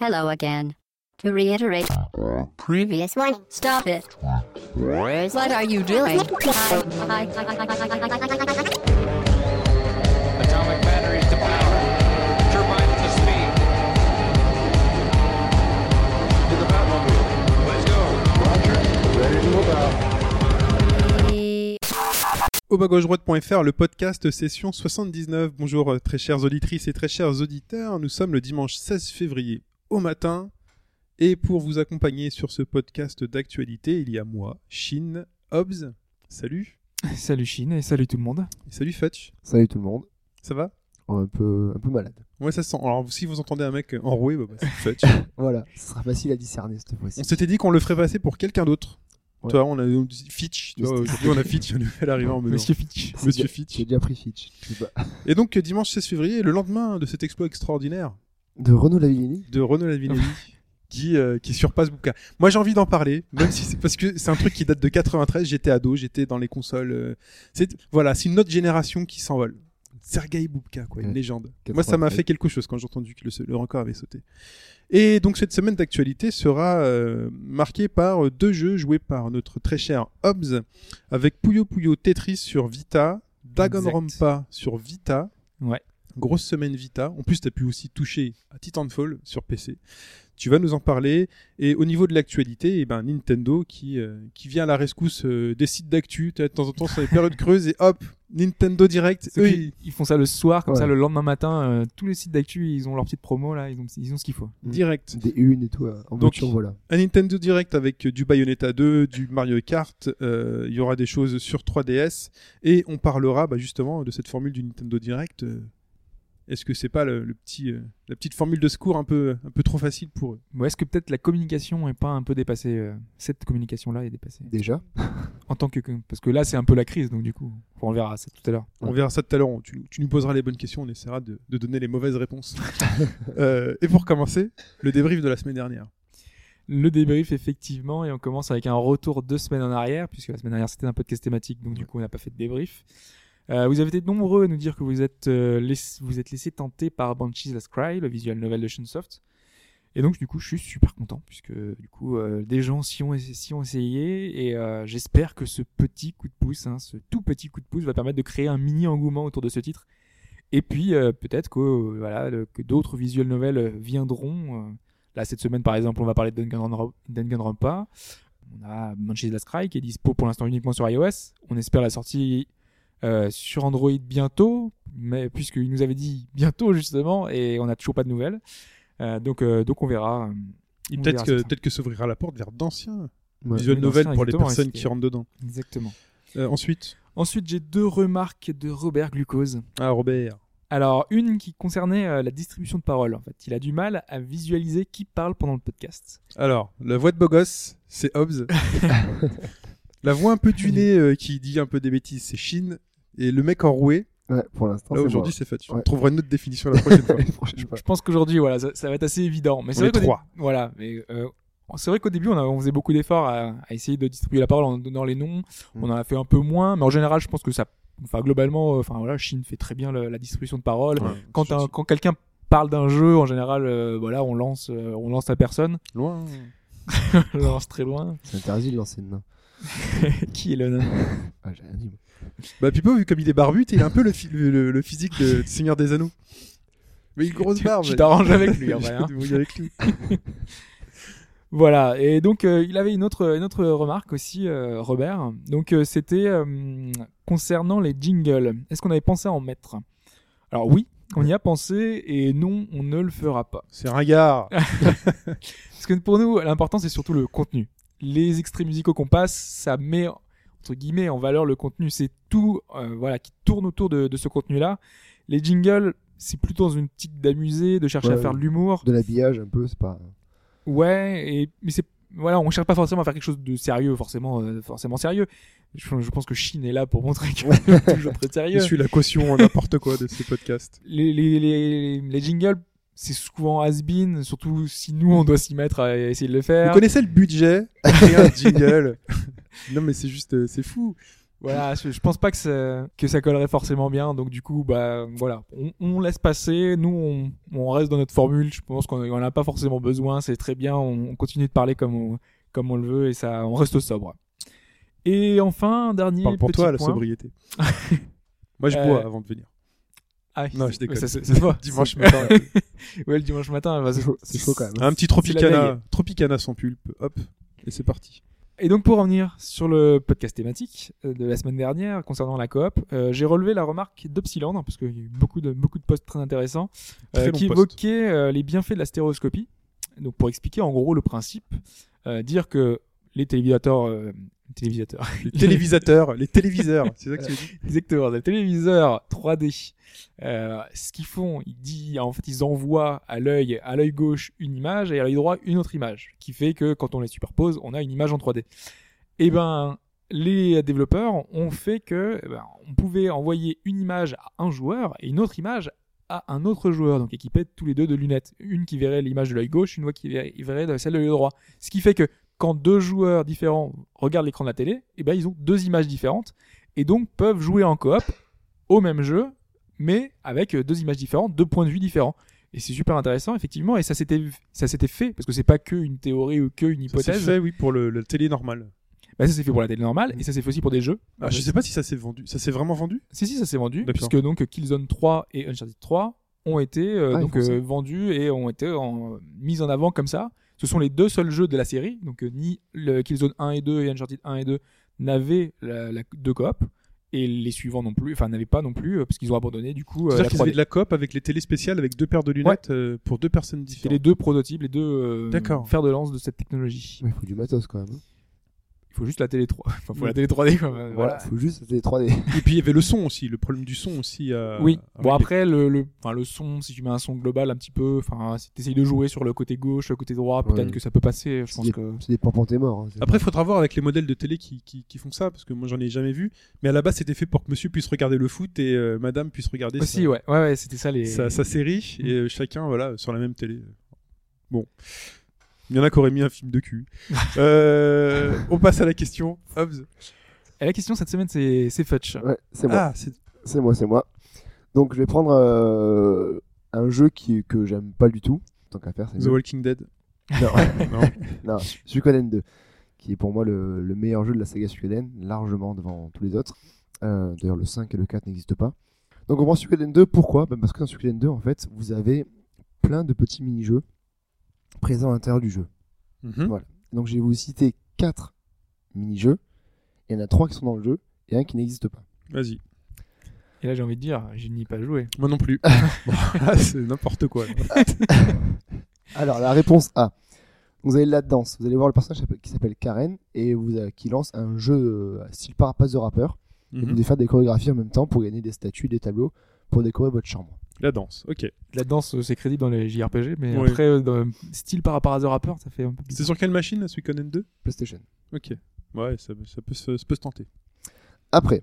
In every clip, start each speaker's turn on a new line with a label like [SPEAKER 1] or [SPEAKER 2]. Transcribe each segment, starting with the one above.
[SPEAKER 1] Hello again. To reiterate, previous one, stop it. What are you doing?
[SPEAKER 2] Atomic batteries to power. Turbines to speed. To the Batmobile. Let's go.
[SPEAKER 3] Au bas-gauche-droite.fr, le podcast session 79. Bonjour euh, très chères auditrices et très chers auditeurs, nous sommes le dimanche 16 février au matin et pour vous accompagner sur ce podcast d'actualité, il y a moi, Shin, Hobbs, salut,
[SPEAKER 4] Salut Chine et salut tout le monde.
[SPEAKER 3] et salut Fetch,
[SPEAKER 5] Salut tout le monde.
[SPEAKER 3] ça va
[SPEAKER 5] Oh, Un peu, un peu malade.
[SPEAKER 3] Ouais ça se sent, alors si vous entendez un mec enroué, bah, bah, c'est Fetch.
[SPEAKER 5] Voilà, ce sera facile à discerner cette fois-ci.
[SPEAKER 3] on s'était dit qu'on le ferait passer pour quelqu'un d'autre.
[SPEAKER 5] Ouais.
[SPEAKER 3] Toi, on a on dit Fitch, tu vois, aujourd'hui on a Fitch, on a fait l'arrivée en même temps.
[SPEAKER 4] Monsieur Fitch.
[SPEAKER 5] C'est
[SPEAKER 3] Monsieur
[SPEAKER 5] déjà-
[SPEAKER 3] Fitch.
[SPEAKER 5] J'ai déjà pris Fitch. Je sais pas.
[SPEAKER 3] Et donc dimanche 16 février, le lendemain de cet exploit extraordinaire,
[SPEAKER 5] De Renaud Lavillini
[SPEAKER 3] de Renaud Lavinelli qui, euh, qui surpasse Bouka. Moi, j'ai envie d'en parler, même si c'est parce que c'est un truc qui date de 93. J'étais ado, j'étais dans les consoles. euh, c'est voilà, c'est une autre génération qui s'envole. Sergei Boubka, quoi, une
[SPEAKER 5] Ouais.
[SPEAKER 3] légende. Moi, ça m'a
[SPEAKER 5] 93.
[SPEAKER 3] fait quelque chose quand j'ai entendu que le, le record avait sauté. Et donc, cette semaine d'actualité sera euh, marquée par euh, deux jeux joués par notre très cher Hobbs, avec Puyo Puyo Tetris sur Vita, Danganronpa sur Vita.
[SPEAKER 4] Ouais.
[SPEAKER 3] Grosse semaine Vita. En plus, tu as pu aussi toucher à Titanfall sur PC. Tu vas nous en parler. Et au niveau de l'actualité, eh ben, Nintendo qui, euh, qui vient à la rescousse euh, des sites d'actu. Tu vois, De temps en temps, sur les périodes creuses, et hop, Nintendo Direct.
[SPEAKER 4] Ceux
[SPEAKER 3] Eux,
[SPEAKER 4] qui- ils font ça le soir, comme
[SPEAKER 5] Ouais.
[SPEAKER 4] ça le lendemain matin, euh, tous les sites d'actu, ils ont leur petite promo là, ils ont, ils ont ce qu'il faut.
[SPEAKER 3] ils- Direct.
[SPEAKER 5] Des une et tout, euh, en
[SPEAKER 3] Donc-
[SPEAKER 5] voiture, voilà.
[SPEAKER 3] un Nintendo Direct avec euh, du Bayonetta 2, du Mario Kart, euh, il y aura des choses sur 3DS et on parlera bah, justement de cette formule du Nintendo Direct. euh, Est-ce que c'est pas le, le petit, euh, la petite formule de secours un peu, un peu trop facile pour eux
[SPEAKER 4] Bon, Est-ce que peut-être la communication est pas un peu dépassée euh, Cette communication là est dépassée.
[SPEAKER 5] Déjà.
[SPEAKER 4] En tant que que- parce que là c'est un peu la crise, donc du coup, on verra ça tout à l'heure.
[SPEAKER 3] On
[SPEAKER 5] Ouais.
[SPEAKER 3] verra ça tout à l'heure, on- tu, tu nous poseras les bonnes questions, on essaiera de, de donner les mauvaises réponses. Euh, et pour commencer, le débrief de la semaine dernière.
[SPEAKER 4] Le débrief effectivement et on commence avec un retour deux semaines en arrière puisque la semaine dernière c'était un podcast thématique, donc du coup on n'a pas fait de débrief. Euh, vous avez été nombreux à nous dire que vous êtes euh, laiss- vous êtes laissé tenter par Banshees Last Cry, le visual novel de Shunsoft. Et donc du coup je suis super content puisque du coup euh, des gens s'y ont, essa- s'y ont essayé et euh, j'espère que ce petit coup de pouce, hein, ce tout petit coup de pouce va permettre de créer un mini engouement autour de ce titre. Et puis euh, peut-être que euh, voilà le- que d'autres visual novels euh, viendront. euh, Là, cette semaine, par exemple, on va parler de Danganronpa. Danganronpa. On a Manchester Last Cry qui est dispo pour l'instant uniquement sur iOS. On espère la sortie euh, sur Android bientôt, mais puisqu'il nous avait dit bientôt justement, et on n'a toujours pas de nouvelles. Euh, donc, euh, donc on verra.
[SPEAKER 3] Et
[SPEAKER 4] On
[SPEAKER 3] Peut-être
[SPEAKER 4] verra
[SPEAKER 3] que,
[SPEAKER 4] ça.
[SPEAKER 3] peut que s'ouvrira la porte vers d'anciens
[SPEAKER 5] Ouais.
[SPEAKER 3] visual
[SPEAKER 4] mais
[SPEAKER 3] novels
[SPEAKER 4] d'anciens,
[SPEAKER 3] pour les
[SPEAKER 4] exactement,
[SPEAKER 3] personnes
[SPEAKER 4] ouais,
[SPEAKER 3] qui
[SPEAKER 4] c'était-
[SPEAKER 3] rentrent dedans.
[SPEAKER 4] Exactement.
[SPEAKER 3] Euh, ensuite,
[SPEAKER 4] Ensuite, j'ai deux remarques de Robert Glucose.
[SPEAKER 3] ah, Robert,
[SPEAKER 4] Alors, une qui concernait euh, la distribution de parole. En fait, il a du mal à visualiser qui parle pendant le podcast.
[SPEAKER 3] Alors, la voix de Bogos, c'est Hobbs. la voix un peu du nez euh, qui dit un peu des bêtises, c'est Shin. Et le mec enroué,
[SPEAKER 5] Ouais, pour l'instant,
[SPEAKER 3] là
[SPEAKER 5] c'est
[SPEAKER 3] aujourd'hui, c'est Fetch. On
[SPEAKER 5] Ouais.
[SPEAKER 3] trouvera une autre définition la prochaine fois.
[SPEAKER 5] moi. Franchement,
[SPEAKER 4] Je pense qu'aujourd'hui, voilà, ça, ça va être assez évident. Mais
[SPEAKER 3] On
[SPEAKER 4] c'est vrai
[SPEAKER 3] est
[SPEAKER 4] qu'au dé-
[SPEAKER 3] trois.
[SPEAKER 4] Voilà, mais euh, c'est vrai qu'au début, on, a- on faisait beaucoup d'efforts à, à essayer de distribuer la parole en donnant les noms.
[SPEAKER 5] Mm.
[SPEAKER 4] On en a fait un peu moins, mais en général, je pense que ça, enfin globalement, euh, enfin voilà, Chine fait très bien le- la distribution de parole.
[SPEAKER 3] Ouais,
[SPEAKER 4] Quand,
[SPEAKER 3] c'est-
[SPEAKER 4] un- quand quelqu'un parle d'un jeu, en général, euh, voilà, on lance, euh, on lance la personne,
[SPEAKER 3] c'est loin.
[SPEAKER 4] on lance très loin.
[SPEAKER 5] c'est interdit de lancer une main.
[SPEAKER 4] Qui est le nain
[SPEAKER 5] Ah, j'ai rien dit. moi.
[SPEAKER 3] Bah, Pipo, vu comme il est barbu, t'es- il a un peu le, phy- le- le- le physique de, de Seigneur des Anneaux. Mais une grosse
[SPEAKER 4] Tu-
[SPEAKER 3] barbe.
[SPEAKER 4] tu t'arranges avec lui, en
[SPEAKER 3] Je
[SPEAKER 4] vrai, hein.
[SPEAKER 3] débrouille avec lui.
[SPEAKER 4] Voilà, et donc euh, il avait une autre, une autre remarque aussi, euh, Robert. Donc euh, c'était euh, concernant les jingles. Est-ce qu'on avait pensé à en mettre Alors oui, on y a pensé, et non, on ne le fera pas.
[SPEAKER 3] C'est ringard.
[SPEAKER 4] Parce que pour nous, l'important, c'est surtout le contenu. Les extraits musicaux qu'on passe, ça met entre guillemets en valeur le contenu. C'est tout euh, voilà, qui tourne autour de, de ce contenu-là. Les jingles, c'est plutôt dans une petite d'amuser, de chercher à
[SPEAKER 5] Ouais.
[SPEAKER 4] faire de l'humour.
[SPEAKER 5] De l'habillage, un peu, c'est pas.
[SPEAKER 4] Ouais, et, mais c'est voilà, on cherche pas forcément à faire quelque chose de sérieux, forcément, euh, forcément sérieux. Je, je pense que Chine est là pour montrer que est toujours très
[SPEAKER 3] Je
[SPEAKER 4] sérieux.
[SPEAKER 3] suis la caution à n'importe quoi de ces podcasts.
[SPEAKER 4] Les, les, les, les jingles, c'est souvent has-been, surtout si nous on doit s'y mettre à essayer de le
[SPEAKER 3] Vous
[SPEAKER 4] faire.
[SPEAKER 3] connaissez le budget Créer un jingle. non, mais c'est juste, euh, c'est fou.
[SPEAKER 4] Voilà, je, je pense pas que ça, que ça collerait forcément bien. Donc du coup, bah voilà, on, on laisse passer. Nous, on, on reste dans notre formule. Je pense qu'on n'en a pas forcément besoin. C'est très bien. On, on continue de parler comme on, comme on le veut et ça, on reste sobre. Et enfin, un dernier
[SPEAKER 3] Parle pour
[SPEAKER 4] petit
[SPEAKER 3] toi, la
[SPEAKER 4] point.
[SPEAKER 3] sobriété. Moi, je
[SPEAKER 4] Euh,
[SPEAKER 3] bois avant de venir.
[SPEAKER 4] Ah,
[SPEAKER 3] Non,
[SPEAKER 4] c'est-
[SPEAKER 3] je déconne.
[SPEAKER 4] Ça, se- ça se voit.
[SPEAKER 3] Dimanche matin.
[SPEAKER 4] ouais, le dimanche matin. bah,
[SPEAKER 5] C'est
[SPEAKER 4] c'est-
[SPEAKER 5] chaud, c'est chaud quand même.
[SPEAKER 3] Un
[SPEAKER 4] C'est
[SPEAKER 3] petit
[SPEAKER 4] la
[SPEAKER 3] Tropicana, Tropicana sans pulpe, hop, et c'est parti.
[SPEAKER 4] Et donc pour revenir sur le podcast thématique euh, de la semaine dernière concernant la coop, euh, j'ai relevé la remarque d'Opsilandre, parce qu'il y a eu beaucoup de, beaucoup de posts très intéressants,
[SPEAKER 3] Très long
[SPEAKER 4] Euh, qui
[SPEAKER 3] post.
[SPEAKER 4] évoquaient euh, les bienfaits de la stéréoscopie. Donc pour expliquer en gros le principe, euh, dire que les télévisateurs... euh, télévisateurs
[SPEAKER 3] Les télévisateurs, les téléviseurs, c'est ça que tu veux dire
[SPEAKER 4] Exactement, des téléviseurs 3D. Euh, ce qu'ils font, ils disent, en fait, ils envoient à l'œil, à l'œil gauche une image et à l'œil droit une autre image, qui fait que quand on les superpose, on a une image en 3D. Et ben, les développeurs ont fait que eh ben, on pouvait envoyer une image à un joueur et une autre image à un autre joueur, donc équipés tous les deux de lunettes, une qui verrait l'image de l'œil gauche, une autre qui verrait- verrait celle de l'œil droit. Ce qui fait que quand deux joueurs différents regardent l'écran de la télé, eh ben, ils ont deux images différentes et donc peuvent jouer en coop au même jeu, mais avec euh, deux images différentes, deux points de vue différents. Et c'est super intéressant, effectivement, et ça s'était ça s'était fait, parce que c'est pas que une théorie ou que une
[SPEAKER 3] Ça s'est
[SPEAKER 4] hypothèse.
[SPEAKER 3] fait, oui, pour le, le télé normal.
[SPEAKER 4] Bah, ça s'est fait pour la télé normale, et ça s'est fait aussi pour des jeux.
[SPEAKER 3] Ah, je sais pas si ça s'est vendu. Ça s'est vraiment vendu
[SPEAKER 4] Si, si, ça s'est vendu,
[SPEAKER 3] D'accord.
[SPEAKER 4] puisque donc Killzone 3 et Uncharted 3 ont été euh,
[SPEAKER 5] Ah, ils
[SPEAKER 4] donc,
[SPEAKER 5] font ça.
[SPEAKER 4] euh, vendus et ont été en- mis en avant comme ça. Ce sont les deux seuls jeux de la série, donc euh, ni le Killzone 1 et 2 et Uncharted 1 et 2 n'avaient la, la de coop, et les suivants non plus, enfin n'avaient pas non plus, euh, parce qu'ils ont abandonné du coup euh, la
[SPEAKER 3] C'est-à-dire qu'ils
[SPEAKER 4] 3D.
[SPEAKER 3] avaient de la coop avec les télés spéciales avec deux paires de lunettes euh, pour deux personnes
[SPEAKER 4] C'était les
[SPEAKER 3] différentes.
[SPEAKER 4] deux prototypes, les deux euh,
[SPEAKER 3] D'accord.
[SPEAKER 4] fers de lance de cette technologie.
[SPEAKER 5] Mais il faut du matos quand même. hein.
[SPEAKER 4] Il faut juste la télé 3. Enfin, faut
[SPEAKER 3] Oui.
[SPEAKER 4] la télé 3D quoi.
[SPEAKER 3] Euh,
[SPEAKER 4] Voilà.
[SPEAKER 5] Voilà, faut juste des 3D.
[SPEAKER 3] Et puis il y avait le son aussi, le problème du son aussi. euh,
[SPEAKER 4] oui.
[SPEAKER 3] avec
[SPEAKER 4] bon
[SPEAKER 3] les-
[SPEAKER 4] après le le, enfin, le son, si tu mets un son global un petit peu, enfin si t'essayes de jouer sur le côté gauche, le côté droit, peut-être
[SPEAKER 5] Ouais.
[SPEAKER 4] que ça peut passer. Je pense
[SPEAKER 5] C'est-
[SPEAKER 4] que.
[SPEAKER 5] C'est des pampantées morts. hein, c'est-
[SPEAKER 3] Après, il faudra voir avec les modèles de télé qui, qui, qui font ça, parce que moi j'en ai jamais vu. Mais à la base, c'était fait pour que monsieur puisse regarder le foot et euh, madame puisse regarder
[SPEAKER 4] Aussi
[SPEAKER 3] sa,
[SPEAKER 4] ouais ouais ouais c'était ça les.
[SPEAKER 3] sa, sa série,
[SPEAKER 4] Mm.
[SPEAKER 3] et euh, chacun voilà, sur la même télé. Bon. Il y en a qui auraient mis un film de cul. Euh, on passe à la question. Hobbs.
[SPEAKER 4] Et la question cette semaine c'est c'est Fudge.
[SPEAKER 5] Ouais, c'est moi.
[SPEAKER 3] Ah, c'est-
[SPEAKER 5] C'est moi, c'est moi. Donc je vais prendre euh, un jeu qui, que j'aime pas du tout. Tant qu'à faire, c'est
[SPEAKER 3] The
[SPEAKER 5] mieux.
[SPEAKER 3] Walking Dead.
[SPEAKER 5] Non.
[SPEAKER 3] Non.
[SPEAKER 5] non, Suikoden 2, qui est pour moi le, le meilleur jeu de la saga Suikoden, largement devant tous les autres. Euh, D'ailleurs, le 5 et le 4 n'existent pas. Donc on prend Suikoden 2, pourquoi Ben, Parce que dans Suikoden 2, en fait, vous avez plein de petits mini-jeux présents à l'intérieur du jeu.
[SPEAKER 3] Mhm.
[SPEAKER 5] Donc je vais vous citer 4 mini-jeux. Il y en a 3 qui sont dans le jeu et un qui n'existe pas.
[SPEAKER 3] Vas-y.
[SPEAKER 4] Et là j'ai envie de dire je n'y ai pas joué.
[SPEAKER 3] Moi non plus. Bon, là, c'est n'importe quoi. là.
[SPEAKER 5] Alors, la réponse A. Vous allez là-dedans, vous allez voir le personnage qui s'appelle Karen et vous, euh, qui lance un jeu euh, style Parapace de rappeur. Et vous
[SPEAKER 3] Mhm.
[SPEAKER 5] devez faire des chorégraphies en même temps pour gagner des statues, des tableaux, pour décorer votre chambre.
[SPEAKER 3] La danse, ok.
[SPEAKER 4] La danse euh, c'est crédible dans les JRPG mais
[SPEAKER 3] Ouais.
[SPEAKER 4] après euh, dans- style par rapport à The Rapper ça fait un peu. bizarre.
[SPEAKER 3] C'est sur quelle machine, la Suikoden 2
[SPEAKER 5] PlayStation.
[SPEAKER 3] Ok. Ouais, ça, ça peut, se, ça peut se tenter.
[SPEAKER 5] Après,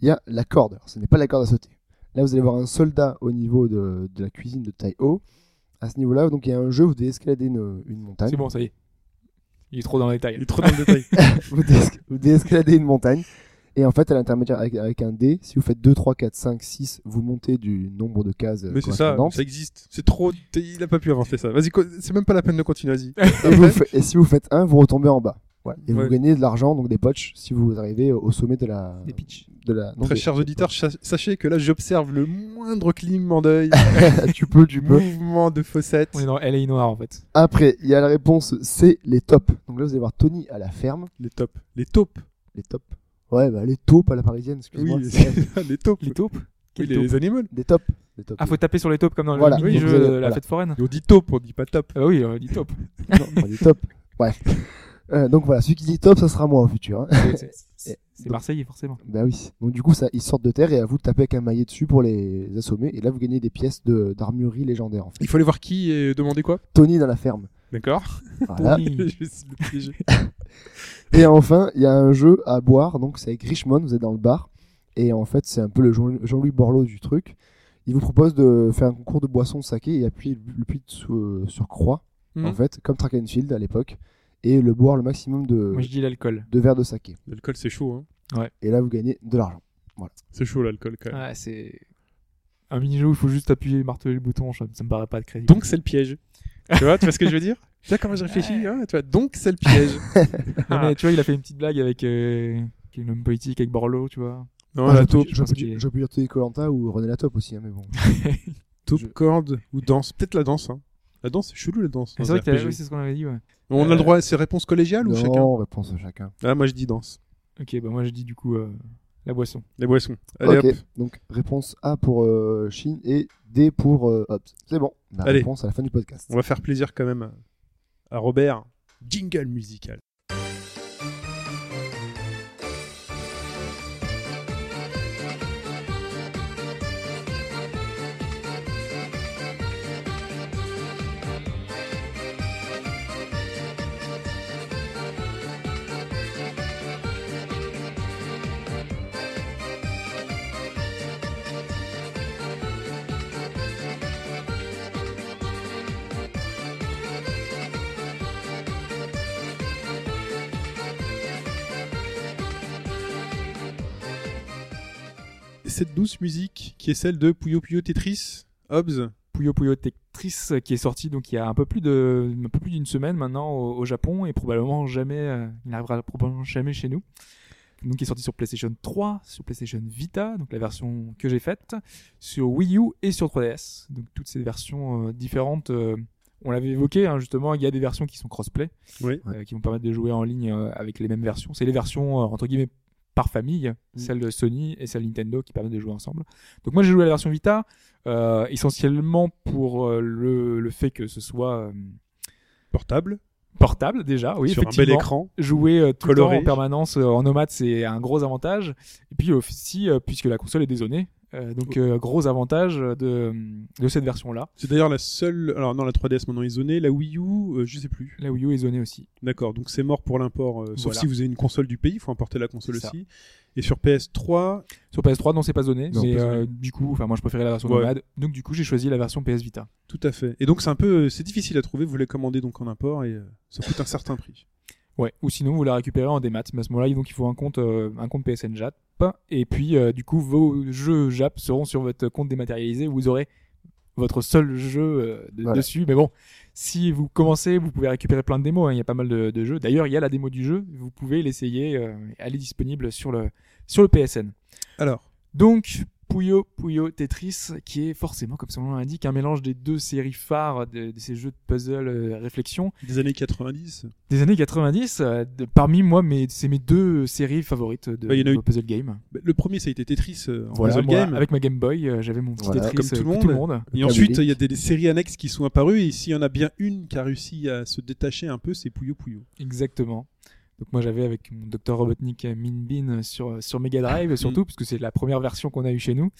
[SPEAKER 5] il y a la corde. Alors, ce n'est pas la corde à sauter. Là, vous allez voir un soldat au niveau de, de la cuisine de taille haut. À ce niveau-là, donc il y a un jeu, vous devez escalader une, une montagne.
[SPEAKER 4] C'est bon ça y est. Il est trop dans les détails.
[SPEAKER 3] Il est trop dans le détail.
[SPEAKER 5] vous, dé- vous désescaladez une montagne. Et en fait, à l'intermédiaire, avec, avec un dé, si vous faites 2, 3, 4, 5, 6, vous montez du nombre de cases euh,
[SPEAKER 3] Mais c'est ça,
[SPEAKER 5] correspondantes.
[SPEAKER 3] ça existe. C'est trop. t'es- Il a pas pu inventer ça. Vas-y, co- c'est même pas la peine de continuer. Vas-y.
[SPEAKER 5] et, vous fa- et si vous faites un, vous retombez en bas. Voilà. Et
[SPEAKER 3] Ouais.
[SPEAKER 5] vous gagnez de l'argent, donc des poches, si vous arrivez au sommet de la.
[SPEAKER 4] Des pitchs.
[SPEAKER 5] De la non,
[SPEAKER 3] Très
[SPEAKER 5] des-
[SPEAKER 3] chers
[SPEAKER 5] des
[SPEAKER 3] auditeurs, cha- sachez que là, j'observe le moindre clignement d'œil,
[SPEAKER 5] poches. tu peux, tu peux.
[SPEAKER 3] mouvement de faussette.
[SPEAKER 4] On est dans LA noir en fait.
[SPEAKER 5] Après, il y a la réponse C, les tops. Donc là, vous allez voir Tony à la ferme.
[SPEAKER 3] Les taupes. Les taupes.
[SPEAKER 5] Les tops. Ouais, bah les taupes à la parisienne, excuse-moi.
[SPEAKER 3] Oui,
[SPEAKER 5] c'est vrai.
[SPEAKER 3] les taupes.
[SPEAKER 4] Les taupes.
[SPEAKER 3] Oui,
[SPEAKER 4] Quelles
[SPEAKER 3] les,
[SPEAKER 4] taupes
[SPEAKER 3] les animaux.
[SPEAKER 5] des tops. Des tops.
[SPEAKER 4] Ah faut taper sur les taupes comme dans
[SPEAKER 5] Voilà,
[SPEAKER 4] le
[SPEAKER 5] oui,
[SPEAKER 4] mini jeu
[SPEAKER 5] vous allez-
[SPEAKER 4] de la
[SPEAKER 5] voilà.
[SPEAKER 4] fête foraine.
[SPEAKER 3] Et on dit taupe, on dit pas tape.
[SPEAKER 4] Ah bah oui on dit taupe.
[SPEAKER 5] Non, pas des tops. Bref. Euh, donc voilà, celui qui dit top, ça sera moi au futur. hein.
[SPEAKER 4] C'est- c'est- c'est- C'est
[SPEAKER 5] Donc-
[SPEAKER 4] Marseillais, forcément.
[SPEAKER 5] Bah oui. Donc du coup, ça, ils sortent de terre et à vous de taper avec un maillet dessus pour les assommer. Et là, vous gagnez des pièces de- d'armurerie légendaire. En fait.
[SPEAKER 3] Il faut aller voir qui et demander quoi
[SPEAKER 5] Tony dans la ferme.
[SPEAKER 3] D'accord.
[SPEAKER 5] Voilà.
[SPEAKER 4] Tony.
[SPEAKER 3] Je vais essayer de le piéger.
[SPEAKER 5] Et enfin, il y a un jeu à boire. Donc c'est avec Richmond, vous êtes dans le bar. Et en fait, c'est un peu le Jean- Jean-Louis Borloo du truc. Il vous propose de faire un concours de boissons saké et appuyer le puits sous- sur croix,
[SPEAKER 3] Mhm.
[SPEAKER 5] en fait, comme Track and Field à l'époque, et le boire le maximum de,
[SPEAKER 4] Moi, je dis l'alcool.
[SPEAKER 5] de verres de saké.
[SPEAKER 3] L'alcool, c'est chaud. Hein.
[SPEAKER 4] Ouais.
[SPEAKER 5] Et là, vous gagnez de l'argent.
[SPEAKER 3] C'est chaud l'alcool quand même.
[SPEAKER 4] Ouais, c'est un mini-jeu où il faut juste appuyer et marteler le bouton, ça, ça me paraît pas de crédit.
[SPEAKER 3] Ah, Donc c'est le piège. tu vois, tu vois ce que je veux dire Tu vois comment je réfléchis hein, tu vois Donc c'est le piège.
[SPEAKER 4] Non, mais tu vois, il a fait une petite blague avec euh, qui est un homme politique, avec Borlo, tu vois.
[SPEAKER 3] Non,
[SPEAKER 5] Ah,
[SPEAKER 3] Oh, la
[SPEAKER 5] je peux-
[SPEAKER 3] taupe,
[SPEAKER 5] je
[SPEAKER 4] je pense
[SPEAKER 5] peux
[SPEAKER 4] qu'il
[SPEAKER 5] dire-
[SPEAKER 4] est-
[SPEAKER 5] je peux dire tous les Colanta ou René Latop aussi, hein, mais bon.
[SPEAKER 3] taupe,
[SPEAKER 5] je-
[SPEAKER 3] corde ou danse. Peut-être la danse. Hein. La danse, c'est chelou la danse.
[SPEAKER 4] C'est
[SPEAKER 3] dans
[SPEAKER 4] vrai
[SPEAKER 3] un
[SPEAKER 4] que t'as-
[SPEAKER 3] RPG.
[SPEAKER 4] oui, c'est ce qu'on avait dit, ouais.
[SPEAKER 3] On
[SPEAKER 4] Euh,
[SPEAKER 3] a le droit à ces réponses collégiales ou
[SPEAKER 5] non,
[SPEAKER 3] Ah, chacun
[SPEAKER 5] réponse à chacun.
[SPEAKER 3] Ah, moi je dis danse.
[SPEAKER 4] Ok, bah moi je dis du coup euh, la boisson.
[SPEAKER 3] Les boissons. Allez
[SPEAKER 5] ok,
[SPEAKER 3] hop.
[SPEAKER 5] donc réponse A pour euh, Chine et D pour euh, Hobbes. C'est bon, la
[SPEAKER 3] Allez.
[SPEAKER 5] réponse à la fin du podcast.
[SPEAKER 3] On va faire plaisir quand même à Robert. Jingle musical. Cette douce musique qui est celle de Puyo Puyo Tetris, Hobbs.
[SPEAKER 4] Puyo Puyo Tetris euh, qui est sorti donc il y a un peu plus de un peu plus d'une semaine maintenant au, au Japon et probablement jamais euh, il n'arrivera probablement jamais chez nous. Donc il est sorti sur PlayStation 3, sur PlayStation Vita, donc la version que j'ai faite, sur Wii U et sur 3DS. Donc toutes ces versions euh, différentes euh, on l'avait évoqué hein, justement, il y a des versions qui sont crossplay,
[SPEAKER 3] Oui.
[SPEAKER 4] euh, qui vont permettre de jouer en ligne euh, avec les mêmes versions. C'est les versions euh, entre guillemets par famille, celle de Sony et celle de Nintendo qui permettent de jouer ensemble. Donc moi j'ai joué à la version Vita, euh, essentiellement pour euh, le, le fait que ce soit euh,
[SPEAKER 3] Portable,
[SPEAKER 4] portable déjà, oui,
[SPEAKER 3] sur un bel
[SPEAKER 4] effectivement.
[SPEAKER 3] écran.
[SPEAKER 4] Jouer euh, tout le
[SPEAKER 3] Coloré.
[SPEAKER 4] temps en permanence euh, en nomade c'est un gros avantage. Et puis aussi, puisque la console est dézonée, euh, donc euh, gros avantage de, de cette version-là.
[SPEAKER 3] C'est d'ailleurs la seule. Alors non, la 3DS maintenant est zonée. La Wii U, euh, je sais plus.
[SPEAKER 4] La Wii U est zonée aussi.
[SPEAKER 3] D'accord, donc c'est mort pour l'import, euh, sauf
[SPEAKER 4] Voilà.
[SPEAKER 3] si vous avez une console du pays, il faut importer la console
[SPEAKER 4] C'est ça.
[SPEAKER 3] aussi. Et sur PS3,
[SPEAKER 4] Sur PS3, non, c'est pas zoné.
[SPEAKER 5] Non,
[SPEAKER 4] mais
[SPEAKER 5] pas
[SPEAKER 4] euh, du coup, enfin, moi, je préférais la version
[SPEAKER 3] Ouais.
[SPEAKER 4] nomade. Donc, du coup, j'ai choisi la version PS Vita.
[SPEAKER 3] tout à fait. Et donc c'est un peu, euh, c'est difficile à trouver, vous les commandez donc en import et euh, ça coûte un certain prix.
[SPEAKER 4] Ouais. Ou sinon, vous la récupérez en démat. Mais à ce moment-là, donc, il faut un compte, euh, un compte PSN Jap. Et puis, euh, du coup, vos jeux Jap seront sur votre compte dématérialisé. Vous aurez votre seul jeu euh, de-
[SPEAKER 5] Voilà.
[SPEAKER 4] dessus. Mais bon, si vous commencez, vous pouvez récupérer plein de démos. hein. Il y a pas mal de, de jeux. D'ailleurs, il y a la démo du jeu. Vous pouvez l'essayer. euh, elle est disponible sur le, sur le PSN.
[SPEAKER 3] Alors,
[SPEAKER 4] Donc, Puyo Puyo Tetris, qui est forcément, comme son nom l'indique, un mélange des deux séries phares de, de ces jeux de puzzle euh, réflexion
[SPEAKER 3] des années 90,
[SPEAKER 4] des années 90. euh, de- parmi moi, mes- c'est mes deux séries favorites de,
[SPEAKER 3] Bah, il y en a
[SPEAKER 4] de
[SPEAKER 3] eu-
[SPEAKER 4] puzzle game.
[SPEAKER 3] Bah, le premier ça a été Tetris euh, en
[SPEAKER 4] Voilà,
[SPEAKER 3] puzzle
[SPEAKER 4] moi,
[SPEAKER 3] game,
[SPEAKER 4] avec ma Game Boy, euh, j'avais mon petit
[SPEAKER 5] Voilà,
[SPEAKER 4] Tetris
[SPEAKER 3] comme tout
[SPEAKER 4] euh,
[SPEAKER 3] le
[SPEAKER 4] comme
[SPEAKER 3] monde. et
[SPEAKER 5] Kabylie.
[SPEAKER 3] ensuite il y a des, des séries annexes qui sont apparues, et s'il y en a bien une qui a réussi à se détacher un peu, c'est Puyo Puyo.
[SPEAKER 4] Exactement. Donc moi j'avais avec mon Dr Robotnik euh, Min Bin sur sur Mega
[SPEAKER 3] Mm.
[SPEAKER 4] Drive surtout parce que c'est la première version qu'on a eu chez nous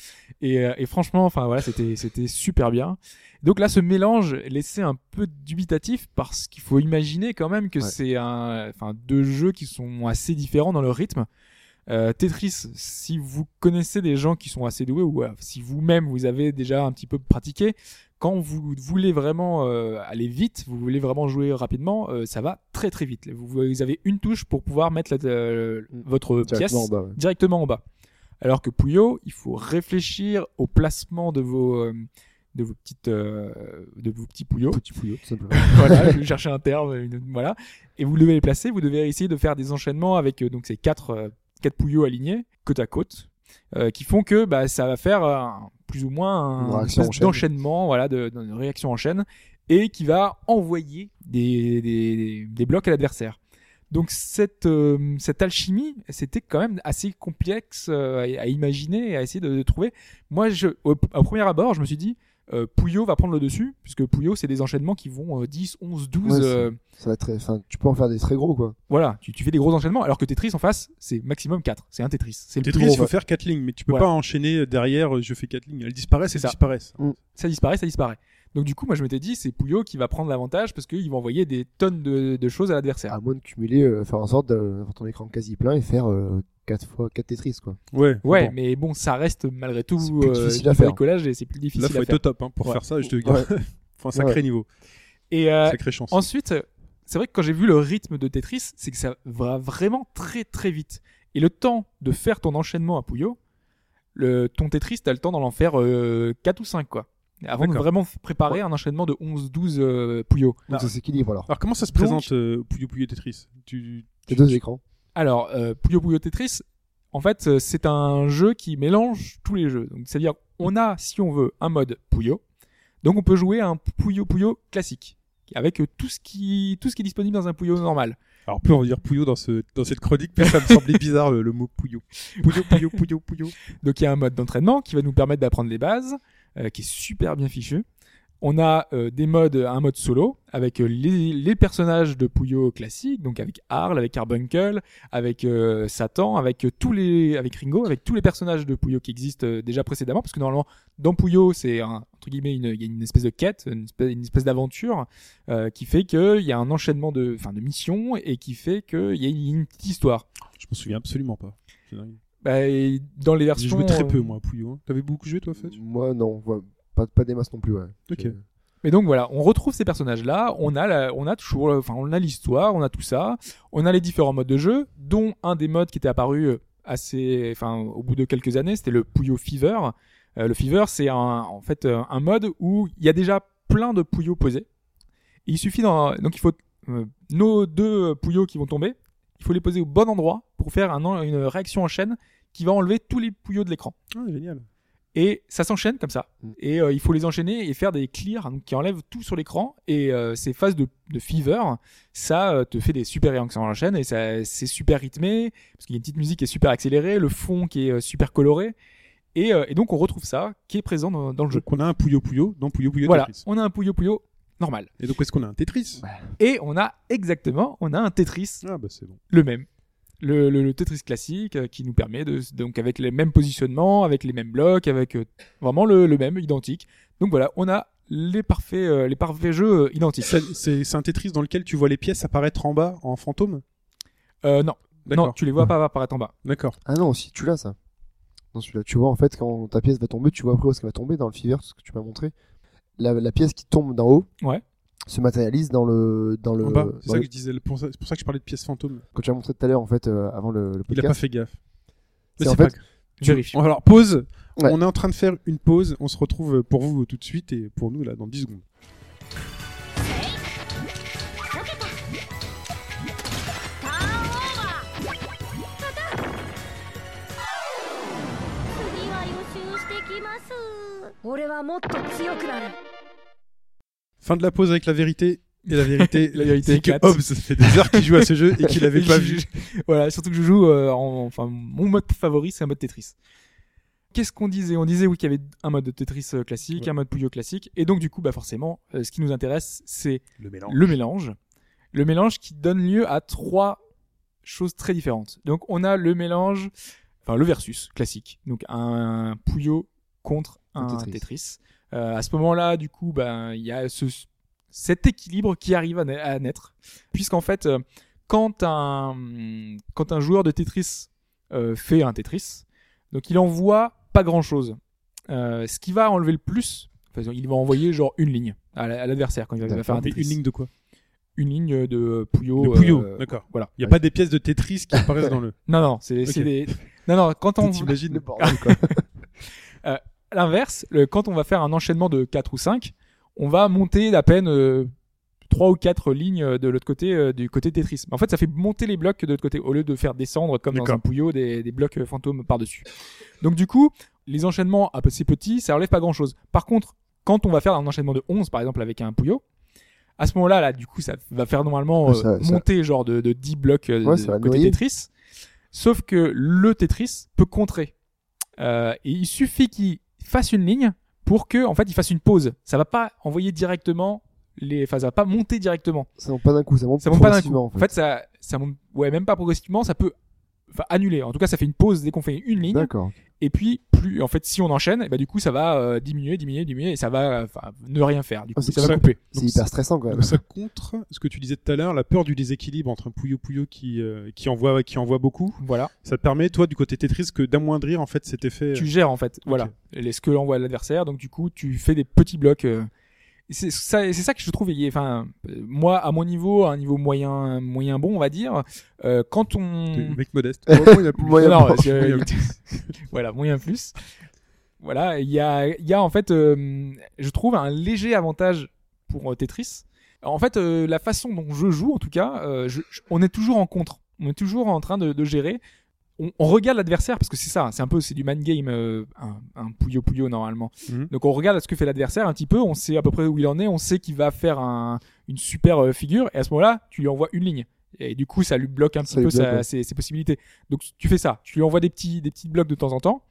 [SPEAKER 4] et, euh, et franchement enfin voilà c'était c'était super bien. Donc là ce mélange est laissé un peu dubitatif parce qu'il faut imaginer quand même que
[SPEAKER 5] Ouais.
[SPEAKER 4] c'est un enfin deux jeux qui sont assez différents dans leur rythme. Euh, Tetris, si vous connaissez des gens qui sont assez doués ou euh, si vous-même vous avez déjà un petit peu pratiqué, quand vous voulez vraiment euh, aller vite, vous voulez vraiment jouer rapidement, euh, ça va très très vite. Vous, vous avez une touche pour pouvoir mettre la- euh, votre pièce
[SPEAKER 5] Directement en bas, ouais.
[SPEAKER 4] directement en bas. Alors que Puyo, il faut réfléchir au placement de vos euh, de vos petites euh, de vos petits Puyo
[SPEAKER 5] Petit pouillot, tout simplement.
[SPEAKER 4] voilà, je cherchais un terme, une- voilà. Et vous devez les placer, vous devez essayer de faire des enchaînements avec euh, donc ces quatre euh, quatre pouillots alignés côte à côte, euh, qui font que bah ça va faire un- plus ou
[SPEAKER 5] Une
[SPEAKER 4] moins un
[SPEAKER 5] réaction
[SPEAKER 4] espèce
[SPEAKER 5] en chaîne.
[SPEAKER 4] d'enchaînement, voilà, de, de- de réaction en chaîne, et qui va envoyer des des, des blocs à l'adversaire. Donc cette euh, cette alchimie, c'était quand même assez complexe euh, à, à imaginer et à essayer de, de trouver. Moi, je, au- au premier abord, je me suis dit euh, Puyo va prendre le dessus, puisque Puyo, c'est des enchaînements qui vont euh, 10, 11, 12.
[SPEAKER 5] Ouais, c'est-
[SPEAKER 4] euh,
[SPEAKER 5] Ça va être très, enfin, tu peux en faire des très gros, quoi.
[SPEAKER 4] voilà, tu, tu fais des gros enchaînements, alors que Tetris en face, c'est maximum 4. C'est un Tetris. C'est le plus
[SPEAKER 3] Tetris,
[SPEAKER 4] gros.
[SPEAKER 3] il faut faire 4 lignes, mais tu peux
[SPEAKER 4] Voilà.
[SPEAKER 3] pas enchaîner derrière, euh, je fais 4 lignes, elles disparaissent,
[SPEAKER 4] C'est
[SPEAKER 3] elles
[SPEAKER 4] ça.
[SPEAKER 3] disparaissent.
[SPEAKER 4] Ça disparaît, ça disparaît. Donc, du coup, moi, je m'étais dit, c'est Puyo qui va prendre l'avantage parce qu'il va envoyer des tonnes de, de choses à l'adversaire.
[SPEAKER 5] À moins de cumuler, euh, faire en sorte d'avoir ton écran quasi plein et faire 4 fois 4 Tetris, quoi.
[SPEAKER 3] Ouais,
[SPEAKER 4] ouais,
[SPEAKER 3] bon.
[SPEAKER 4] mais bon, ça reste malgré tout
[SPEAKER 5] C'est plus
[SPEAKER 4] euh,
[SPEAKER 5] difficile
[SPEAKER 4] du
[SPEAKER 5] à faire.
[SPEAKER 4] bricolage et c'est plus difficile
[SPEAKER 3] là faut
[SPEAKER 4] à
[SPEAKER 3] être
[SPEAKER 4] faire.
[SPEAKER 3] au top hein, pour
[SPEAKER 4] Ouais.
[SPEAKER 3] faire ça, je te
[SPEAKER 5] Ouais.
[SPEAKER 3] faut un sacré
[SPEAKER 5] Ouais.
[SPEAKER 3] niveau,
[SPEAKER 4] Et, euh,
[SPEAKER 3] sacrée chance.
[SPEAKER 4] Ensuite, c'est vrai que quand j'ai vu le rythme de Tetris, c'est que ça va vraiment très très vite. Et le temps de faire ton enchaînement à Puyo, le, ton Tetris, t'as le temps d'en en faire euh, 4 ou 5, quoi. Avant de
[SPEAKER 3] D'accord.
[SPEAKER 4] vraiment f- préparer un enchaînement de 11-12 euh, Puyo.
[SPEAKER 3] Ah.
[SPEAKER 5] Donc ça s'équilibre alors.
[SPEAKER 3] Alors comment ça se
[SPEAKER 4] Donc-
[SPEAKER 3] présente euh, Puyo Puyo Tetris Tu-
[SPEAKER 5] Les deux écrans.
[SPEAKER 4] Alors, euh, Puyo Puyo Tetris, en fait, euh, c'est un jeu qui mélange tous les jeux. Donc, c'est-à-dire, on a, si on veut, un mode Puyo. Donc, on peut jouer à un Puyo Puyo classique, avec euh, tout ce qui, tout ce qui est disponible dans un Puyo normal.
[SPEAKER 3] Alors plus on va dire Puyo dans, ce, dans cette chronique, plus ça me semblait bizarre le, le mot Puyo. Puyo, Puyo, Puyo, Puyo.
[SPEAKER 4] Donc, il y a un mode d'entraînement qui va nous permettre d'apprendre les bases, euh, qui est super bien fichu. On a euh, des modes, un mode solo avec euh, les, les personnages de Puyo classique, donc avec Arl, avec Carbuncle, avec euh, Satan, avec euh, tous les, avec Ringo, avec tous les personnages de Puyo qui existent euh, déjà précédemment, parce que normalement dans Puyo c'est un- entre guillemets une, il y a une espèce de quête, une espèce, une espèce d'aventure euh, qui fait que il y a un enchaînement de, enfin de missions et qui fait que il y a une, une petite histoire.
[SPEAKER 3] Je m'en souviens absolument pas. C'est dingue.
[SPEAKER 4] Bah, et dans les
[SPEAKER 3] J'ai
[SPEAKER 4] versions,
[SPEAKER 3] joué très peu
[SPEAKER 4] euh,
[SPEAKER 3] moi à Puyo. hein. T'avais beaucoup joué toi, Fetch
[SPEAKER 5] Moi non, voilà. pas, pas des masses non plus. Ouais.
[SPEAKER 3] Ok.
[SPEAKER 5] J'ai-
[SPEAKER 4] Mais donc voilà, on retrouve ces personnages-là, on a, la- on a toujours, euh, enfin, on a l'histoire, on a tout ça, on a les différents modes de jeu, dont un des modes qui était apparu euh, assez, enfin, au bout de quelques années, c'était le Puyo Fever. Euh, le Fever, c'est un, en fait, euh, un mode où il y a déjà plein de Puyo posés. Il suffit d'en- donc il faut euh, nos deux euh, Puyo qui vont tomber, il faut les poser au bon endroit pour faire un en- une réaction en chaîne qui va enlever tous les Puyo de l'écran.
[SPEAKER 3] Ah génial.
[SPEAKER 4] Et ça s'enchaîne comme ça.
[SPEAKER 5] Mm.
[SPEAKER 4] Et euh, il faut les enchaîner et faire des clears donc, qui enlèvent tout sur l'écran. Et euh, ces phases de, de fever, ça euh, te fait des super réactions en chaîne et ça c'est super rythmé parce qu'il y a une petite musique qui est super accélérée, le fond qui est euh, super coloré. Et, euh, et donc on retrouve ça qui est présent dans, dans le jeu.
[SPEAKER 3] Donc on a un Puyo Puyo dans Puyo Puyo
[SPEAKER 4] Voilà,
[SPEAKER 3] Tetris.
[SPEAKER 4] on a un Puyo Puyo normal.
[SPEAKER 3] Et donc est-ce qu'on a un Tetris
[SPEAKER 4] Et on a exactement, on a un Tetris
[SPEAKER 3] Ah bah c'est bon.
[SPEAKER 4] le même. Le, le- le Tetris classique euh, qui nous permet de donc avec les mêmes positionnements, avec les mêmes blocs, avec euh, vraiment le, le même identique. Donc voilà, on a les parfaits euh, les parfaits jeux euh, identiques.
[SPEAKER 3] Ça- C'est c'est un Tetris dans lequel tu vois les pièces apparaître en bas en fantôme
[SPEAKER 4] Euh, non, non,
[SPEAKER 3] D'accord.
[SPEAKER 4] tu les vois pas apparaître en bas.
[SPEAKER 3] D'accord.
[SPEAKER 5] Ah non, si tu l'as ça. Dans celui-là, tu vois en fait quand ta pièce va tomber, tu vois après où est-ce qu'elle va tomber dans le fiver, ce que tu m'as montré. La, la pièce qui tombe d'en haut
[SPEAKER 4] Ouais.
[SPEAKER 5] se matérialise dans le dans le,
[SPEAKER 3] En bas.
[SPEAKER 5] dans
[SPEAKER 3] C'est ça
[SPEAKER 5] le-
[SPEAKER 3] que je disais. le- pour ça- C'est pour ça que je parlais de pièces fantômes.
[SPEAKER 5] quand tu as montré tout à l'heure en fait euh, avant le, le
[SPEAKER 3] Il a pas
[SPEAKER 5] podcast.
[SPEAKER 3] fait gaffe. Mais
[SPEAKER 5] C'est en
[SPEAKER 3] c'est
[SPEAKER 5] fait-
[SPEAKER 3] pas grave.
[SPEAKER 4] Je Vérifie.
[SPEAKER 3] Alors pause.
[SPEAKER 5] Ouais.
[SPEAKER 3] On est en train de faire une pause. On se retrouve pour vous tout de suite et pour nous là dans 10 secondes. Fin de la pause avec la vérité. Et la vérité,
[SPEAKER 4] La vérité
[SPEAKER 3] c'est que
[SPEAKER 4] éclate.
[SPEAKER 3] Hobbes fait des heures qu'il joue à ce jeu et qu'il l'avait pas vu.
[SPEAKER 4] voilà, surtout que je joue euh, en- enfin mon mode favori c'est un mode Tetris. Qu'est-ce qu'on disait On disait oui qu'il y avait un mode de Tetris euh, classique,
[SPEAKER 3] Ouais.
[SPEAKER 4] un mode Puyo classique et donc du coup bah forcément euh, ce qui nous intéresse c'est
[SPEAKER 3] Le mélange.
[SPEAKER 4] le mélange. Le mélange qui donne lieu à trois choses très différentes. Donc on a le mélange, enfin le versus classique, donc un Puyo contre
[SPEAKER 5] Un
[SPEAKER 4] un Tetris.
[SPEAKER 5] Tetris.
[SPEAKER 4] Euh, à ce moment-là, du coup, ben il y a ce, cet équilibre qui arrive à, na- à naître, puisqu'en fait, euh, quand un quand un joueur de Tetris euh, fait un Tetris, donc il envoie pas grand-chose. Euh, ce qui va enlever le plus, enfin, il va envoyer genre une ligne à la- à l'adversaire quand il va- il va faire un
[SPEAKER 5] D'accord,
[SPEAKER 3] Mais
[SPEAKER 4] Tetris
[SPEAKER 3] une ligne de quoi
[SPEAKER 4] une ligne de Puyo.
[SPEAKER 3] De Puyo,
[SPEAKER 4] euh,
[SPEAKER 3] d'accord.
[SPEAKER 4] voilà.
[SPEAKER 3] Il n'y a pas des pièces de Tetris qui apparaissent dans le.
[SPEAKER 4] Non, non, c'est
[SPEAKER 3] Ok.
[SPEAKER 4] c'est des. Non, non, quand on.
[SPEAKER 5] Le
[SPEAKER 3] T'imagines
[SPEAKER 5] bordel, quoi.
[SPEAKER 4] à L'inverse, le- quand on va faire un enchaînement de 4 ou 5, on va monter d'à peine 3 ou 4 lignes euh, de l'autre côté, euh, du côté Tetris. En fait, ça fait monter les blocs de l'autre côté, au lieu de faire descendre, comme dans
[SPEAKER 3] D'accord.
[SPEAKER 4] un Puyo, des, des blocs euh, fantômes par-dessus. Donc, du coup, les enchaînements assez petits, ça relève pas grand-chose. Par contre, quand on va faire un enchaînement de 11, par exemple, avec un Puyo, à ce moment-là, là, du coup, ça va faire normalement
[SPEAKER 5] Ah,
[SPEAKER 4] euh,
[SPEAKER 5] ça- ça-
[SPEAKER 4] monter genre de, de 10 blocs euh,
[SPEAKER 5] Ouais,
[SPEAKER 4] de-
[SPEAKER 5] ça va
[SPEAKER 4] côté
[SPEAKER 5] noyer.
[SPEAKER 4] Tetris. Sauf que le Tetris peut contrer. Euh, et il suffit qu'il fasse une ligne pour que, en fait, il fasse une pause. Ça va pas envoyer directement les, enfin, ça va pas monter directement.
[SPEAKER 5] Ça monte pas d'un coup, ça monte
[SPEAKER 4] Ça monte pas d'un coup.
[SPEAKER 5] progressivement, en fait.
[SPEAKER 4] En fait, ça, ça monte, ouais, même pas progressivement, ça peut, enfin, annuler. En tout cas, ça fait une pause dès qu'on fait une ligne.
[SPEAKER 5] D'accord.
[SPEAKER 4] Et puis, plus, en fait, si on enchaîne, eh ben, du coup, ça va euh, diminuer, diminuer, diminuer, et ça va euh, enfin, ne rien faire. Du coup,
[SPEAKER 5] Ah, c'est
[SPEAKER 4] ça va
[SPEAKER 3] ça.
[SPEAKER 4] couper.
[SPEAKER 5] C'est
[SPEAKER 3] Donc,
[SPEAKER 5] hyper stressant quand même.
[SPEAKER 3] Donc ça contre ce que tu disais tout à l'heure, la peur du déséquilibre entre un Puyo Puyo qui, euh, qui, envoie, qui envoie beaucoup.
[SPEAKER 4] Voilà.
[SPEAKER 3] Ça te permet, toi, du côté Tetris, que d'amoindrir en fait cet effet.
[SPEAKER 4] Tu gères, en fait. Voilà. Les, ce que l'envoie l'adversaire. Donc, du coup, tu fais des petits blocs. euh, c'est ça, c'est ça que je trouve. il est- Enfin, euh, moi, à mon niveau, à un niveau moyen, moyen bon, on va dire, euh, quand
[SPEAKER 3] T'es un
[SPEAKER 4] on,
[SPEAKER 3] mec modeste. Vraiment, il y a plus.
[SPEAKER 5] Moyen
[SPEAKER 4] Non,
[SPEAKER 5] bon.
[SPEAKER 4] parce que- euh,
[SPEAKER 3] Moyen plus.
[SPEAKER 4] voilà, moyen plus. Voilà, il y a, il y a en fait, euh, je trouve un léger avantage pour euh, Tetris. En fait, euh, la façon dont je joue, en tout cas, euh, je- je- on est toujours en contre. On est toujours en train de, de gérer. On, on regarde l'adversaire parce que c'est ça, c'est un peu, c'est du man game, euh, un, un pouillot pouillot normalement.
[SPEAKER 3] Mhm.
[SPEAKER 4] Donc on regarde ce que fait l'adversaire un petit peu, on sait à peu près où il en est, on sait qu'il va faire un- une super euh, figure et à ce moment-là, tu lui envoies une ligne. Et du coup, ça lui bloque un
[SPEAKER 5] Ça
[SPEAKER 4] petit
[SPEAKER 5] lui
[SPEAKER 4] peu
[SPEAKER 5] bloque,
[SPEAKER 4] sa-
[SPEAKER 5] ouais.
[SPEAKER 4] ses, ses possibilités. Donc tu fais ça, tu lui envoies des petits, des petits blocs de temps en temps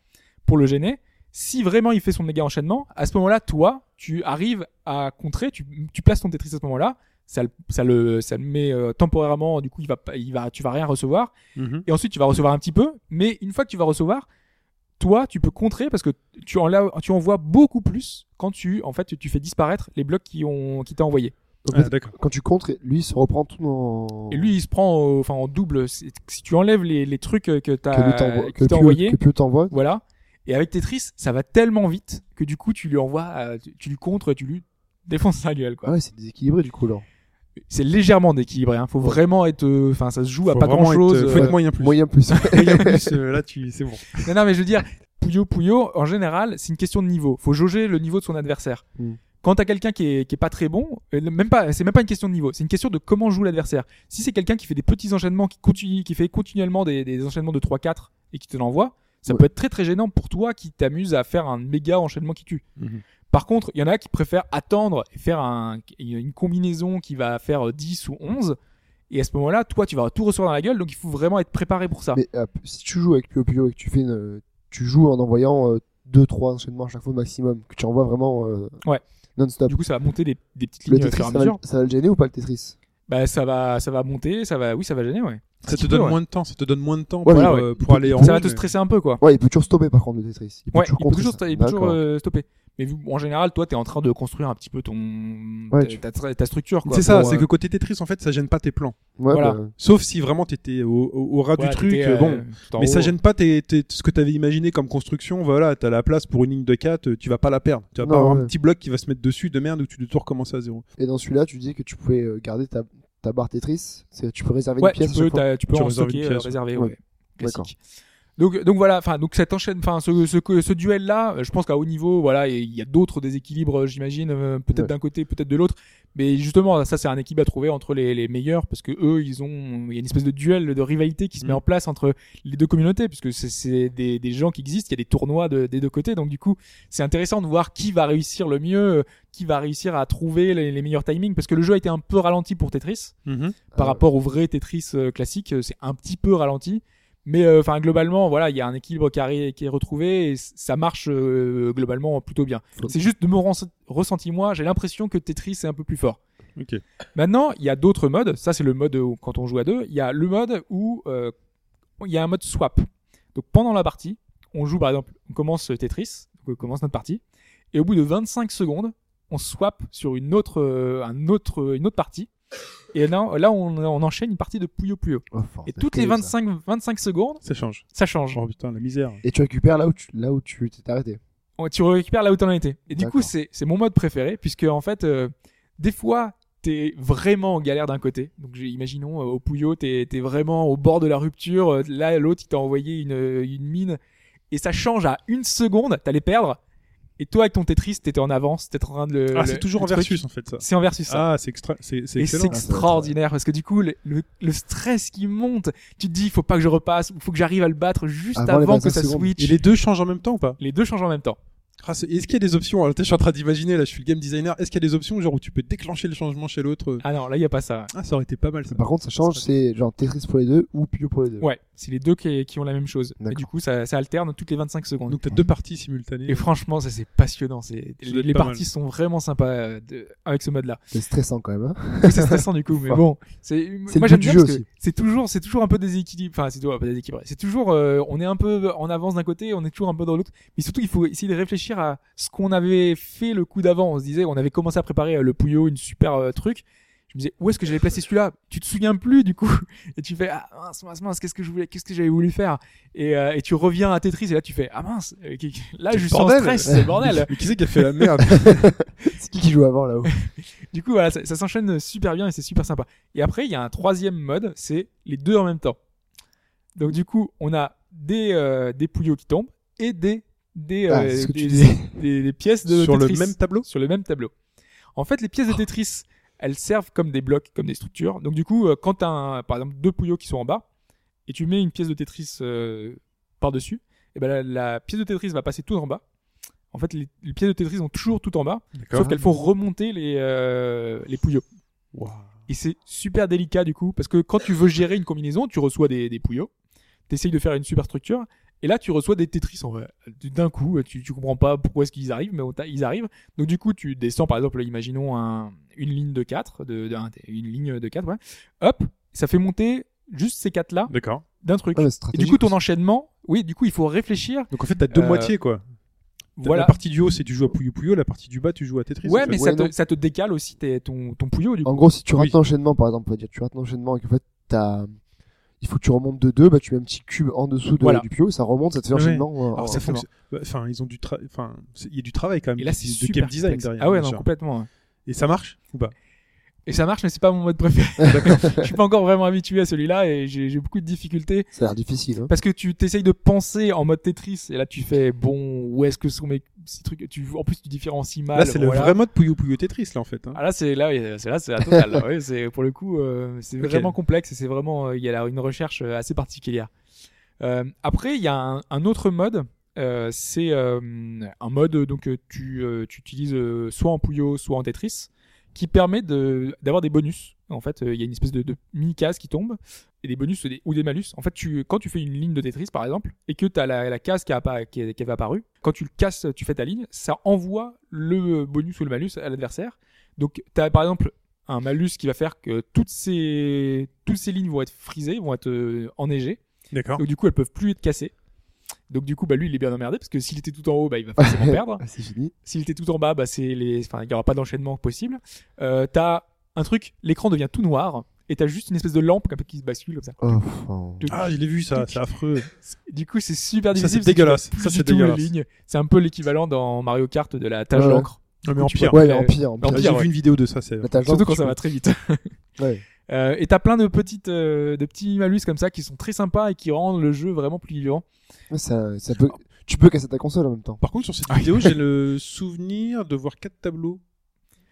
[SPEAKER 4] pour le gêner. Si vraiment il fait son méga enchaînement, à ce moment-là, toi, tu arrives à contrer, tu, tu places ton Tetris à ce moment-là, ça, le- ça le, ça le met euh, temporairement, du coup, il va, pas- il va, tu vas rien recevoir
[SPEAKER 3] Mhm.
[SPEAKER 4] et ensuite tu vas recevoir un petit peu, mais une fois que tu vas recevoir, toi tu peux contrer parce que tu en, tu envoies beaucoup plus quand tu en fait tu fais disparaître les blocs qui ont qui t'a envoyé.
[SPEAKER 5] Donc,
[SPEAKER 3] Ah, d'accord.
[SPEAKER 5] Quand tu contres, lui, il se reprend tout dans.
[SPEAKER 4] Et lui il se prend au- enfin en double C'est- si tu enlèves les, les trucs euh, que
[SPEAKER 5] que lui
[SPEAKER 4] t'as
[SPEAKER 5] t'envoie-
[SPEAKER 4] bah, qui
[SPEAKER 5] que
[SPEAKER 4] t'a
[SPEAKER 5] Pio-
[SPEAKER 4] envoyé,
[SPEAKER 5] que Pio t'envoie.
[SPEAKER 4] voilà. Et avec Tetris, ça va tellement vite que du coup tu lui envoies euh, tu- tu lui contres, tu lui défonces sa gueule quoi.
[SPEAKER 5] Ah ouais, c'est déséquilibré du coup là.
[SPEAKER 4] C'est légèrement déséquilibré hein. Faut vraiment être euh, enfin ça se joue à
[SPEAKER 3] Faut
[SPEAKER 4] pas
[SPEAKER 3] vraiment
[SPEAKER 4] grand-chose.
[SPEAKER 3] être-
[SPEAKER 4] euh,
[SPEAKER 3] Faut être moyen plus.
[SPEAKER 5] Moyen plus.
[SPEAKER 3] Moyen plus. euh, Là, tu, c'est bon.
[SPEAKER 4] Non, non, mais je veux dire, Puyo Puyo, en général, c'est une question de niveau. Faut jauger le niveau de son adversaire.
[SPEAKER 5] Mm.
[SPEAKER 4] Quand t'as quelqu'un qui est, qui est pas très bon, euh, même pas, c'est même pas une question de niveau, c'est une question de comment joue l'adversaire. Si c'est quelqu'un qui fait des petits enchaînements, qui continue, qui fait continuellement des, des enchaînements de 3-4 et qui te l'envoie, ça
[SPEAKER 5] Ouais.
[SPEAKER 4] peut être très très gênant pour toi qui t'amuse à faire un méga enchaînement qui tue.
[SPEAKER 3] Mhm.
[SPEAKER 4] Par contre, il y en a qui préfèrent attendre et faire un- une combinaison qui va faire euh, 10 ou 11. Et à ce moment-là, toi, tu vas tout recevoir dans la gueule, donc il faut vraiment être préparé pour ça.
[SPEAKER 5] Mais euh, si tu joues avec Pio Pio et que tu fais une- euh, tu joues en envoyant 2-3 enchaînements à chaque fois maximum, que tu envoies vraiment euh,
[SPEAKER 4] Ouais.
[SPEAKER 5] non-stop.
[SPEAKER 4] Du coup, ça va monter des, des petites
[SPEAKER 5] Le
[SPEAKER 4] lignes au fur
[SPEAKER 5] Tetris,
[SPEAKER 4] et à
[SPEAKER 5] ça
[SPEAKER 4] mesure.
[SPEAKER 5] va, ça va le gêner ou pas le Tetris
[SPEAKER 4] Bah, ça va, ça va monter, ça va, oui, ça va gêner, ouais.
[SPEAKER 3] Ça te
[SPEAKER 4] petit
[SPEAKER 3] donne
[SPEAKER 4] peu, Ah, ouais.
[SPEAKER 3] moins de temps. Ça te donne moins de temps
[SPEAKER 5] Ouais,
[SPEAKER 3] pour,
[SPEAKER 4] voilà, ouais.
[SPEAKER 3] euh, pour aller en
[SPEAKER 4] ça va
[SPEAKER 3] haut,
[SPEAKER 4] te
[SPEAKER 3] mais-
[SPEAKER 4] stresser un peu, quoi.
[SPEAKER 5] Ouais, il peut toujours stopper par contre le Tetris. Il peut
[SPEAKER 4] Ouais,
[SPEAKER 5] toujours
[SPEAKER 4] il peut
[SPEAKER 5] contrer
[SPEAKER 4] toujours,
[SPEAKER 5] ça.
[SPEAKER 4] il peut toujours
[SPEAKER 5] D'accord.
[SPEAKER 4] euh, stopper. Mais vous- en général, toi, t'es en train de construire un petit peu ton,
[SPEAKER 5] Ouais,
[SPEAKER 4] ta-
[SPEAKER 5] tu-
[SPEAKER 4] ta, ta structure, quoi.
[SPEAKER 3] C'est ça,
[SPEAKER 4] pour,
[SPEAKER 3] c'est
[SPEAKER 4] euh,
[SPEAKER 3] que côté Tetris, en fait, ça gêne pas tes plans.
[SPEAKER 5] Ouais,
[SPEAKER 4] voilà.
[SPEAKER 5] bah,
[SPEAKER 3] Sauf si vraiment t'étais au, au, au ras
[SPEAKER 4] voilà,
[SPEAKER 3] du truc,
[SPEAKER 4] t'étais,
[SPEAKER 3] euh,
[SPEAKER 4] euh,
[SPEAKER 3] bon.
[SPEAKER 4] tout en
[SPEAKER 3] Mais ça
[SPEAKER 4] haut.
[SPEAKER 3] gêne pas tes, tes- ce que t'avais imaginé comme construction. Voilà, t'as la place pour une ligne de 4, tu vas pas la perdre. Tu vas pas
[SPEAKER 5] Non,
[SPEAKER 3] avoir un
[SPEAKER 5] ouais.
[SPEAKER 3] petit bloc qui va se mettre dessus de merde où tu dois tout recommencer à zéro.
[SPEAKER 5] Et dans celui-là, tu dis que tu pouvais euh, garder ta, ta barre Tetris. C'est- Tu peux réserver
[SPEAKER 4] Ouais,
[SPEAKER 5] une
[SPEAKER 4] tu
[SPEAKER 5] pièce. à
[SPEAKER 4] peux,
[SPEAKER 5] chaque fois.
[SPEAKER 4] t'as- tu peux
[SPEAKER 3] Tu
[SPEAKER 4] en
[SPEAKER 3] réserves
[SPEAKER 4] stocker,
[SPEAKER 3] une
[SPEAKER 4] euh,
[SPEAKER 3] pièce,
[SPEAKER 4] réserver,
[SPEAKER 5] ouais.
[SPEAKER 4] ouais. Classique. Donc, donc voilà, enfin, donc cet enchaîne, enfin, ce, ce, ce duel-là, euh, je pense qu'à haut niveau, voilà, il y a d'autres déséquilibres, euh, j'imagine, euh, peut-être
[SPEAKER 5] Ouais.
[SPEAKER 4] d'un côté, peut-être de l'autre. Mais justement, ça, c'est un équilibre à trouver entre les, les meilleurs, parce que eux, ils ont, il y a une espèce de duel, de rivalité qui se
[SPEAKER 3] Mm.
[SPEAKER 4] met en place entre les deux communautés, puisque c'est- c'est des, des gens qui existent, il y a des tournois de- des deux côtés, donc du coup, c'est intéressant de voir qui va réussir le mieux, euh, qui va réussir à trouver les, les meilleurs timings, parce que le jeu a été un peu ralenti pour Tetris par
[SPEAKER 5] Ah,
[SPEAKER 4] rapport au vrai Tetris euh, classique, euh, c'est un petit peu ralenti. Mais euh, enfin globalement, voilà, il y a un équilibre qui, arri- qui est retrouvé et c- ça marche euh, globalement plutôt bien.
[SPEAKER 5] Faut-
[SPEAKER 4] C'est juste de mon ren- ressenti moi, j'ai l'impression que Tetris est un peu plus fort.
[SPEAKER 3] Ok.
[SPEAKER 4] Maintenant, il y a d'autres modes. Ça, c'est le mode où- quand on joue à deux. Il y a le mode où euh, il y a un mode swap. Donc pendant la partie, on joue par exemple, on commence Tetris, donc on commence notre partie, et au bout de 25 secondes, on swap sur une autre, euh, un autre, une autre partie. Et là, là on, on enchaîne une partie de Puyo Puyo.
[SPEAKER 5] oh, fort,
[SPEAKER 4] Et
[SPEAKER 5] c'est
[SPEAKER 4] toutes les
[SPEAKER 5] terrible, ça.
[SPEAKER 4] 25, 25 secondes,
[SPEAKER 3] Ça change.
[SPEAKER 4] ça change.
[SPEAKER 3] Oh putain, la misère.
[SPEAKER 5] Et tu récupères là où tu là où tu t'es arrêté.
[SPEAKER 4] Ouais, tu récupères là où t'en étais. Et du
[SPEAKER 5] D'accord.
[SPEAKER 4] coup, c'est c'est mon mode préféré, puisque en fait, euh, des fois, t'es vraiment en galère d'un côté. Donc, j'ai- imaginons, euh, au Pouillot, t'es t'es vraiment au bord de la rupture. Euh, Là, l'autre, il t'a envoyé une, une mine. Et ça change à une seconde, t'allais perdre. Et toi, avec ton Tetris, t'étais en avance, t'étais en train de le.
[SPEAKER 3] ah,
[SPEAKER 4] Euh, le-
[SPEAKER 3] c'est toujours
[SPEAKER 4] le
[SPEAKER 3] en
[SPEAKER 4] truc.
[SPEAKER 3] versus en fait ça.
[SPEAKER 4] C'est en versus, ça.
[SPEAKER 3] Ah, c'est extra... c'est c'est
[SPEAKER 4] Et c'est
[SPEAKER 3] excellent.
[SPEAKER 4] extraordinaire parce que du coup, le, le- le stress qui monte, tu te dis, il faut pas que je repasse, il faut que j'arrive à le battre juste
[SPEAKER 5] Avant
[SPEAKER 4] avant,
[SPEAKER 5] les
[SPEAKER 4] que
[SPEAKER 5] 25
[SPEAKER 4] ça
[SPEAKER 5] secondes.
[SPEAKER 3] Et
[SPEAKER 4] switch.
[SPEAKER 3] les deux changent en même temps ou pas
[SPEAKER 4] Les deux changent en même temps.
[SPEAKER 3] Ah, c'est- Est-ce qu'il y a des options Alors, t'es- Je suis en train d'imaginer, là je suis le game designer. Est-ce qu'il y a des options genre où tu peux déclencher le changement chez l'autre
[SPEAKER 4] Ah non, là, il y a pas ça.
[SPEAKER 3] Ah, ça aurait été pas mal ça.
[SPEAKER 5] Par contre, ça change, c'est genre Tetris pour les deux ou Pio pour les deux.
[SPEAKER 4] Ouais, c'est les deux qui, qui ont la même chose. Et
[SPEAKER 5] D'accord. euh,
[SPEAKER 4] du coup, ça, ça alterne toutes les 25 secondes.
[SPEAKER 3] Donc t'as deux parties simultanées.
[SPEAKER 4] et franchement, ça c'est passionnant. C'est
[SPEAKER 3] Ça doit
[SPEAKER 4] les,
[SPEAKER 3] être
[SPEAKER 4] les
[SPEAKER 3] pas mal.
[SPEAKER 4] parties sont vraiment sympas euh, de- avec ce mode-là.
[SPEAKER 5] C'est stressant quand même. hein.
[SPEAKER 4] Oui, c'est stressant du coup, mais bon, c'est
[SPEAKER 5] C'est
[SPEAKER 4] moi
[SPEAKER 5] le
[SPEAKER 4] j'aime
[SPEAKER 5] but du
[SPEAKER 4] bien
[SPEAKER 5] jeu
[SPEAKER 4] parce que
[SPEAKER 5] aussi.
[SPEAKER 4] c'est toujours c'est toujours un peu déséquilibré. Enfin, c'est toujours pas déséquilibré. C'est toujours euh, on est un peu en avance d'un côté, on est toujours un peu dans l'autre. Mais surtout, il faut essayer de réfléchir à ce qu'on avait fait le coup d'avant. On se disait, on avait commencé à préparer euh, le Puyo, une super euh, truc. Je me disais, où est-ce que j'avais placé celui-là Tu te souviens plus du coup Et tu fais, ah mince, mince, mince, qu'est-ce que je voulais, qu'est-ce que j'avais voulu faire et, euh, et tu reviens à Tetris et là tu fais, ah mince, euh, qui- qui- là je suis en
[SPEAKER 3] bordel.
[SPEAKER 4] stress, c'est le bordel.
[SPEAKER 3] Mais qui c'est qui a fait la merde
[SPEAKER 5] C'est qui qui joue avant là-haut
[SPEAKER 4] Du coup, voilà, ça, ça s'enchaîne super bien et c'est super sympa. Et après, il y a un troisième mode, c'est les deux en même temps. Donc du coup, on a des, euh, des pouillots qui tombent et des, des,
[SPEAKER 5] Ah,
[SPEAKER 4] euh,
[SPEAKER 5] c'est ce que tu
[SPEAKER 4] des-
[SPEAKER 5] disais.
[SPEAKER 4] des- des pièces de
[SPEAKER 3] Sur le
[SPEAKER 4] Tetris.
[SPEAKER 3] même tableau
[SPEAKER 4] sur le même tableau. En fait, les pièces
[SPEAKER 5] Ah.
[SPEAKER 4] de Tetris, elles servent comme des blocs, comme des structures. Donc du coup, euh, quand tu as, par exemple, deux pouillots qui sont en bas, et tu mets une pièce de Tetris euh, par-dessus, et ben la, la pièce de Tetris va passer tout en bas. En fait, les, les pièces de Tetris sont toujours tout en bas, sauf
[SPEAKER 3] D'accord.
[SPEAKER 4] qu'elles font remonter les, euh, les pouillots. Et c'est super délicat du coup, parce que quand tu veux gérer une combinaison, tu reçois des, des pouillots, t'essayes de faire une super structure, et là tu reçois des Tetris en vrai. D'un coup, tu, tu comprends pas pourquoi est-ce qu'ils arrivent, mais on t'a- ils arrivent. Donc du coup, tu descends par exemple, imaginons un- une ligne de 4, de, de- un- une ligne de 4, ouais. Hop, ça fait monter juste ces 4 là
[SPEAKER 3] D'accord.
[SPEAKER 4] d'un truc.
[SPEAKER 5] Ouais, mais c'est
[SPEAKER 4] et du
[SPEAKER 5] stratégique
[SPEAKER 4] coup, ton
[SPEAKER 5] aussi.
[SPEAKER 4] enchaînement, oui, du coup, il faut réfléchir.
[SPEAKER 3] Donc en fait, t'as deux
[SPEAKER 4] Euh,
[SPEAKER 3] moitiés quoi. T'as-
[SPEAKER 4] Voilà.
[SPEAKER 3] La partie du haut, c'est tu joues à Puyo Puyo, la partie du bas, tu joues à Tetris. en
[SPEAKER 4] Ouais,
[SPEAKER 3] fait.
[SPEAKER 4] mais
[SPEAKER 5] Ouais,
[SPEAKER 4] ça te,
[SPEAKER 5] non.
[SPEAKER 4] ça te décale aussi tes- ton, ton pouillot du coup.
[SPEAKER 5] En gros, si tu rates
[SPEAKER 3] Oui.
[SPEAKER 5] l'enchaînement, par exemple, on va dire, tu rates l'enchaînement et qu'en fait, t'as. Il faut que tu remontes de 2, bah tu mets un petit cube en dessous de,
[SPEAKER 4] Voilà.
[SPEAKER 5] du pio, ça remonte, ça te fait
[SPEAKER 3] Ouais.
[SPEAKER 5] enchaînement. euh,
[SPEAKER 3] Alors,
[SPEAKER 5] en-
[SPEAKER 3] ça
[SPEAKER 4] forcément.
[SPEAKER 3] fonctionne- bah, Enfin, ils ont du travail. Enfin, c'est- il y a du travail quand même.
[SPEAKER 4] Et là, c'est
[SPEAKER 3] de
[SPEAKER 4] super
[SPEAKER 3] game design
[SPEAKER 4] complexe.
[SPEAKER 3] derrière.
[SPEAKER 4] Ah ouais,
[SPEAKER 3] bien
[SPEAKER 4] non,
[SPEAKER 3] sûr.
[SPEAKER 4] complètement. ouais.
[SPEAKER 3] Et ça marche ou pas
[SPEAKER 4] Et ça marche, mais c'est pas mon mode préféré.
[SPEAKER 3] D'accord.
[SPEAKER 4] je suis pas encore vraiment habitué à celui-là et j'ai j'ai beaucoup de difficultés
[SPEAKER 5] Ça a l'air difficile. Hein.
[SPEAKER 4] parce que tu t'essayes de penser en mode Tetris et là tu fais bon où est-ce que sont mes ces trucs tu en plus tu différencies mal
[SPEAKER 3] Là, c'est le
[SPEAKER 4] Bah, voilà.
[SPEAKER 3] vrai mode Puyo Puyo Tetris là en fait. hein.
[SPEAKER 4] ah là c'est là oui, c'est là c'est la totale là, oui, c'est pour le coup euh, c'est
[SPEAKER 3] Ok.
[SPEAKER 4] vraiment complexe et c'est vraiment euh, il y a là une recherche euh, assez particulière Euh, après il y a un, un autre mode euh, c'est euh, un mode donc euh, tu euh, tu utilises euh, soit en Puyo soit en Tetris qui permet de d'avoir des bonus en fait euh, il y a une espèce de, de mini case qui tombe et des bonus ou des, ou des malus. En fait, tu, quand tu fais une ligne de Tetris, par exemple, et que tu as la, la case qui, a, appa- qui, est- qui avait apparu, quand tu le casses, tu fais ta ligne, ça envoie le bonus ou le malus à l'adversaire. Donc, tu as par exemple un malus qui va faire que toutes ces, toutes ces lignes vont être frisées, vont être euh, enneigées.
[SPEAKER 3] D'accord.
[SPEAKER 4] Donc, du coup, elles peuvent plus être cassées. Donc, du coup, bah, lui, il est bien emmerdé parce que s'il était tout en haut, bah, il va forcément perdre.
[SPEAKER 5] Ah, c'est fini.
[SPEAKER 4] S'il était tout en bas, bah, c'est les... enfin, il n'y aura pas d'enchaînement possible. Euh, t'as un truc, l'écran devient tout noir et t'as juste une espèce de lampe comme- qui se bascule comme ça.
[SPEAKER 5] Oh, enfin.
[SPEAKER 4] Tu-
[SPEAKER 3] Ah, je l'ai vu ça, c'est affreux.
[SPEAKER 4] Du coup, c'est super
[SPEAKER 3] Ça,
[SPEAKER 4] difficile.
[SPEAKER 3] c'est
[SPEAKER 4] parce que
[SPEAKER 3] dégueulasse.
[SPEAKER 4] t'as plus
[SPEAKER 3] Ça,
[SPEAKER 4] du
[SPEAKER 3] c'est
[SPEAKER 4] tout les
[SPEAKER 3] dégueulasse.
[SPEAKER 4] lignes. C'est un peu l'équivalent dans Mario Kart de la tâche
[SPEAKER 5] Ouais.
[SPEAKER 4] d'encre.
[SPEAKER 3] Non, mais en
[SPEAKER 4] tu
[SPEAKER 3] pire.
[SPEAKER 4] vois.
[SPEAKER 5] Ouais,
[SPEAKER 4] euh,
[SPEAKER 5] en pire, en
[SPEAKER 4] en
[SPEAKER 5] pire.
[SPEAKER 3] J'ai
[SPEAKER 4] pire, ouais.
[SPEAKER 3] vu une vidéo de ça, c'est.
[SPEAKER 5] Là, t'as le
[SPEAKER 4] Surtout
[SPEAKER 5] genre,
[SPEAKER 4] quand
[SPEAKER 5] tu
[SPEAKER 4] ça va
[SPEAKER 5] peux-
[SPEAKER 4] très vite.
[SPEAKER 5] Ouais.
[SPEAKER 4] Euh, et t'as plein de petites, euh, de petits malus comme ça qui sont très sympas et qui rendent le jeu vraiment plus vivant.
[SPEAKER 5] Ouais, Ça, ça peut... Tu peux casser ta console en même temps.
[SPEAKER 3] Par contre, sur cette
[SPEAKER 4] Ah
[SPEAKER 3] vidéo, j'ai le souvenir de voir quatre tableaux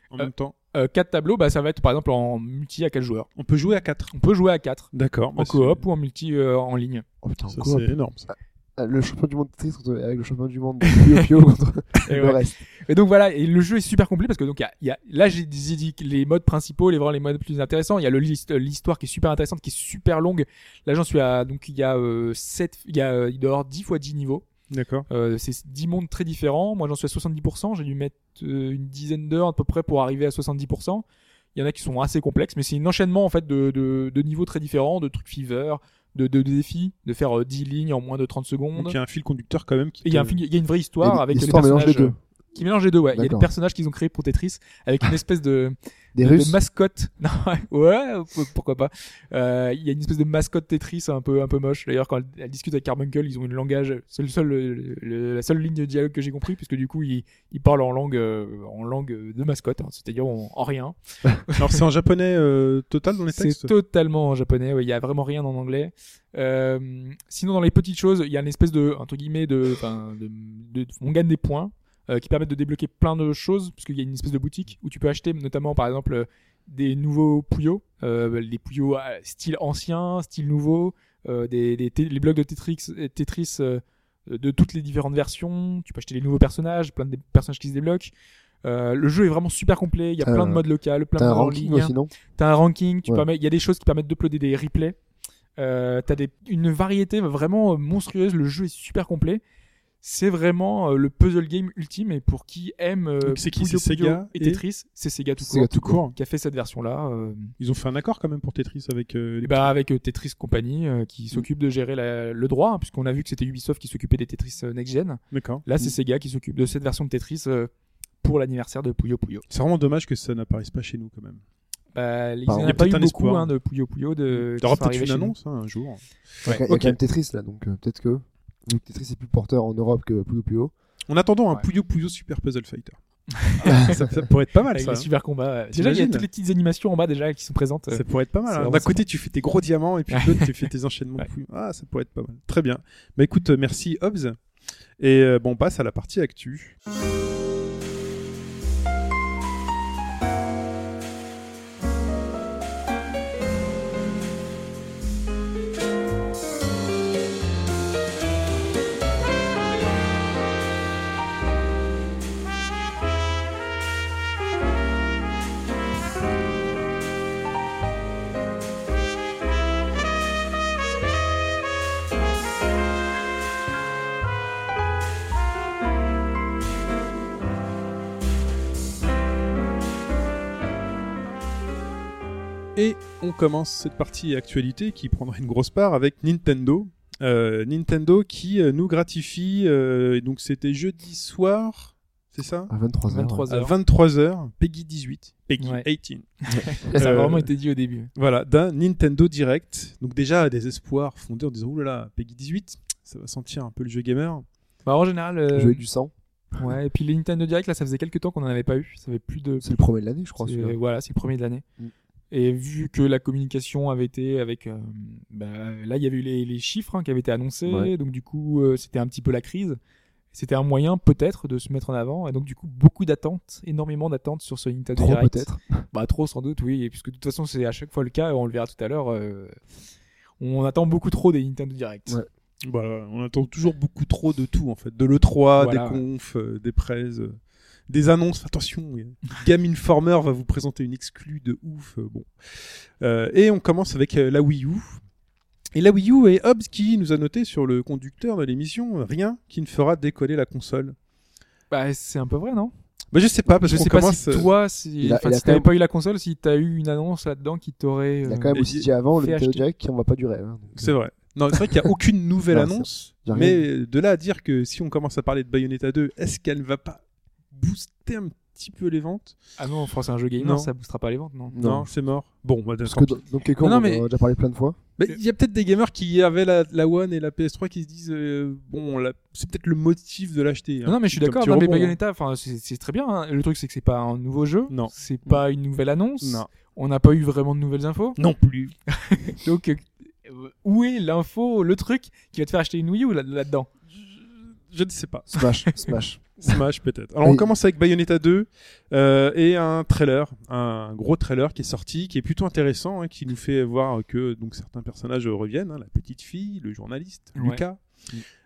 [SPEAKER 3] en
[SPEAKER 4] Euh,
[SPEAKER 3] même temps.
[SPEAKER 4] Euh, quatre tableaux, bah, ça va être par exemple en multi à quatre joueurs.
[SPEAKER 3] On peut jouer à quatre.
[SPEAKER 4] On peut jouer à quatre
[SPEAKER 3] D'accord.
[SPEAKER 4] en coop ou en multi euh, en ligne.
[SPEAKER 5] Oh putain,
[SPEAKER 3] Ça,
[SPEAKER 5] quoi
[SPEAKER 3] c'est énorme. ça.
[SPEAKER 5] Ah, Le champion du monde de Tetris contre- avec le champion du monde de Puyo Puyo contre
[SPEAKER 4] Et
[SPEAKER 5] le
[SPEAKER 4] ouais.
[SPEAKER 5] reste.
[SPEAKER 4] Et donc voilà, et le jeu est super complet parce que donc il y a- il y a, là j'ai dit dit que les modes principaux, les vraiment les modes plus intéressants. Il y a le list- l'histoire qui est super intéressante, qui est super longue. Là j'en suis à donc il y a euh, 7 il y a euh, il doit y avoir 10 fois 10 niveaux.
[SPEAKER 3] D'accord.
[SPEAKER 4] Euh, c'est 10 mondes très différents. Moi j'en suis à 70%, j'ai dû mettre euh, une dizaine d'heures à peu près pour arriver à 70%. Il y en a qui sont assez complexes, mais c'est un enchaînement en fait de, de, de niveaux très différents, de trucs fever, de, de, de défis, de faire euh, 10 lignes en moins de 30 secondes.
[SPEAKER 3] Donc il y a un fil conducteur quand même qui.
[SPEAKER 4] Et il y, a un
[SPEAKER 3] te-
[SPEAKER 4] fil- il y a une vraie histoire
[SPEAKER 5] Et
[SPEAKER 4] avec euh, les
[SPEAKER 5] l'histoire mélange les
[SPEAKER 4] personnages,
[SPEAKER 5] deux.
[SPEAKER 4] qui mélange les deux, ouais. Il y a des
[SPEAKER 5] D'accord.
[SPEAKER 4] personnages qu'ils ont créés pour Tetris avec une espèce de,
[SPEAKER 5] Des
[SPEAKER 4] de
[SPEAKER 5] Russes.
[SPEAKER 4] mascotte. Non, ouais, p- pourquoi pas. Euh, Il y a une espèce de mascotte Tetris un peu, un peu moche. D'ailleurs, quand elle, elle discute avec Carbuncle, ils ont une langage. C'est le seul, le- le- la seule ligne de dialogue que j'ai compris, puisque du coup, ils, ils parlent en langue, euh, en langue de mascotte, hein, c'est-à-dire en, en rien.
[SPEAKER 3] Alors c'est en japonais euh, total dans les
[SPEAKER 4] C'est
[SPEAKER 3] textes.
[SPEAKER 4] totalement en japonais. ouais, Il y a vraiment rien en anglais. Euh, sinon, dans les petites choses, il y a une espèce de entre guillemets de, enfin, de- de- on gagne des points euh, qui permettent de débloquer plein de choses puisqu'il y a une espèce de boutique où tu peux acheter notamment par exemple euh, des nouveaux Puyo, euh, les Puyo euh, style ancien, style nouveau, euh, des, des té- les blocs de Tetris, euh, Tetris euh, de toutes les différentes versions. Tu peux acheter les nouveaux personnages, plein de dé- personnages qui se débloquent. Euh, le jeu est vraiment super complet. Il y a
[SPEAKER 5] T'as
[SPEAKER 4] plein
[SPEAKER 5] un-
[SPEAKER 4] de modes locaux, plein de
[SPEAKER 5] Euh, T'as un
[SPEAKER 4] modes en
[SPEAKER 5] ranking
[SPEAKER 4] ligne.
[SPEAKER 5] aussi, non
[SPEAKER 4] T'as un ranking, tu
[SPEAKER 5] Ouais.
[SPEAKER 4] permets, il y a des choses qui permettent d'uploader des replays. Euh, t'as des, une variété vraiment euh, monstrueuse. Le jeu est super complet. C'est vraiment euh, le puzzle game ultime et pour qui aime euh,
[SPEAKER 3] Donc c'est qui,
[SPEAKER 4] Puyo
[SPEAKER 3] c'est
[SPEAKER 4] Puyo
[SPEAKER 3] Sega
[SPEAKER 4] et
[SPEAKER 3] et-
[SPEAKER 4] Tetris, c'est Sega tout
[SPEAKER 5] Sega
[SPEAKER 4] court
[SPEAKER 5] tout
[SPEAKER 3] court.
[SPEAKER 4] qui a fait cette version là.
[SPEAKER 3] Ils ont fait un accord quand même pour Tetris avec. euh, les- Mm.
[SPEAKER 4] bah, avec euh, Tetris Company euh, qui s'occupe de gérer la- le droit hein, puisqu'on a vu que c'était Ubisoft qui s'occupait des Tetris euh, Next Gen.
[SPEAKER 3] D'accord.
[SPEAKER 4] Là c'est Sega qui s'occupe de cette version de Tetris euh, pour l'anniversaire de Puyo Puyo.
[SPEAKER 3] C'est vraiment dommage que ça n'apparaisse pas chez nous quand même.
[SPEAKER 4] Bah, il n'y
[SPEAKER 5] Pardon.
[SPEAKER 4] en
[SPEAKER 5] Il
[SPEAKER 4] a
[SPEAKER 5] y a
[SPEAKER 4] pas eu
[SPEAKER 3] peut-être un
[SPEAKER 4] beaucoup
[SPEAKER 3] espoir.
[SPEAKER 4] hein, de Puyo Puyo. De...
[SPEAKER 3] T'auras
[SPEAKER 4] qui Euh, sont
[SPEAKER 3] peut-être
[SPEAKER 4] arrivés
[SPEAKER 3] une
[SPEAKER 4] chez nous.
[SPEAKER 3] annonce hein, un jour.
[SPEAKER 5] Il y a- Il y a
[SPEAKER 3] ok.
[SPEAKER 5] quand même Tetris là, donc euh, peut-être que. vu que Tetris est plus porteur en Europe que Puyo Puyo.
[SPEAKER 3] En attendant, un
[SPEAKER 4] Ouais.
[SPEAKER 3] Puyo Puyo Super Puzzle Fighter. ça, ça pourrait être pas mal,
[SPEAKER 4] Avec
[SPEAKER 3] ça.
[SPEAKER 4] les
[SPEAKER 3] hein.
[SPEAKER 4] Ah, super combats. ouais. Déjà, il y a
[SPEAKER 3] T'imagines
[SPEAKER 4] toutes les petites animations en bas déjà qui sont présentes. euh,
[SPEAKER 3] Ça pourrait être pas
[SPEAKER 4] C'est
[SPEAKER 3] mal. hein.
[SPEAKER 4] vraiment
[SPEAKER 3] D'un côté, tu fais tes gros diamants et puis de l'autre, tu fais tes enchaînements de
[SPEAKER 4] Ouais.
[SPEAKER 3] couilles. Ah, ça pourrait être pas mal. Très bien. Bah écoute, euh, merci Hobbs. Et euh, bon, on passe à la partie actu. Et on commence cette partie actualité qui prendra une grosse part avec Nintendo. Euh, Nintendo qui euh, nous gratifie. euh, et donc, c'était jeudi soir, c'est ça
[SPEAKER 5] À 23h.
[SPEAKER 4] 23
[SPEAKER 3] À 23h, Peggy 18. Peggy
[SPEAKER 4] Ouais.
[SPEAKER 3] 18.
[SPEAKER 4] Ça a
[SPEAKER 3] Euh,
[SPEAKER 4] vraiment été dit au début.
[SPEAKER 3] Voilà, d'un Nintendo Direct. Donc déjà des espoirs fondés en disant Ouh là là, Peggy 18, ça va sentir un peu le jeu gamer.
[SPEAKER 4] Bah, en général, euh,
[SPEAKER 5] Jouer du sang.
[SPEAKER 4] ouais. Et puis les Nintendo Direct, là, ça faisait quelques temps qu'on n'en avait pas eu. Ça avait plus de.
[SPEAKER 5] C'est le premier de l'année, je crois.
[SPEAKER 4] C'est- euh,
[SPEAKER 5] celui-là.
[SPEAKER 4] voilà, c'est le premier de l'année.
[SPEAKER 5] Mm.
[SPEAKER 4] Et vu que la communication avait été avec, euh, bah, là il y avait eu les, les chiffres hein, qui avaient été annoncés,
[SPEAKER 5] Ouais.
[SPEAKER 4] donc du coup euh, c'était un petit peu la crise. C'était un moyen peut-être de se mettre en avant et donc du coup beaucoup d'attentes, énormément d'attentes sur ce Nintendo
[SPEAKER 5] Trois
[SPEAKER 4] Direct.
[SPEAKER 5] peut-être.
[SPEAKER 4] Bah trop sans doute oui, et puisque de toute façon c'est à chaque fois le cas, on le verra tout à l'heure. euh, on attend beaucoup trop des Nintendo Direct.
[SPEAKER 5] Ouais.
[SPEAKER 3] Voilà, Bah, on attend toujours beaucoup trop de tout en fait, de l'E3,
[SPEAKER 4] Voilà.
[SPEAKER 3] des confs, euh, des prêts, euh, des annonces. Attention, euh, Game Informer va vous présenter une exclue de ouf. euh, bon, Euh, et on commence avec euh, la Wii U. Et la Wii U est Hobbs qui nous a noté sur le conducteur de l'émission euh, rien qui ne fera décoller la console.
[SPEAKER 4] Bah c'est un peu vrai non
[SPEAKER 3] Bah je sais pas parce
[SPEAKER 4] Je
[SPEAKER 3] qu'on
[SPEAKER 4] sais pas
[SPEAKER 3] commence.
[SPEAKER 4] si
[SPEAKER 3] euh,
[SPEAKER 4] toi, si,
[SPEAKER 5] Il a-
[SPEAKER 4] enfin,
[SPEAKER 5] il a
[SPEAKER 4] si t'avais
[SPEAKER 5] quand même-
[SPEAKER 4] pas eu la console, si t'as eu une annonce là-dedans qui t'aurait.
[SPEAKER 5] Il
[SPEAKER 4] euh,
[SPEAKER 5] a quand même
[SPEAKER 3] Et
[SPEAKER 5] aussi
[SPEAKER 3] j'ai
[SPEAKER 5] dit avant le
[SPEAKER 4] fait
[SPEAKER 5] Nintendo
[SPEAKER 4] acheter.
[SPEAKER 5] Direct qui on va pas durer. hein. Donc,
[SPEAKER 3] C'est vrai. Non, c'est vrai qu'il n'y a aucune nouvelle
[SPEAKER 5] Non,
[SPEAKER 3] annonce.
[SPEAKER 5] c'est- y a rien.
[SPEAKER 3] Mais euh, de là à dire que si on commence à parler de Bayonetta 2, est-ce qu'elle ne va pas booster un petit peu les ventes
[SPEAKER 4] Ah non, en France, c'est un jeu gamer,
[SPEAKER 3] Non.
[SPEAKER 4] ça boostera pas les ventes, non
[SPEAKER 5] Non.
[SPEAKER 3] c'est mort. Bon, bah,
[SPEAKER 5] Parce
[SPEAKER 3] d'accord.
[SPEAKER 5] que dans- donc Capcom,
[SPEAKER 3] Non, non,
[SPEAKER 5] on
[SPEAKER 3] mais-
[SPEAKER 5] en a déjà parlé plein de fois.
[SPEAKER 3] Mais il y a peut-être des gamers qui avaient la, la One et la PS3 qui se disent euh, bon, la- c'est peut-être le motif de l'acheter.
[SPEAKER 4] Non,
[SPEAKER 3] hein.
[SPEAKER 4] mais je suis
[SPEAKER 3] C'est un
[SPEAKER 4] d'accord.
[SPEAKER 3] petit
[SPEAKER 4] Non, mais
[SPEAKER 3] rebond, hein.
[SPEAKER 4] Bayonetta, enfin, c'est c'est très bien. hein. Le truc, c'est que c'est pas un nouveau jeu.
[SPEAKER 3] Non.
[SPEAKER 4] C'est pas une nouvelle annonce.
[SPEAKER 3] Non.
[SPEAKER 4] On n'a pas eu vraiment de nouvelles infos.
[SPEAKER 3] Non plus.
[SPEAKER 4] Donc, euh, où est l'info, le truc qui va te faire acheter une Wii U là- là-dedans
[SPEAKER 3] Je ne sais pas.
[SPEAKER 5] Smash, Smash.
[SPEAKER 3] Smash peut-être. Alors on
[SPEAKER 5] Oui.
[SPEAKER 3] commence avec Bayonetta 2 euh, et un trailer, un gros trailer qui est sorti, qui est plutôt intéressant, hein, qui nous fait voir que donc certains personnages euh, reviennent, hein, la petite fille, le journaliste,
[SPEAKER 4] Ouais.
[SPEAKER 3] Lucas.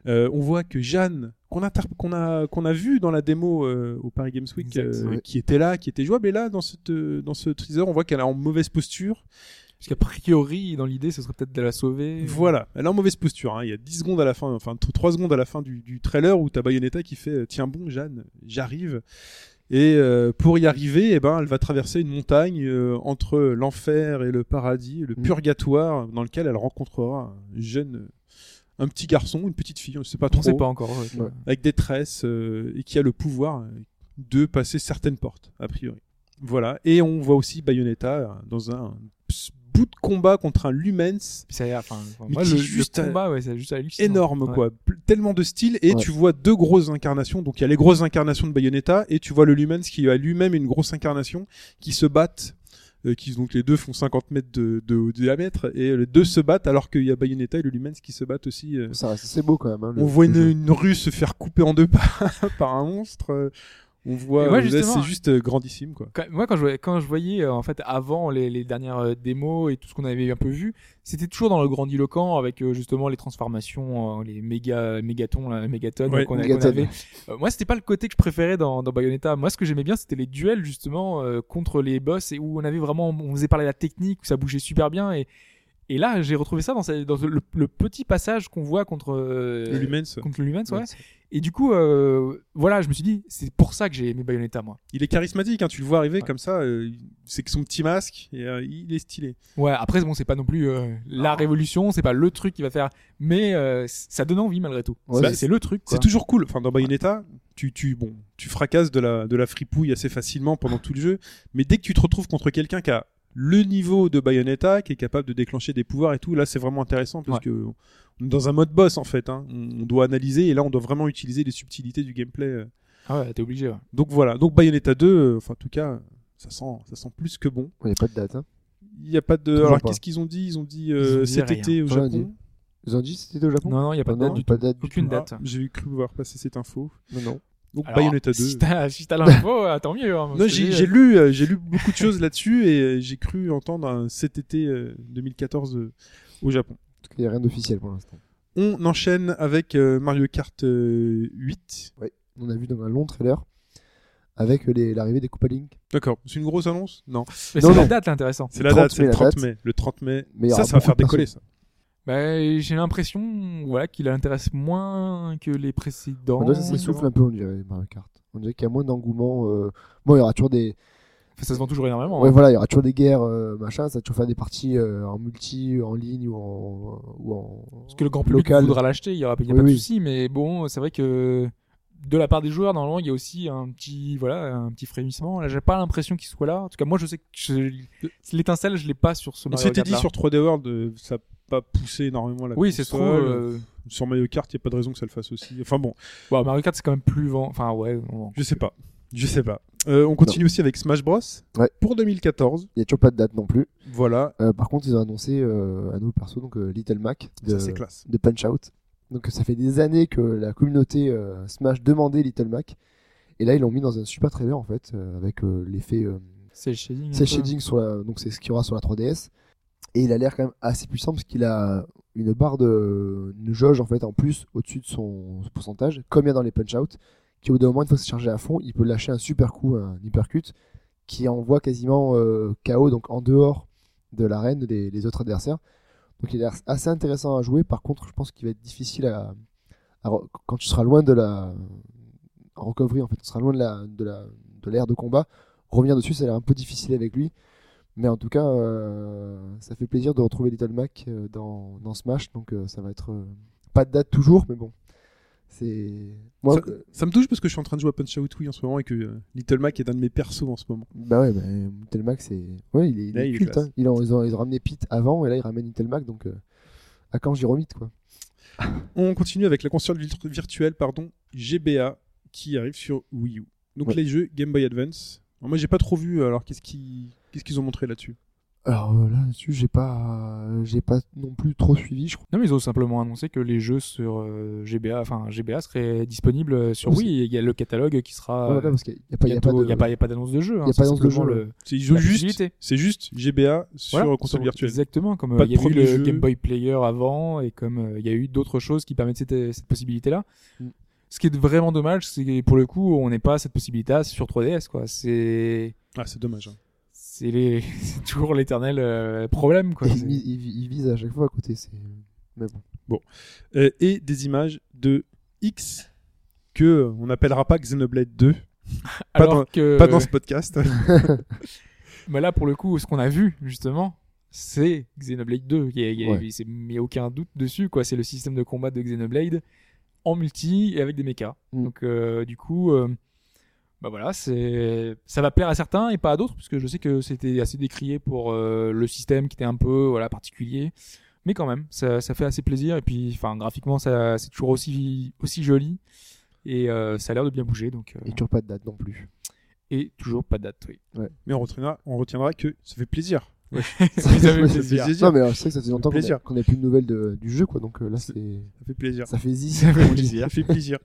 [SPEAKER 3] Euh, on voit que Jeanne, qu'on a, tar- qu'on a, qu'on a vu dans la démo euh, au Paris Games Week,
[SPEAKER 4] Exact,
[SPEAKER 3] euh,
[SPEAKER 5] ouais.
[SPEAKER 3] qui était là, qui était jouable, et là dans, cette, euh, dans ce teaser, on voit qu'elle est en mauvaise posture.
[SPEAKER 4] Parce qu'a priori, dans l'idée, ce serait peut-être de la sauver.
[SPEAKER 3] Voilà, elle est en mauvaise posture. hein. Il y a 10 secondes à la fin, enfin 3 secondes à la fin du, du trailer où t'as Bayonetta qui fait euh, Tiens bon, Jeanne, j'arrive. Et euh, pour y arriver, eh ben, elle va traverser une montagne euh, entre l'enfer et le paradis, le
[SPEAKER 5] Mm.
[SPEAKER 3] purgatoire, dans lequel elle rencontrera un jeune, euh, un petit garçon, une petite fille, on ne sait pas
[SPEAKER 4] On
[SPEAKER 3] trop,
[SPEAKER 4] sait pas encore. ouais.
[SPEAKER 5] Ouais.
[SPEAKER 3] avec des tresses euh, et qui a le pouvoir euh, de passer certaines portes, a priori. Voilà, et on voit aussi Bayonetta euh, dans un ps- bout de combat contre un Lumens
[SPEAKER 4] Puis ça a l'air, enfin, enfin,
[SPEAKER 3] Mais
[SPEAKER 4] moi,
[SPEAKER 3] qui
[SPEAKER 4] le,
[SPEAKER 3] est
[SPEAKER 4] le
[SPEAKER 3] juste à-
[SPEAKER 4] combat, ouais, c'est juste hallucinant.
[SPEAKER 3] énorme
[SPEAKER 4] Ouais.
[SPEAKER 3] quoi Pl- tellement de styles et
[SPEAKER 5] Ouais.
[SPEAKER 3] tu vois deux grosses incarnations donc il y a les grosses incarnations de Bayonetta et tu vois le Lumens qui a lui-même une grosse incarnation qui se battent euh, qui donc les deux font 50 mètres de, de- de diamètre et les deux se battent alors qu'il y a Bayonetta et le Lumens qui se battent aussi euh.
[SPEAKER 5] Ça reste assez beau quand même. hein, le-
[SPEAKER 3] on voit
[SPEAKER 5] le
[SPEAKER 3] une,
[SPEAKER 5] jeu.
[SPEAKER 3] une rue se faire couper en deux par, par un monstre euh. on voit
[SPEAKER 4] Et moi,
[SPEAKER 3] euh,
[SPEAKER 4] justement-
[SPEAKER 3] c'est juste euh, grandissime quoi
[SPEAKER 4] Quand- moi quand je voyais, quand je voyais euh, en fait avant les, les dernières euh, démos et tout ce qu'on avait un peu vu c'était toujours dans le grandiloquent avec euh, justement les transformations euh, les méga mégatons là, mégatons
[SPEAKER 3] Ouais,
[SPEAKER 4] qu'on a- qu'on
[SPEAKER 5] Megaton.
[SPEAKER 4] avait Euh, moi c'était pas le côté que je préférais dans, dans Bayonetta moi ce que j'aimais bien c'était les duels justement euh, contre les boss et où on avait vraiment on faisait parler la technique où ça bougeait super bien et et là j'ai retrouvé ça dans, sa- dans le, le petit passage qu'on voit contre euh,
[SPEAKER 3] le Lumens
[SPEAKER 4] contre le Lumens ouais. et du coup euh, voilà je me suis dit c'est pour ça que j'ai aimé Bayonetta moi
[SPEAKER 3] il est charismatique hein, tu le vois arriver
[SPEAKER 4] Ouais.
[SPEAKER 3] comme ça euh, c'est que son petit masque et, euh, il est stylé
[SPEAKER 4] Ouais, après bon, c'est pas non plus euh, la révolution, c'est pas le truc qui va faire, mais euh, c- ça donne envie malgré tout.
[SPEAKER 5] Ouais,
[SPEAKER 4] C'est-
[SPEAKER 5] c'est-
[SPEAKER 4] c'est le truc. quoi.
[SPEAKER 3] C'est toujours cool. Enfin, dans Bayonetta, tu, tu, bon, tu fracasses de la, de la fripouille assez facilement pendant tout le jeu, mais dès que tu te retrouves contre quelqu'un qui a le niveau de Bayonetta qui est capable de déclencher des pouvoirs et tout. Là, c'est vraiment intéressant parce
[SPEAKER 4] Ouais.
[SPEAKER 3] que on est dans un mode boss en fait. hein. On on doit analyser et là, on doit vraiment utiliser les subtilités du gameplay. euh.
[SPEAKER 4] Ah ouais, t'es obligé. ouais.
[SPEAKER 3] Donc voilà. Donc Bayonetta 2, euh, enfin en tout cas, ça sent, ça sent plus que bon.
[SPEAKER 5] Il n'y a pas de date. Hein.
[SPEAKER 3] Il n'y a pas de.
[SPEAKER 5] Toujours
[SPEAKER 3] Alors
[SPEAKER 5] pas.
[SPEAKER 3] qu'est-ce qu'ils ont dit Ils ont dit, euh,
[SPEAKER 4] Ils ont dit
[SPEAKER 3] cet
[SPEAKER 4] rien.
[SPEAKER 3] été au
[SPEAKER 5] Rien
[SPEAKER 3] Japon.
[SPEAKER 5] dit. Ils ont dit que c'était au Japon
[SPEAKER 4] Non, non, il n'y a pas de
[SPEAKER 5] Non,
[SPEAKER 4] date du tout.
[SPEAKER 5] pas de date. du
[SPEAKER 4] Aucune
[SPEAKER 5] tout.
[SPEAKER 4] date.
[SPEAKER 3] Ah, J'ai eu cru voir passer cette info.
[SPEAKER 5] Non, non.
[SPEAKER 3] Donc
[SPEAKER 4] Alors,
[SPEAKER 3] Bayonetta 2.
[SPEAKER 4] Si t'as si t'as l'info, euh, tant mieux. hein,
[SPEAKER 3] Non,
[SPEAKER 4] parce que
[SPEAKER 3] j'ai
[SPEAKER 4] j'ai-
[SPEAKER 3] j'ai lu, euh, j'ai lu beaucoup de choses là-dessus et euh, j'ai cru entendre un cet été euh, 2014 euh, au Japon.
[SPEAKER 5] En tout cas, il n'y a rien d'officiel pour l'instant.
[SPEAKER 3] On enchaîne avec euh, Mario Kart euh, 8.
[SPEAKER 5] On a vu dans un long trailer avec les- l'arrivée des Koopa Link.
[SPEAKER 3] D'accord. C'est une grosse annonce Non.
[SPEAKER 4] Mais
[SPEAKER 5] Non,
[SPEAKER 4] c'est la
[SPEAKER 5] non.
[SPEAKER 4] date l'intéressant.
[SPEAKER 3] C'est la
[SPEAKER 5] 30
[SPEAKER 3] date, c'est
[SPEAKER 5] mai,
[SPEAKER 3] le
[SPEAKER 5] la
[SPEAKER 3] 30
[SPEAKER 5] date.
[SPEAKER 3] mai. Le 30 mai.
[SPEAKER 5] Mais ah il y
[SPEAKER 3] ça,
[SPEAKER 5] aura
[SPEAKER 3] ça va
[SPEAKER 5] beaucoup
[SPEAKER 3] faire
[SPEAKER 5] de personnes.
[SPEAKER 3] décoller ça.
[SPEAKER 4] Bah, j'ai l'impression voilà, qu'il intéresse moins que les précédents.
[SPEAKER 5] On dirait que ça
[SPEAKER 4] Enfin,
[SPEAKER 5] s'essouffle un peu, on dirait, Mario Kart. On dirait qu'il y a moins d'engouement. euh, Bon, il y aura toujours des.
[SPEAKER 4] ça se vend toujours énormément.
[SPEAKER 5] Ouais,
[SPEAKER 4] hein.
[SPEAKER 5] voilà, il y aura toujours des guerres, euh, machin. Ça va toujours faire des parties euh, en multi, en ligne ou en. Ou en...
[SPEAKER 4] Parce que le grand public
[SPEAKER 5] Local.
[SPEAKER 4] voudra l'acheter, il n'y aura il y a
[SPEAKER 5] Oui,
[SPEAKER 4] pas de
[SPEAKER 5] oui.
[SPEAKER 4] souci. Mais bon, c'est vrai que de la part des joueurs, normalement, il y a aussi un petit, voilà, un petit frémissement. Là, j'ai pas l'impression qu'il soit là. En tout cas, moi, je sais que je- l'étincelle, je l'ai pas sur ce
[SPEAKER 3] On
[SPEAKER 4] Mario
[SPEAKER 3] s'était
[SPEAKER 4] Kart.
[SPEAKER 3] dit sur 3D World, euh, ça n'a pas poussé énormément la
[SPEAKER 4] Oui, c'est trop.
[SPEAKER 3] console.
[SPEAKER 4] euh,
[SPEAKER 3] Sur Mario Kart, il n'y a pas de raison que ça le fasse aussi. Enfin bon,
[SPEAKER 4] Bon, Mario Kart, c'est quand même plus vent. Enfin, ouais. on-
[SPEAKER 3] je sais pas. Je sais pas. Euh, on continue aussi avec Smash Bros.
[SPEAKER 5] Ouais.
[SPEAKER 3] Pour 2014.
[SPEAKER 5] Il n'y a toujours pas de date non plus.
[SPEAKER 3] Voilà.
[SPEAKER 5] Euh, par contre, ils ont annoncé euh, un nouveau perso, donc euh, Little Mac de,
[SPEAKER 3] Ça, c'est classe.
[SPEAKER 5] de Punch Out. Donc ça fait des années que la communauté euh, Smash demandait Little Mac. Et là, ils l'ont mis dans un super trailer en fait, euh, avec euh, l'effet. euh,
[SPEAKER 4] C'est le shading. un
[SPEAKER 5] C'est le
[SPEAKER 4] peu.
[SPEAKER 5] shading sur la, donc c'est ce qu'il y aura sur la 3DS. Et il a l'air quand même assez puissant parce qu'il a une barre de une jauge en fait en plus au-dessus de son pourcentage, comme il y a dans les Punch-Out, qui au bout d'un moment, une fois que c'est chargé à fond, il peut lâcher un super coup, un hypercut, qui envoie quasiment euh, KO, donc en dehors de l'arène des, des autres adversaires. Donc il a l'air assez intéressant à jouer, par contre je pense qu'il va être difficile à, à re- quand tu seras loin de la en recovery en fait, tu seras loin de la de la de l'ère de combat revenir dessus, ça a l'air un peu difficile avec lui. Mais en tout cas, euh, ça fait plaisir de retrouver Little Mac euh, dans, dans Smash. Donc euh, ça va être euh, pas de date toujours, mais bon. C'est. Moi, euh,
[SPEAKER 3] Ça me touche parce que je suis en train de jouer à Punch Out Wii en ce moment et que euh, Little Mac est un de mes persos en ce moment.
[SPEAKER 5] bah ouais, bah, Little Mac, c'est. Ouais, il est, il
[SPEAKER 3] Là,
[SPEAKER 5] est
[SPEAKER 3] il est
[SPEAKER 5] culte.
[SPEAKER 3] classe.
[SPEAKER 5] hein. Ils, ont, ils, ont, ils ont ramené Pete avant et là, ils ramènent Little Mac. Donc euh, à quand j'y remite, quoi.
[SPEAKER 3] On continue avec la console virt- virtuelle, pardon, GBA, qui arrive sur Wii U. Donc
[SPEAKER 5] Ouais.
[SPEAKER 3] les jeux Game Boy Advance. Alors, moi, j'ai pas trop vu. euh, Alors, qu'est-ce qu'ils qu'est-ce qu'ils ont montré là-dessus
[SPEAKER 5] Alors euh, là, dessus j'ai pas, j'ai pas non plus trop suivi, je crois.
[SPEAKER 4] Non, mais ils ont simplement annoncé que les jeux sur euh, GBA, enfin GBA, seraient disponibles euh, sur
[SPEAKER 5] Oui,
[SPEAKER 4] Wii. et Il y a le catalogue qui sera.
[SPEAKER 5] Voilà, parce qu'il n'y a, pas- il y a pas
[SPEAKER 4] bientôt-
[SPEAKER 5] de.
[SPEAKER 4] il y a pas- il y a pas d'annonce de jeu. hein,
[SPEAKER 5] il y a
[SPEAKER 4] c'est
[SPEAKER 5] pas d'annonce de
[SPEAKER 4] simplement
[SPEAKER 5] jeu.
[SPEAKER 4] le-
[SPEAKER 3] C'est ils jouent
[SPEAKER 4] La
[SPEAKER 3] juste,
[SPEAKER 4] visibilité.
[SPEAKER 3] c'est juste GBA sur
[SPEAKER 4] Voilà,
[SPEAKER 3] console
[SPEAKER 4] sur-
[SPEAKER 3] virtuelle.
[SPEAKER 4] Exactement, comme
[SPEAKER 3] Pas
[SPEAKER 4] euh, il
[SPEAKER 3] de
[SPEAKER 4] y a eu
[SPEAKER 3] premier
[SPEAKER 4] le
[SPEAKER 3] jeu.
[SPEAKER 4] Game Boy Player avant et comme euh, il y a eu d'autres choses qui permettent cette, euh, cette possibilité-là.
[SPEAKER 5] Mm.
[SPEAKER 4] Ce qui est vraiment dommage, c'est que pour le coup, on n'est pas à cette possibilité sur 3DS. quoi. C'est
[SPEAKER 3] Ah, c'est dommage. hein.
[SPEAKER 4] c'est les... c'est toujours l'éternel euh, problème. Quoi.
[SPEAKER 5] Et
[SPEAKER 4] C'est-
[SPEAKER 5] ils, mis- ils- ils visent à chaque fois à côté. C'est. Mais bon.
[SPEAKER 3] Euh, et des images de X que euh, on n'appellera pas Xenoblade 2, pas
[SPEAKER 4] Alors
[SPEAKER 3] dans-
[SPEAKER 4] que
[SPEAKER 3] pas dans ce podcast.
[SPEAKER 4] bah là, pour le coup, ce qu'on a vu, justement, c'est Xenoblade 2. Il n'y a, il y a-
[SPEAKER 5] Ouais.
[SPEAKER 4] c'est- il y a aucun doute dessus. quoi. C'est le système de combat de Xenoblade en multi et avec des mechas.
[SPEAKER 5] Mm.
[SPEAKER 4] Donc, euh, du coup, euh, bah voilà, c'est ça va plaire à certains et pas à d'autres, parce que je sais que c'était assez décrié pour euh, le système qui était un peu voilà particulier. Mais quand même, ça, ça fait assez plaisir. Et puis, enfin, graphiquement, ça, c'est toujours aussi, aussi joli. Et euh, ça a l'air de bien bouger. Donc, euh,
[SPEAKER 5] Et toujours pas de date non plus.
[SPEAKER 4] et toujours pas de date, oui.
[SPEAKER 3] Mais on retiendra, on retiendra que ça fait plaisir.
[SPEAKER 4] Ça fait
[SPEAKER 5] Ouais,
[SPEAKER 4] plaisir.
[SPEAKER 3] plaisir.
[SPEAKER 5] Non, mais euh, c'est vrai que ça fait longtemps qu'on a-
[SPEAKER 3] plaisir.
[SPEAKER 5] qu'on n'a plus de nouvelles de- du jeu, quoi. Donc euh, là, c'est.
[SPEAKER 3] Ça fait plaisir.
[SPEAKER 5] Ça fait zizi.
[SPEAKER 4] Ça fait
[SPEAKER 3] Ça fait plaisir.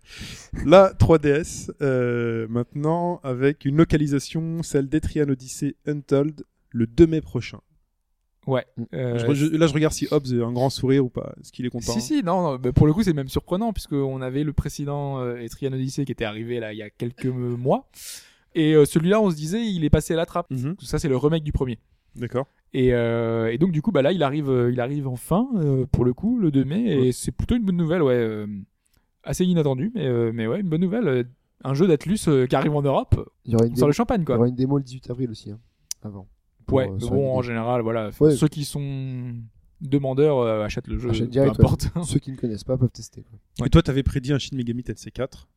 [SPEAKER 3] La 3DS, euh, maintenant, avec une localisation, celle d'Etrian Odyssey Untold, le 2 mai prochain.
[SPEAKER 4] Ouais.
[SPEAKER 5] Mm.
[SPEAKER 4] Euh,
[SPEAKER 3] Je re- je- là, je regarde si Hobbs a un grand sourire ou pas, est-ce qu'il est content.
[SPEAKER 4] Si, si, non, non, bah, pour le coup, c'est même surprenant, puisqu'on avait le précédent euh, Etrian Odyssey qui était arrivé là il y a quelques euh, mois. Et euh, celui-là, on se disait, il est passé à la trappe.
[SPEAKER 3] Mhm,
[SPEAKER 4] Ça, c'est le remake du premier.
[SPEAKER 3] D'accord.
[SPEAKER 4] Et, euh, et donc, du coup, bah, là, il arrive, euh, il arrive enfin, euh, pour le coup, le 2 mai. Et
[SPEAKER 3] Ouais.
[SPEAKER 4] c'est plutôt une bonne nouvelle, ouais. euh, assez inattendue, mais, euh, mais ouais, une bonne nouvelle. euh, un jeu d'Atlus euh, qui arrive en Europe,
[SPEAKER 5] Il y aura une
[SPEAKER 4] on sort
[SPEAKER 5] démo,
[SPEAKER 4] le champagne,
[SPEAKER 5] il y
[SPEAKER 4] quoi.
[SPEAKER 5] aura une démo le 18 avril aussi, hein, avant. Pour,
[SPEAKER 4] Ouais,
[SPEAKER 5] euh,
[SPEAKER 4] mais
[SPEAKER 5] sur
[SPEAKER 4] bon, en
[SPEAKER 5] la vidéo.
[SPEAKER 4] général, voilà.
[SPEAKER 5] Ouais.
[SPEAKER 4] Ceux qui sont demandeurs euh, achètent le jeu,
[SPEAKER 5] Achète
[SPEAKER 4] peu
[SPEAKER 5] direct, ouais.
[SPEAKER 4] importe.
[SPEAKER 5] Ceux qui ne connaissent pas peuvent tester. quoi.
[SPEAKER 4] Ouais.
[SPEAKER 3] Et toi, t'avais prédit un Shin Megami Tensei 4.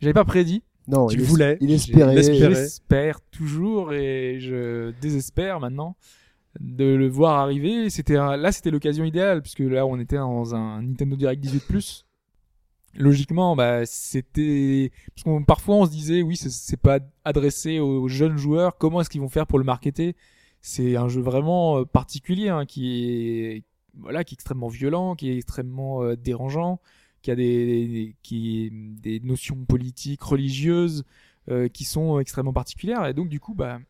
[SPEAKER 4] J'avais pas prédit,
[SPEAKER 5] Non,
[SPEAKER 3] Tu
[SPEAKER 5] il
[SPEAKER 3] le
[SPEAKER 5] es-
[SPEAKER 3] voulais.
[SPEAKER 5] Il espérait.
[SPEAKER 3] l'espérais.
[SPEAKER 4] J'espère toujours et je désespère maintenant. de le voir arriver. C'était un- là, c'était l'occasion idéale puisque là, on était dans un Nintendo Direct 18 Logiquement, bah, c'était parce qu'on parfois on se disait oui, c'est- c'est pas adressé aux jeunes joueurs. Comment est-ce qu'ils vont faire pour le marketer C'est un jeu vraiment euh, particulier hein, qui est voilà, qui est extrêmement violent, qui est extrêmement euh, dérangeant, qui a des qui des notions politiques, religieuses euh, qui sont extrêmement particulières. Et donc du coup, bah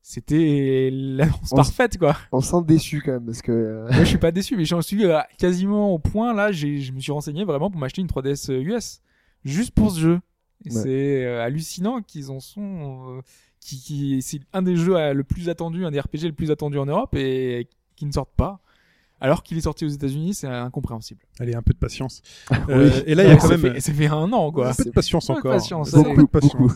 [SPEAKER 4] c'était l'annonce
[SPEAKER 5] On s-
[SPEAKER 4] parfaite quoi.
[SPEAKER 5] On sent déçu quand même parce que euh,
[SPEAKER 4] Moi, je suis pas déçu, mais j'en suis euh, quasiment au point. Là, j'ai- je me suis renseigné vraiment pour m'acheter une 3DS US, euh, juste pour ce jeu. Et
[SPEAKER 5] Ouais.
[SPEAKER 4] C'est euh, hallucinant qu'ils en sont. euh, qui, qui- c'est un des jeux euh, le plus attendu, un des RPG le plus attendu en Europe et qui ne sortent pas. Alors qu'il est sorti aux États-Unis, c'est incompréhensible.
[SPEAKER 3] Allez, un peu de patience. Euh, et là, il y a
[SPEAKER 4] Ouais,
[SPEAKER 3] quand
[SPEAKER 4] Ah, ça
[SPEAKER 3] même
[SPEAKER 4] fait- ça fait un an, quoi.
[SPEAKER 3] un peu de
[SPEAKER 5] c'est-
[SPEAKER 3] patience
[SPEAKER 4] peu de
[SPEAKER 3] encore.
[SPEAKER 4] patience,
[SPEAKER 3] Un peu
[SPEAKER 4] allez.
[SPEAKER 3] de patience.
[SPEAKER 5] Beaucoup.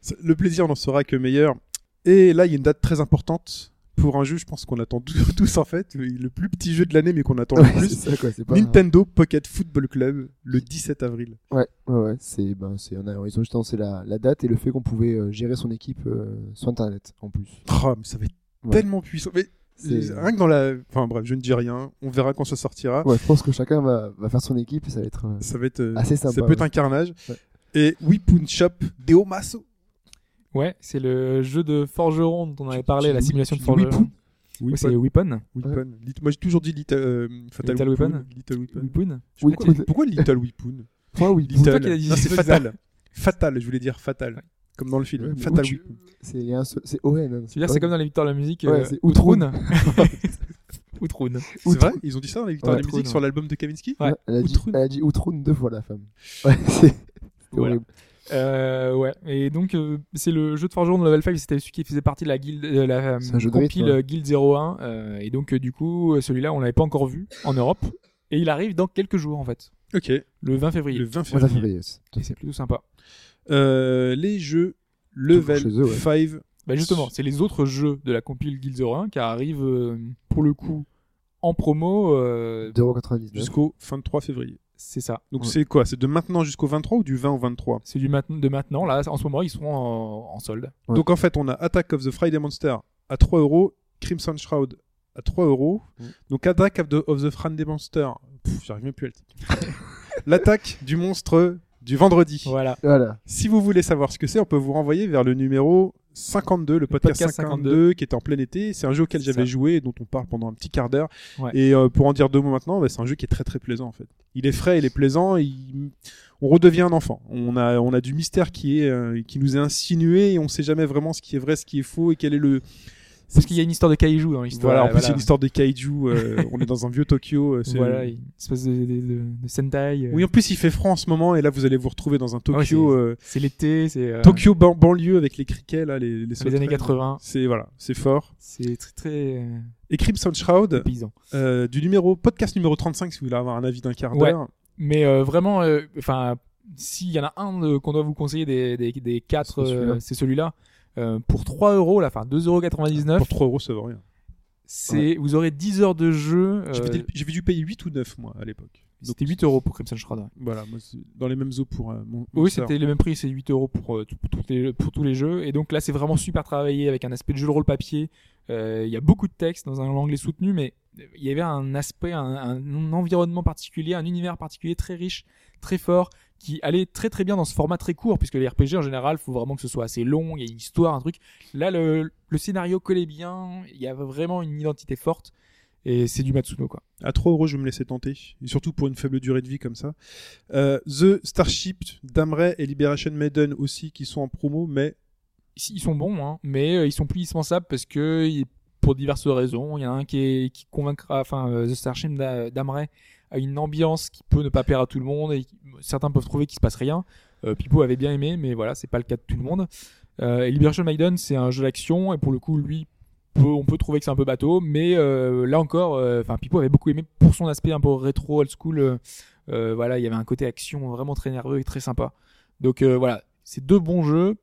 [SPEAKER 3] C'est- Le plaisir n'en sera que meilleur. Et là, il y a une date très importante pour un jeu, je pense qu'on attend tous, tous, en fait, le plus petit jeu de l'année, mais qu'on attend le
[SPEAKER 5] ouais, c'est
[SPEAKER 3] plus.
[SPEAKER 5] ça, quoi, c'est pas-
[SPEAKER 3] Nintendo Pocket Football Club, le 17 avril.
[SPEAKER 5] Ouais, ouais, ouais, c'est ben c'est on a- ils ont juste lancé la, la date et le fait qu'on pouvait euh, gérer son équipe euh, sur internet en plus.
[SPEAKER 3] Oh, mais ça va être
[SPEAKER 5] Ouais.
[SPEAKER 3] tellement puissant. Mais
[SPEAKER 5] C'est-
[SPEAKER 3] rien que dans la. Enfin bref, je ne dis rien. On verra quand ça sortira.
[SPEAKER 5] Ouais, je pense que chacun va, va faire son équipe et ça va être euh,
[SPEAKER 3] Ça va être. euh,
[SPEAKER 5] assez sympa.
[SPEAKER 3] ça peut être
[SPEAKER 5] ouais.
[SPEAKER 3] un carnage.
[SPEAKER 5] Ouais.
[SPEAKER 3] Et Whipun Shop Deo Masso.
[SPEAKER 4] Ouais, c'est le jeu de forgeron dont on avait parlé,
[SPEAKER 5] tu
[SPEAKER 4] la
[SPEAKER 5] dis-
[SPEAKER 4] simulation
[SPEAKER 5] tu
[SPEAKER 4] de
[SPEAKER 5] dis Whipun
[SPEAKER 4] forgeron. Ouais,
[SPEAKER 3] Whipun.
[SPEAKER 4] c'est Weapon.
[SPEAKER 3] Whipun. Lit- Moi, j'ai toujours dit Little, euh, Fatal
[SPEAKER 4] Little
[SPEAKER 3] Whipun.
[SPEAKER 4] Weapon.
[SPEAKER 3] Little Whipun.
[SPEAKER 4] Weapon.
[SPEAKER 5] Oui,
[SPEAKER 4] Je sais pas
[SPEAKER 5] oui,
[SPEAKER 4] qui-
[SPEAKER 3] Pourquoi Little Whipun
[SPEAKER 5] Toi, oui,
[SPEAKER 4] toi
[SPEAKER 3] Little.
[SPEAKER 4] qui l'as dit,
[SPEAKER 3] Non,
[SPEAKER 4] c'est
[SPEAKER 3] c'est
[SPEAKER 4] ça.
[SPEAKER 3] fatal. Fatal, je voulais dire fatal.
[SPEAKER 4] Ouais.
[SPEAKER 3] Comme dans le film.
[SPEAKER 5] Ouais, mais
[SPEAKER 3] fatal
[SPEAKER 5] où tu-
[SPEAKER 3] Whipun.
[SPEAKER 5] c'est il y a un seul- c'est ON. hein,
[SPEAKER 4] C'est-à-dire,
[SPEAKER 5] ON.
[SPEAKER 4] c'est comme dans les victoires de la musique.
[SPEAKER 5] Ouais,
[SPEAKER 4] euh,
[SPEAKER 5] c'est
[SPEAKER 4] Outrun. Outrun.
[SPEAKER 5] Outrun.
[SPEAKER 3] C'est vrai Ils ont dit ça dans les victoires
[SPEAKER 4] Ouais,
[SPEAKER 3] de la
[SPEAKER 4] Outrun,
[SPEAKER 3] musique
[SPEAKER 4] ouais.
[SPEAKER 3] sur l'album de Kavinsky
[SPEAKER 4] Ouais,
[SPEAKER 5] Ouais, elle, a dit,
[SPEAKER 3] Outrun.
[SPEAKER 5] elle a dit Outrun deux fois la femme. Ouais, c'est c'est
[SPEAKER 4] Voilà.
[SPEAKER 5] horrible.
[SPEAKER 4] Euh, ouais. Et donc, euh, c'est le jeu de forgeron de level 5. C'était celui qui faisait partie de la guilde, euh, la euh,
[SPEAKER 5] C'est un jeu de
[SPEAKER 4] compile
[SPEAKER 5] rythme, ouais.
[SPEAKER 4] euh, Guild 01. euh, et donc, euh, du coup, euh, celui-là, on l'avait pas encore vu en Europe. Et il arrive dans quelques jours, en fait.
[SPEAKER 3] Ok,
[SPEAKER 4] Le 20 février.
[SPEAKER 3] le 20
[SPEAKER 5] Moi, ça
[SPEAKER 3] février.
[SPEAKER 5] fait rire, c'est-
[SPEAKER 4] Et c'est plutôt sympa.
[SPEAKER 3] Euh, les jeux Level
[SPEAKER 5] Toujours chez eux, ouais.
[SPEAKER 3] 5.
[SPEAKER 4] Bah, justement, c'est les autres jeux de la compile Guild 01 qui arrivent, euh, pour le coup, en promo. euh,
[SPEAKER 5] 2,99€.
[SPEAKER 3] Jusqu'au 23 février.
[SPEAKER 4] c'est ça.
[SPEAKER 3] Donc
[SPEAKER 4] Ouais.
[SPEAKER 3] c'est quoi C'est de maintenant jusqu'au 23 ou du 20 au 23
[SPEAKER 4] c'est du matin- de maintenant. Là, en ce moment, ils sont en, en solde.
[SPEAKER 5] Ouais.
[SPEAKER 3] Donc en fait, on a Attack of the Friday Monster à 3 euros, Crimson Shroud à 3 euros.
[SPEAKER 5] Mm.
[SPEAKER 3] Donc Attack of the, of the Friday Monster, pff, j'arrive même plus à le titre. L'attaque du monstre du vendredi.
[SPEAKER 4] Voilà.
[SPEAKER 5] Voilà.
[SPEAKER 3] Si vous voulez savoir ce que c'est, on peut vous renvoyer vers le numéro 52, le podcast,
[SPEAKER 4] podcast
[SPEAKER 3] 52,
[SPEAKER 4] 52,
[SPEAKER 3] qui était en plein été. C'est un jeu auquel
[SPEAKER 4] C'est ça.
[SPEAKER 3] j'avais joué et dont on parle pendant un petit quart d'heure.
[SPEAKER 4] Ouais.
[SPEAKER 3] Et euh, pour en dire deux mots maintenant, bah, c'est un jeu qui est très très plaisant en fait. Il est frais, il est plaisant, et il- on redevient un enfant. On a, on a du mystère qui, est, euh, qui nous est insinué et on sait jamais vraiment ce qui est vrai, ce qui est faux et quel est le...
[SPEAKER 4] Parce qu'il y a une histoire de Kaiju dans l'histoire.
[SPEAKER 3] Voilà, en plus
[SPEAKER 4] Voilà.
[SPEAKER 3] c'est l'histoire des kaiju, euh, on est dans un vieux Tokyo. euh, c'est-
[SPEAKER 4] Voilà, une espèce de, de, de- de Sentai. euh,
[SPEAKER 3] Oui, en plus il fait froid en ce moment et là vous allez vous retrouver dans un
[SPEAKER 4] Ah Ouais, c'est-
[SPEAKER 3] Tokyo... euh,
[SPEAKER 4] C'est l'été, c'est euh,
[SPEAKER 3] Tokyo ban- banlieue avec les criquets là, les, les
[SPEAKER 4] les
[SPEAKER 3] sauterelles.
[SPEAKER 4] années 80.
[SPEAKER 3] C'est voilà, c'est fort.
[SPEAKER 4] C'est très, très euh,
[SPEAKER 3] Et Crimson Shroud,
[SPEAKER 4] paysan.
[SPEAKER 3] euh, du numéro podcast numéro 35 si vous voulez avoir un avis d'un quart
[SPEAKER 4] Ouais.
[SPEAKER 3] d'heure.
[SPEAKER 4] Mais euh, vraiment, euh, enfin, s'il y en a un euh, qu'on doit vous conseiller des, des, des quatre,
[SPEAKER 5] C'est celui-là.
[SPEAKER 4] euh, c'est celui-là. Euh, pour 3 euros, là, enfin 2,99 euros,
[SPEAKER 3] Pour 3 euros ça vaut rien.
[SPEAKER 4] c'est vous aurez 10 heures de jeu. euh,
[SPEAKER 3] J'avais dû- J'avais dû payer 8 ou 9 moi à l'époque.
[SPEAKER 4] C'était 8 euros pour Crimson Shroud. ouais.
[SPEAKER 3] Voilà, moi, c'est dans les mêmes eaux pour euh, mon. mon
[SPEAKER 4] Oui,
[SPEAKER 3] sœur.
[SPEAKER 4] c'était le même prix, c'est 8 euros pour, euh, tout- pour, toutes les- pour tous les jeux. Et donc là, c'est vraiment super travaillé avec un aspect de jeu de rôle papier. Euh, Il y a beaucoup de textes dans un anglais soutenu, mais il y avait un aspect, un, un environnement particulier, un univers particulier très riche, très fort, qui allait très très bien dans ce format très court, puisque les RPG en général, faut vraiment que ce soit assez long, il y a une histoire, un truc. Là, le, le scénario collait bien, il y avait vraiment une identité forte, et c'est du Matsuno, quoi.
[SPEAKER 3] À 3 euros, je vais me laissais tenter, et surtout pour une faible durée de vie comme ça. Euh, The Starship, Damray et Liberation Maiden aussi qui sont en promo, mais
[SPEAKER 4] ils ils sont bons, hein, mais euh, ils sont plus dispensables parce que il- pour diverses raisons, il y en a un qui, est- qui convaincra, enfin, euh, The Starship d'A- d'Amray à une ambiance qui peut ne pas plaire à tout le monde et qui- certains peuvent trouver qu'il se passe rien. Euh, Pipo avait bien aimé, mais voilà, c'est pas le cas de tout le monde. Euh, et Liberation Maiden, c'est un jeu d'action et pour le coup, lui, peut- on peut trouver que c'est un peu bateau, mais euh, là encore, euh, enfin, Pipo avait beaucoup aimé pour son aspect un peu rétro, old school. euh, euh, voilà, il y avait un côté action vraiment très nerveux et très sympa. Donc euh, voilà, c'est deux bons jeux,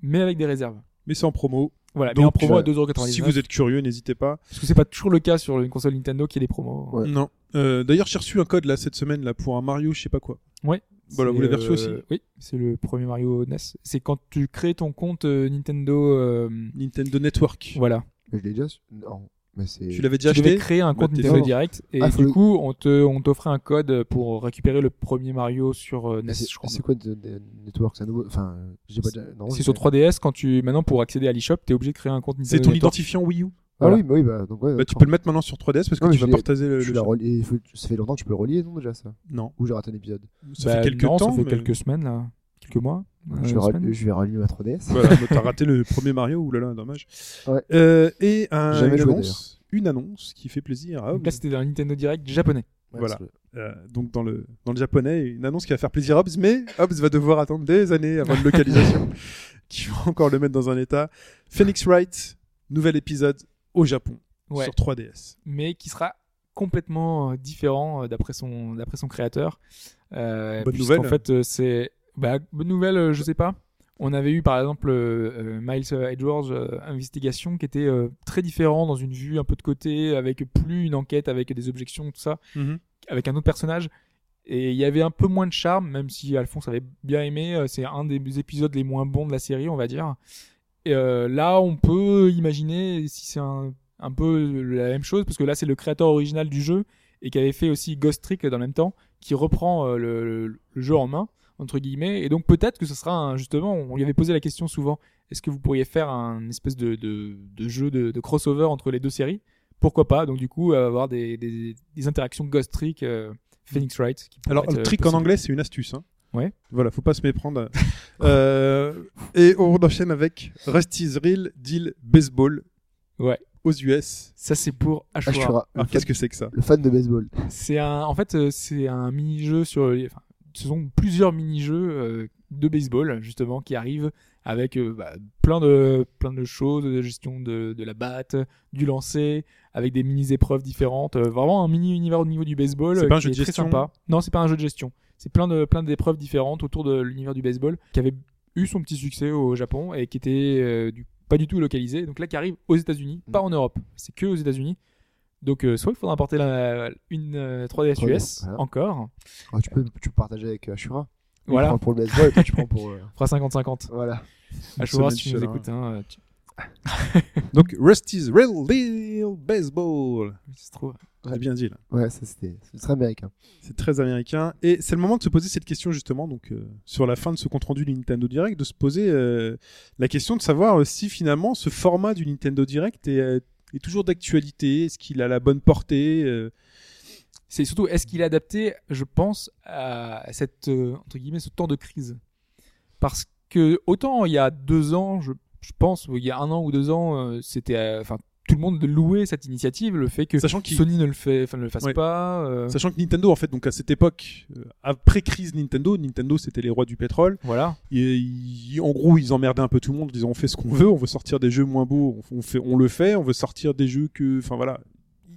[SPEAKER 4] mais avec des réserves.
[SPEAKER 3] mais c'est en promo.
[SPEAKER 4] Voilà, mais
[SPEAKER 3] Donc,
[SPEAKER 4] en promo à
[SPEAKER 3] euh,
[SPEAKER 4] 2,99€.
[SPEAKER 3] Si vous êtes curieux, n'hésitez pas.
[SPEAKER 4] Parce que c'est pas toujours le cas sur une console Nintendo qui a des promos. hein.
[SPEAKER 5] Ouais.
[SPEAKER 3] Non. Euh, D'ailleurs, j'ai reçu un code là cette semaine là pour un Mario, je sais pas quoi. Voilà,
[SPEAKER 4] C'est,
[SPEAKER 3] vous l'avez
[SPEAKER 4] euh,
[SPEAKER 3] reçu Bah, aussi
[SPEAKER 4] Oui, c'est le premier E Mario NES. C'est quand tu crées ton compte euh, Nintendo. euh,
[SPEAKER 3] Nintendo Network.
[SPEAKER 4] voilà.
[SPEAKER 5] Mais Je l'ai déjà. su- Non, mais c'est.
[SPEAKER 3] Tu l'avais déjà
[SPEAKER 4] tu devais
[SPEAKER 3] acheté
[SPEAKER 4] créer un
[SPEAKER 3] Bah,
[SPEAKER 4] compte
[SPEAKER 3] t'es
[SPEAKER 4] Nintendo
[SPEAKER 5] mort.
[SPEAKER 4] Direct et
[SPEAKER 5] Ah, faut
[SPEAKER 4] du
[SPEAKER 5] le-
[SPEAKER 4] coup on te on t'offrait un code pour récupérer le premier Mario sur euh, NES
[SPEAKER 5] Mais C'est
[SPEAKER 4] je crois.
[SPEAKER 5] c'est quoi de- de- Network C'est un nouveau. Enfin, j'ai pas déjà. non,
[SPEAKER 4] C'est
[SPEAKER 5] j'ai
[SPEAKER 4] sur
[SPEAKER 5] pas-
[SPEAKER 4] 3DS quand tu maintenant pour accéder à l'eShop t'es obligé de créer un compte Nintendo.
[SPEAKER 3] C'est ton
[SPEAKER 4] Network.
[SPEAKER 3] identifiant Wii U.
[SPEAKER 5] Ah
[SPEAKER 4] Voilà.
[SPEAKER 5] oui, bah oui, bah donc ouais.
[SPEAKER 3] Bah, tu peux le mettre maintenant sur 3DS parce que
[SPEAKER 5] Ouais,
[SPEAKER 3] tu
[SPEAKER 5] je
[SPEAKER 3] vas
[SPEAKER 5] l'ai-
[SPEAKER 3] partager le.
[SPEAKER 5] Je
[SPEAKER 3] le-
[SPEAKER 5] la relis- il faut- ça fait longtemps que tu peux le relier, non, déjà, ça
[SPEAKER 3] Non,
[SPEAKER 5] Ou j'ai raté un épisode
[SPEAKER 3] ça
[SPEAKER 4] Bah,
[SPEAKER 3] fait quelques
[SPEAKER 4] non,
[SPEAKER 3] temps.
[SPEAKER 4] ça fait
[SPEAKER 3] mais-
[SPEAKER 4] quelques semaines là, quelques mois. euh,
[SPEAKER 5] je, vais rel-
[SPEAKER 4] semaines.
[SPEAKER 5] je vais relier ma 3DS.
[SPEAKER 3] Voilà, bah, t'as raté le premier Mario, oulala, dommage.
[SPEAKER 5] Ouais.
[SPEAKER 3] Euh, et un-
[SPEAKER 5] Jamais
[SPEAKER 3] une,
[SPEAKER 5] joué,
[SPEAKER 3] annonce, une annonce qui fait plaisir à Hobbs.
[SPEAKER 4] Donc là c'était dans Nintendo Direct japonais.
[SPEAKER 3] Voilà. Euh, donc dans le, dans le japonais, une annonce qui va faire plaisir à Hobbs, mais Hobbs va devoir attendre des années avant une localisation qui va encore le mettre dans un état. Phoenix Wright, nouvel épisode au Japon,
[SPEAKER 4] Ouais.
[SPEAKER 3] sur 3DS.
[SPEAKER 4] Mais qui sera complètement euh, différent euh, d'après son d'après son créateur. Euh,
[SPEAKER 3] Bonne
[SPEAKER 4] puisqu'en
[SPEAKER 3] nouvelle.
[SPEAKER 4] fait euh, c'est bah, bonne nouvelle euh, je sais pas. On avait eu par exemple euh, euh, Miles Edwards euh, Investigation qui était euh, très différent dans une vue un peu de côté avec plus une enquête avec des objections tout ça avec un autre personnage. Et il y avait un peu moins de charme, même si Alphonse avait bien aimé. euh, C'est un des épisodes les moins bons de la série, on va dire. Et euh, là, on peut imaginer si c'est un, un peu la même chose, parce que là, c'est le créateur original du jeu et qui avait fait aussi Ghost Trick dans le même temps, qui reprend euh, le, le- le jeu en main, entre guillemets. Et donc, peut-être que ce sera un- justement, on lui avait posé la question souvent est-ce que vous pourriez faire un espèce de, de- de jeu de- de crossover entre les deux séries pourquoi pas donc du coup euh, avoir des, des, des interactions Ghost Trick euh, Phoenix Wright qui pourraient
[SPEAKER 3] Alors,
[SPEAKER 4] être,
[SPEAKER 3] le
[SPEAKER 4] euh,
[SPEAKER 3] trick en
[SPEAKER 4] possibles.
[SPEAKER 3] anglais, c'est une astuce. Hein.
[SPEAKER 4] Ouais.
[SPEAKER 3] Voilà, faut pas se méprendre. Euh, et on enchaîne avec Rest is Real Deal Baseball.
[SPEAKER 4] Ouais.
[SPEAKER 3] Aux US.
[SPEAKER 4] ça c'est pour Ashura
[SPEAKER 5] Ashura,
[SPEAKER 3] Alors, Ah, qu'est-ce que c'est que ça
[SPEAKER 5] le fan de baseball.
[SPEAKER 4] c'est un en fait euh, c'est un mini jeu sur les- enfin, ce sont plusieurs mini jeux de baseball justement qui arrivent avec euh, bah, plein de plein de choses de gestion de, de la batte du lancer avec des mini épreuves différentes Euh, vraiment un mini univers au niveau du baseball
[SPEAKER 3] C'est
[SPEAKER 4] euh,
[SPEAKER 3] pas un
[SPEAKER 4] qui
[SPEAKER 3] jeu de
[SPEAKER 4] est très
[SPEAKER 3] gestion
[SPEAKER 4] sympa non c'est pas un jeu de gestion c'est plein de plein d'épreuves différentes autour de l'univers du baseball qui avait eu son petit succès au Japon et qui était euh, du- pas du tout localisé donc là qui arrive aux États-Unis
[SPEAKER 3] Mm.
[SPEAKER 4] pas en Europe c'est que aux États-Unis donc euh, soit il faudra importer la, une euh, 3DS
[SPEAKER 5] 3DS,
[SPEAKER 4] US
[SPEAKER 5] voilà.
[SPEAKER 4] encore
[SPEAKER 5] Ah, tu peux tu peux partager avec Ashura. Tu
[SPEAKER 4] voilà
[SPEAKER 5] prends pour le baseball et puis tu prends pour. euh,
[SPEAKER 4] on fera 50-50
[SPEAKER 5] Voilà.
[SPEAKER 4] à
[SPEAKER 3] semaine
[SPEAKER 4] si tu nous
[SPEAKER 3] seule, hein.
[SPEAKER 4] écoutes hein, euh, tu-
[SPEAKER 3] Donc, Rest is Real Deal Baseball.
[SPEAKER 4] ça se trouve
[SPEAKER 3] J'ai bien dit, là.
[SPEAKER 5] Ouais, ça c'était c'est très américain.
[SPEAKER 3] C'est très américain. Et c'est le moment de se poser cette question, justement, donc, euh, sur la fin de ce compte-rendu du Nintendo Direct, de se poser euh, la question de savoir euh, si finalement ce format du Nintendo Direct est, euh, est toujours d'actualité, est-ce qu'il a la bonne portée euh,
[SPEAKER 4] c'est surtout est-ce qu'il est adapté, je pense, à cette euh, entre guillemets ce temps de crise. Parce que autant il y a deux ans, je, je pense, ou il y a un an ou deux ans, euh, c'était, euh, enfin, tout le monde louait cette initiative, le fait que
[SPEAKER 3] Sachant qu'il-
[SPEAKER 4] Sony ne le fait, enfin, ne le fasse
[SPEAKER 3] Ouais.
[SPEAKER 4] pas. euh,
[SPEAKER 3] Sachant que Nintendo, en fait, donc à cette époque, euh, après crise Nintendo, Nintendo c'était les rois du pétrole.
[SPEAKER 4] voilà.
[SPEAKER 3] Et, ils- en gros, ils emmerdaient un peu tout le monde, en disant on fait ce qu'on veut, on veut sortir des jeux moins beaux, on, fait, on le fait, on veut sortir des jeux que, enfin voilà,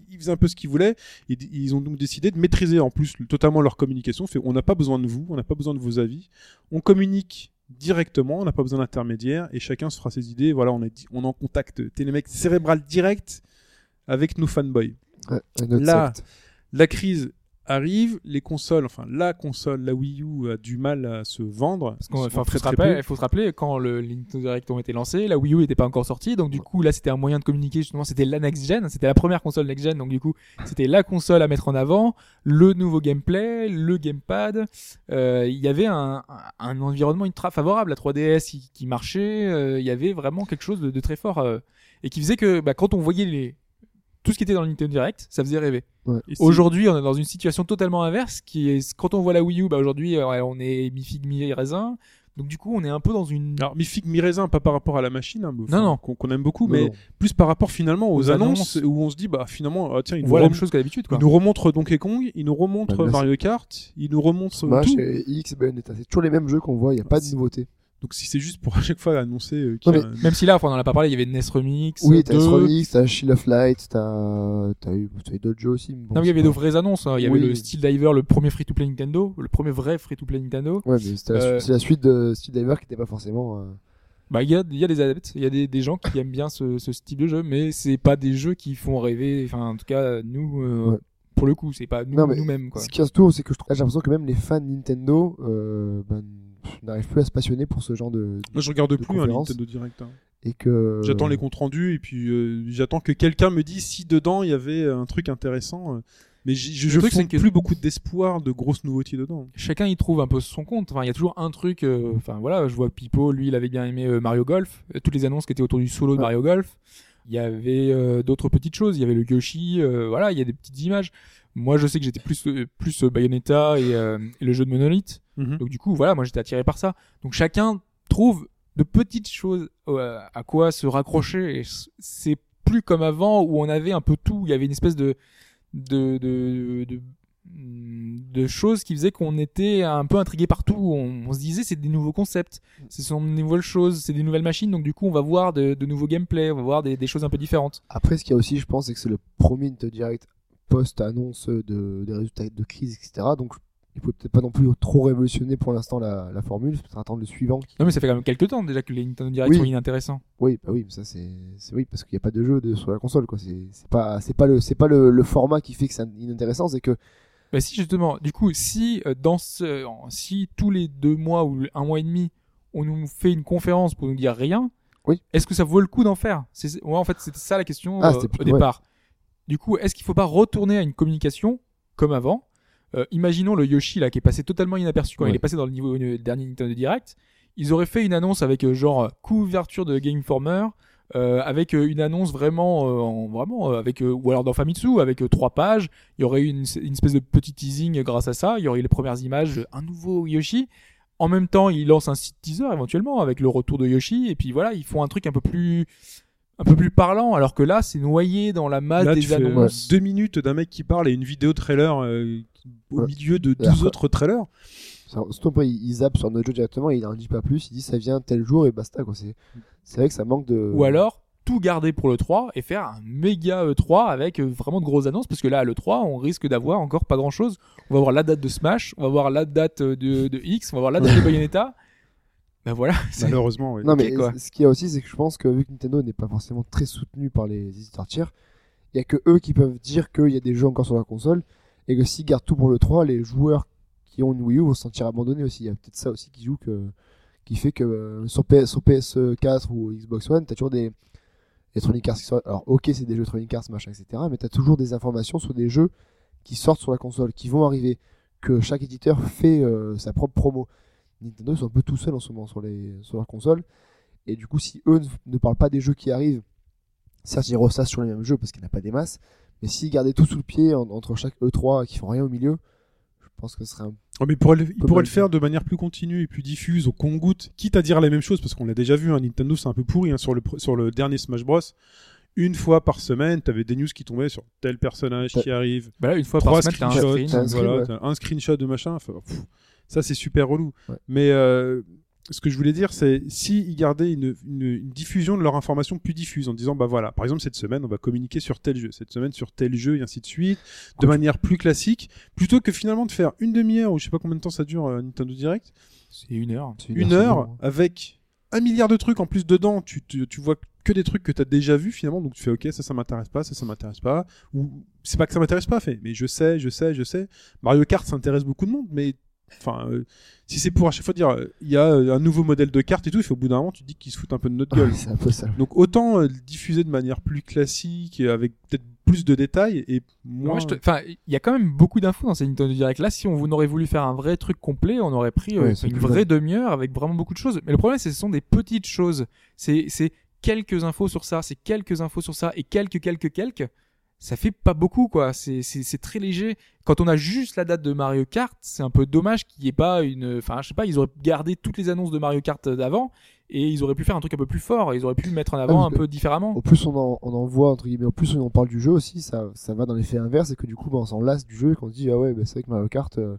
[SPEAKER 3] ils faisaient un peu ce qu'ils voulaient. Et d- ils ont donc décidé de maîtriser en plus le- totalement leur communication. Fait, on n'a pas besoin de vous, on n'a pas besoin de vos avis, on communique directement, on n'a pas besoin d'intermédiaire et chacun se fera ses idées. Voilà, on est, di- on est en contact télémec cérébral direct avec nos fanboys
[SPEAKER 5] Ouais, une autre
[SPEAKER 3] Là.
[SPEAKER 5] secte.
[SPEAKER 3] la crise arrive, les consoles, enfin la console, la Wii U a du mal à se vendre.
[SPEAKER 4] Parce qu'on,
[SPEAKER 3] Ils se vendent
[SPEAKER 4] enfin, faut,
[SPEAKER 3] très,
[SPEAKER 4] se
[SPEAKER 3] très
[SPEAKER 4] rappeler-
[SPEAKER 3] peu.
[SPEAKER 4] faut se rappeler quand le les Nintendo Direct ont été lancés, la Wii U n'était pas encore sortie, donc du coup là c'était un moyen de communiquer justement, c'était la next gen, c'était la première console next gen, donc du coup c'était la console à mettre en avant, le nouveau gameplay, le gamepad, Euh, il y avait un, un- un environnement ultra favorable, la 3DS qui, qui marchait, euh, il y avait vraiment quelque chose de, de très fort euh, et qui faisait que bah, quand on voyait les tout ce qui était dans le Nintendo Direct, ça faisait rêver.
[SPEAKER 3] Et c'est-
[SPEAKER 4] Aujourd'hui, on est dans une situation totalement inverse qui est quand on voit la Wii U, bah aujourd'hui euh, on est mi figue mi raisin. Donc du coup, on est un peu dans une
[SPEAKER 3] Alors, mi figue, mi raisin, pas par rapport à la machine, hein, mais enfin,
[SPEAKER 4] non.
[SPEAKER 3] qu'on qu'on aime beaucoup,
[SPEAKER 5] Non,
[SPEAKER 3] mais
[SPEAKER 5] non.
[SPEAKER 3] plus par rapport finalement aux,
[SPEAKER 4] Aux
[SPEAKER 3] annonces,
[SPEAKER 4] annonces.
[SPEAKER 3] où on se dit, bah finalement, ah, tiens, ils
[SPEAKER 4] on
[SPEAKER 3] nous,
[SPEAKER 4] voit la
[SPEAKER 3] rem-
[SPEAKER 4] même chose qu'à l'habitude quoi.
[SPEAKER 3] ils nous remontrent Donkey Kong, ils nous remontrent
[SPEAKER 5] Bah, là,
[SPEAKER 3] Mario Kart, ils nous remontrent
[SPEAKER 5] Smash
[SPEAKER 3] tout.
[SPEAKER 5] et Bah, X, Bayonetta, c'est toujours les mêmes jeux qu'on voit, il n'y a pas de
[SPEAKER 3] C'est-
[SPEAKER 5] nouveauté.
[SPEAKER 3] Donc si c'est juste pour à chaque fois annoncer euh, qu'il y a
[SPEAKER 5] Non,
[SPEAKER 3] un-
[SPEAKER 4] Même si là, enfin, on en a pas parlé, il y avait NES Remix,
[SPEAKER 5] Oui, E t'as
[SPEAKER 4] deux-
[SPEAKER 5] Astrolix, t'as Shield of Light, t'as t'as eu, t'as eu d'autres jeux aussi. mais bon,
[SPEAKER 4] Non, mais il y
[SPEAKER 5] c'est
[SPEAKER 4] avait
[SPEAKER 5] pas-
[SPEAKER 4] de vraies annonces. hein. Il y avait
[SPEAKER 5] Oui.
[SPEAKER 4] le Steel Diver, le premier free-to-play Nintendo, le premier vrai free-to-play Nintendo.
[SPEAKER 5] Ouais, mais c'était la su-
[SPEAKER 4] Euh,
[SPEAKER 5] c'est la suite de Steel Diver qui n'était pas forcément. euh,
[SPEAKER 4] Bah, il y a, il y a des adeptes, il y a des, des gens qui aiment bien ce, ce style de jeu, mais c'est pas des jeux qui font rêver. Enfin, en tout cas, nous, euh,
[SPEAKER 5] Ouais.
[SPEAKER 4] pour le coup, c'est pas nous-
[SPEAKER 5] Non, mais
[SPEAKER 4] nous-mêmes quoi.
[SPEAKER 5] Ce qui est surtout, c'est que je trouve- j'ai l'impression que même les fans Nintendo euh, ben, pff, n'arrivent plus à se passionner pour ce genre de.
[SPEAKER 3] Moi, je regarde
[SPEAKER 5] de
[SPEAKER 3] plus un
[SPEAKER 5] conférence.
[SPEAKER 3] Nintendo Direct. hein.
[SPEAKER 5] et que
[SPEAKER 3] J'attends les comptes rendus et puis euh, j'attends que quelqu'un me dise si dedans il y avait un truc intéressant. euh, Mais j'y- je,
[SPEAKER 4] Le
[SPEAKER 3] je
[SPEAKER 4] truc,
[SPEAKER 3] fonde
[SPEAKER 4] c'est que-
[SPEAKER 3] plus beaucoup d'espoir de grosses nouveautés dedans.
[SPEAKER 4] chacun y trouve un peu son compte. Enfin, il y a toujours un truc. euh, Enfin, voilà, je vois Pipo, lui, il avait bien aimé euh, Mario Golf. Euh, Toutes les annonces qui étaient autour du solo de
[SPEAKER 5] Ouais.
[SPEAKER 4] Mario Golf. Il y avait euh, d'autres petites choses. Il y avait le Yoshi. euh, voilà, il y a des petites images. Moi, je sais que j'étais plus euh, plus euh, Bayonetta et, euh, et le jeu de Monolith.
[SPEAKER 3] Mhm.
[SPEAKER 4] Donc du coup, voilà, moi j'étais attiré par ça. Donc chacun trouve de petites choses euh, à quoi se raccrocher. Et c- c'est plus comme avant où on avait un peu tout. Il y avait une espèce de de de, de, de choses qui faisaient qu'on était un peu intrigué partout. On, on se disait c'est des nouveaux concepts, ce sont des nouvelles choses, c'est des nouvelles machines. Donc du coup, on va voir de, de nouveaux gameplay, on va voir des, des choses un peu différentes.
[SPEAKER 5] Après, ce qu'il y a aussi, je pense, c'est que c'est le premier Nintendo Direct post-annonce de, des résultats de crise, etc. Donc, il ne faut peut-être pas non plus trop révolutionner pour l'instant la, la formule. Peut-être attendre le suivant. qui-
[SPEAKER 4] Non mais ça fait quand même quelques temps déjà que les Nintendo Direct
[SPEAKER 5] Oui.
[SPEAKER 4] sont inintéressants.
[SPEAKER 5] Oui, bah oui, mais ça c'est, c'est oui parce qu'il n'y a pas de jeu de, sur la console, quoi. C'est, c'est pas, c'est pas le, c'est pas le, le format qui fait que c'est inintéressant, c'est que
[SPEAKER 4] Bah si justement, du coup, si euh, dans ce, en- si tous les deux mois ou le- un mois et demi, on nous fait une conférence pour nous dire rien,
[SPEAKER 5] Oui.
[SPEAKER 4] est-ce que ça vaut le coup d'en faire C'est- ouais, en fait, c'était ça la question
[SPEAKER 5] Ah,
[SPEAKER 4] euh,
[SPEAKER 5] c'était
[SPEAKER 4] au
[SPEAKER 5] plutôt-
[SPEAKER 4] départ. Du coup, est-ce qu'il faut pas retourner à une communication comme avant Euh, Imaginons le Yoshi là qui est passé totalement inaperçu quand
[SPEAKER 5] Ouais.
[SPEAKER 4] il est passé dans le niveau le dernier Nintendo Direct. Ils auraient fait une annonce avec euh, genre couverture de Game Informer, euh, avec euh, une annonce vraiment, euh, en- vraiment euh, avec euh, ou alors dans Famitsu avec euh, trois pages. Il y aurait eu une, une espèce de petit teasing grâce à ça. Il y aurait eu les premières images, de un nouveau Yoshi. En même temps, ils lancent un site teaser éventuellement avec le retour de Yoshi. Et puis voilà, ils font un truc un peu plus, un peu plus parlant. Alors que là, c'est noyé dans la masse
[SPEAKER 3] Là, tu
[SPEAKER 4] des
[SPEAKER 3] fais
[SPEAKER 5] ouais.
[SPEAKER 4] annonces.
[SPEAKER 3] deux minutes d'un mec qui parle et une vidéo trailer euh, au
[SPEAKER 5] Ouais.
[SPEAKER 3] milieu de
[SPEAKER 5] Alors,
[SPEAKER 3] 12 autres trailers.
[SPEAKER 5] ça- surtout après ils zappent sur notre jeu directement et ils n'en disent pas plus. Ils disent ça vient tel jour et basta, quoi. C'est, c'est vrai que ça manque de.
[SPEAKER 3] Euh.
[SPEAKER 4] Ou alors tout garder pour le 3 et faire un méga E3 avec euh, vraiment de grosses annonces parce que là à l'E3 on risque d'avoir encore pas grand chose. On va voir la date de Smash, on va voir la date euh, de, de X, on va voir la date de Bayonetta. Ben voilà, c'est-
[SPEAKER 3] Malheureusement, ouais.
[SPEAKER 5] Non mais
[SPEAKER 4] quoi.
[SPEAKER 5] ce qu'il y a aussi, c'est que je pense que vu que Nintendo n'est pas forcément très soutenu par les éditeurs tiers, il y a que eux qui peuvent dire qu'il y a des jeux encore sur la console et que s'ils gardent tout pour le 3, les joueurs qui ont une Wii U vont se sentir abandonnés aussi. Il y a peut-être ça aussi qui joue que qui fait que euh, sur, PS, sur PS4 ou Xbox One, t'as toujours des Electronic Arts qui sortent. Alors ok, c'est des jeux Electronic Arts, machin, etc. Mais t'as toujours des informations sur des jeux qui sortent sur la console, qui vont arriver, que chaque éditeur fait euh, sa propre promo. Nintendo ils sont un peu tout seuls en ce moment sur, les, sur leur console. Et du coup, si eux ne- ne parlent pas des jeux qui arrivent, certes, ils ressassent sur les mêmes jeux parce qu'il n'y en a pas des masses, mais s'ils gardaient tout sous le pied en- entre chaque E3 et qu'ils font rien au milieu, je pense que ce serait un.
[SPEAKER 3] Oh, mais pourrait le- il
[SPEAKER 5] Peut
[SPEAKER 3] pourrait
[SPEAKER 5] mal
[SPEAKER 3] le faire de manière plus continue et plus diffuse, au compte-goutte, quitte à dire la même chose, parce qu'on l'a déjà vu, hein, Nintendo c'est un peu pourri hein, sur, le, pr- sur le dernier Smash Bros. Une fois par semaine, t'avais des news qui tombaient sur tel personnage
[SPEAKER 5] T'as-
[SPEAKER 3] qui arrive,
[SPEAKER 4] ben là, une fois
[SPEAKER 3] trois
[SPEAKER 4] par semaine t'as un
[SPEAKER 3] screenshots, euh,
[SPEAKER 4] screen.
[SPEAKER 5] t'as un
[SPEAKER 3] voilà,
[SPEAKER 5] screen,
[SPEAKER 3] t'as un screenshot de machin, enfin, pff, ça c'est super relou.
[SPEAKER 5] Ouais.
[SPEAKER 3] Mais euh, ce que je voulais dire, c'est s'ils gardaient une, une- une diffusion de leur information plus diffuse en disant, bah voilà, par exemple cette semaine on va communiquer sur tel jeu, cette semaine sur tel jeu et ainsi de suite, de manière plus classique, plutôt que finalement de faire une demi-heure ou je sais pas combien de temps ça dure euh, Nintendo Direct
[SPEAKER 4] C'est une heure.
[SPEAKER 3] une heure
[SPEAKER 5] hein.
[SPEAKER 3] avec un milliard de trucs en plus dedans. Tu, tu, tu vois que des trucs que tu as déjà vus finalement, donc tu fais ok, ça, ça m'intéresse pas, ça, ça m'intéresse pas. Ou c'est pas que ça m'intéresse pas, fait, mais je sais, je sais, je sais. Mario Kart s'intéresse beaucoup de monde, mais enfin, euh, si c'est pour à chaque fois dire euh, il y a euh, un nouveau modèle de carte et tout, il fait au bout d'un moment, tu te dis qu'ils se foutent un peu de notre gueule.
[SPEAKER 5] C'est un peu ça.
[SPEAKER 3] Donc autant euh, le diffuser de manière plus classique, et avec peut-être plus de détails et moins.
[SPEAKER 4] Moi, je te- enfin, il y a quand même beaucoup d'infos dans ces Nintendo Direct. Là, si on vous- on aurait voulu faire un vrai truc complet, on aurait pris euh,
[SPEAKER 5] Ouais, c'est
[SPEAKER 4] une
[SPEAKER 5] plus
[SPEAKER 4] vraie demi-heure avec vraiment beaucoup de choses. Mais le problème, c'est que ce sont des petites choses. C'est, c'est quelques infos sur ça, c'est quelques infos sur ça et quelques, quelques, quelques. Ça fait pas beaucoup, quoi. C'est, c'est, c'est très léger. Quand on a juste la date de Mario Kart, c'est un peu dommage qu'il y ait pas une, enfin, je sais pas, ils auraient gardé toutes les annonces de Mario Kart d'avant et ils auraient pu faire un truc un peu plus fort. Ils auraient pu mettre en avant
[SPEAKER 5] parce
[SPEAKER 4] un
[SPEAKER 5] que-
[SPEAKER 4] peu différemment.
[SPEAKER 5] Au plus on en, on en voit, entre guillemets, au plus on en parle du jeu aussi, ça, ça va dans l'effet inverse, et que du coup, bah, on s'en lasse du jeu et qu'on se dit, ah ouais, bah, c'est vrai que Mario Kart, euh,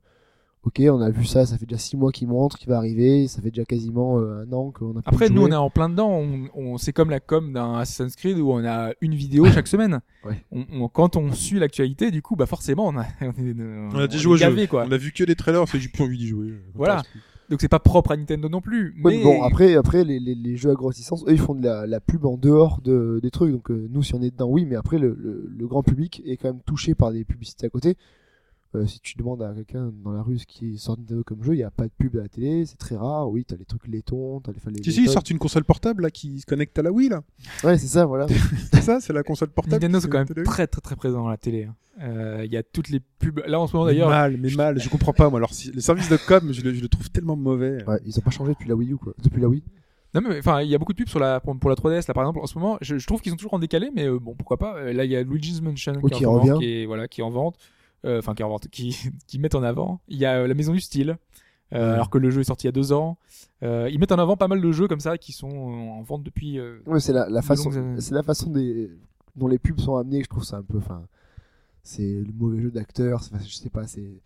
[SPEAKER 5] ok, on a vu ça, ça fait déjà 6 mois qu'il montre, qu'il va arriver, ça fait déjà quasiment euh, un an qu'on a pu
[SPEAKER 4] Après,
[SPEAKER 5] le
[SPEAKER 4] nous, on
[SPEAKER 5] jouer.
[SPEAKER 4] est en plein dedans. On, on- c'est comme la com d'un Assassin's Creed où on a une vidéo chaque semaine.
[SPEAKER 5] Ouais.
[SPEAKER 4] On, on- quand on suit l'actualité, du coup, bah forcément, on a, on est,
[SPEAKER 3] on a déjà
[SPEAKER 4] est
[SPEAKER 3] joué au jeu.
[SPEAKER 4] gavé, quoi.
[SPEAKER 3] On a vu que des trailers, on s'est dit, j'ai plus envie d'y jouer.
[SPEAKER 4] Voilà. Donc c'est pas propre à Nintendo non plus.
[SPEAKER 5] Ouais,
[SPEAKER 4] mais
[SPEAKER 5] mais bon, après, après les, les, les jeux à grosse licence, eux, ils font de la, la pub en dehors de, des trucs. Donc, euh, nous, si on est dedans, oui, mais après, le, le, le grand public est quand même touché par des publicités à côté. Euh, si tu demandes à quelqu'un dans la rue ce qui sort Nintendo comme jeu, il n'y a pas de pub à la télé, c'est très rare. Oui, t'as les trucs laitons, t'as les fallait.
[SPEAKER 3] Si, si, ils sortent une console portable là, qui se connecte à la Wii. là.
[SPEAKER 5] Ouais, c'est ça, voilà.
[SPEAKER 3] C'est ça, c'est la console portable.
[SPEAKER 4] Nintendo,
[SPEAKER 3] qui
[SPEAKER 4] c'est
[SPEAKER 3] se
[SPEAKER 4] quand même
[SPEAKER 3] connecte à la Wii.
[SPEAKER 4] très très très présent dans la télé. hein. Euh, Il y a toutes les pubs. Là en ce moment
[SPEAKER 3] Mais
[SPEAKER 4] d'ailleurs,
[SPEAKER 3] mal, mais mal, je comprends pas moi. Alors, si- le service de com, je le, je le trouve tellement mauvais.
[SPEAKER 5] Ouais, ils ont pas changé depuis la Wii U, quoi. Depuis la Wii.
[SPEAKER 4] Non mais enfin il y a beaucoup de pubs sur la pour, pour la 3DS là par exemple en ce moment je, je trouve qu'ils sont toujours en décalé mais euh, bon pourquoi pas Euh, là il y a Luigi's Mansion
[SPEAKER 5] Oui,
[SPEAKER 4] qui,
[SPEAKER 5] qui
[SPEAKER 4] est en vente,
[SPEAKER 5] revient.
[SPEAKER 4] qui est- voilà qui est en vente Euh, enfin qui est en vente qui qui mettent en avant il y a euh, la maison du style euh,
[SPEAKER 5] Ouais.
[SPEAKER 4] alors que le jeu est sorti il y a deux ans Euh, ils mettent en avant pas mal de jeux comme ça qui sont euh, en vente depuis euh,
[SPEAKER 5] Ouais, c'est la, la
[SPEAKER 4] Des
[SPEAKER 5] façon,
[SPEAKER 4] longues années.
[SPEAKER 5] c'est la façon des, dont les pubs sont amenées, que je trouve ça un peu. Enfin, c'est le mauvais jeu d'acteur. c'est- enfin, Je sais pas, c'est.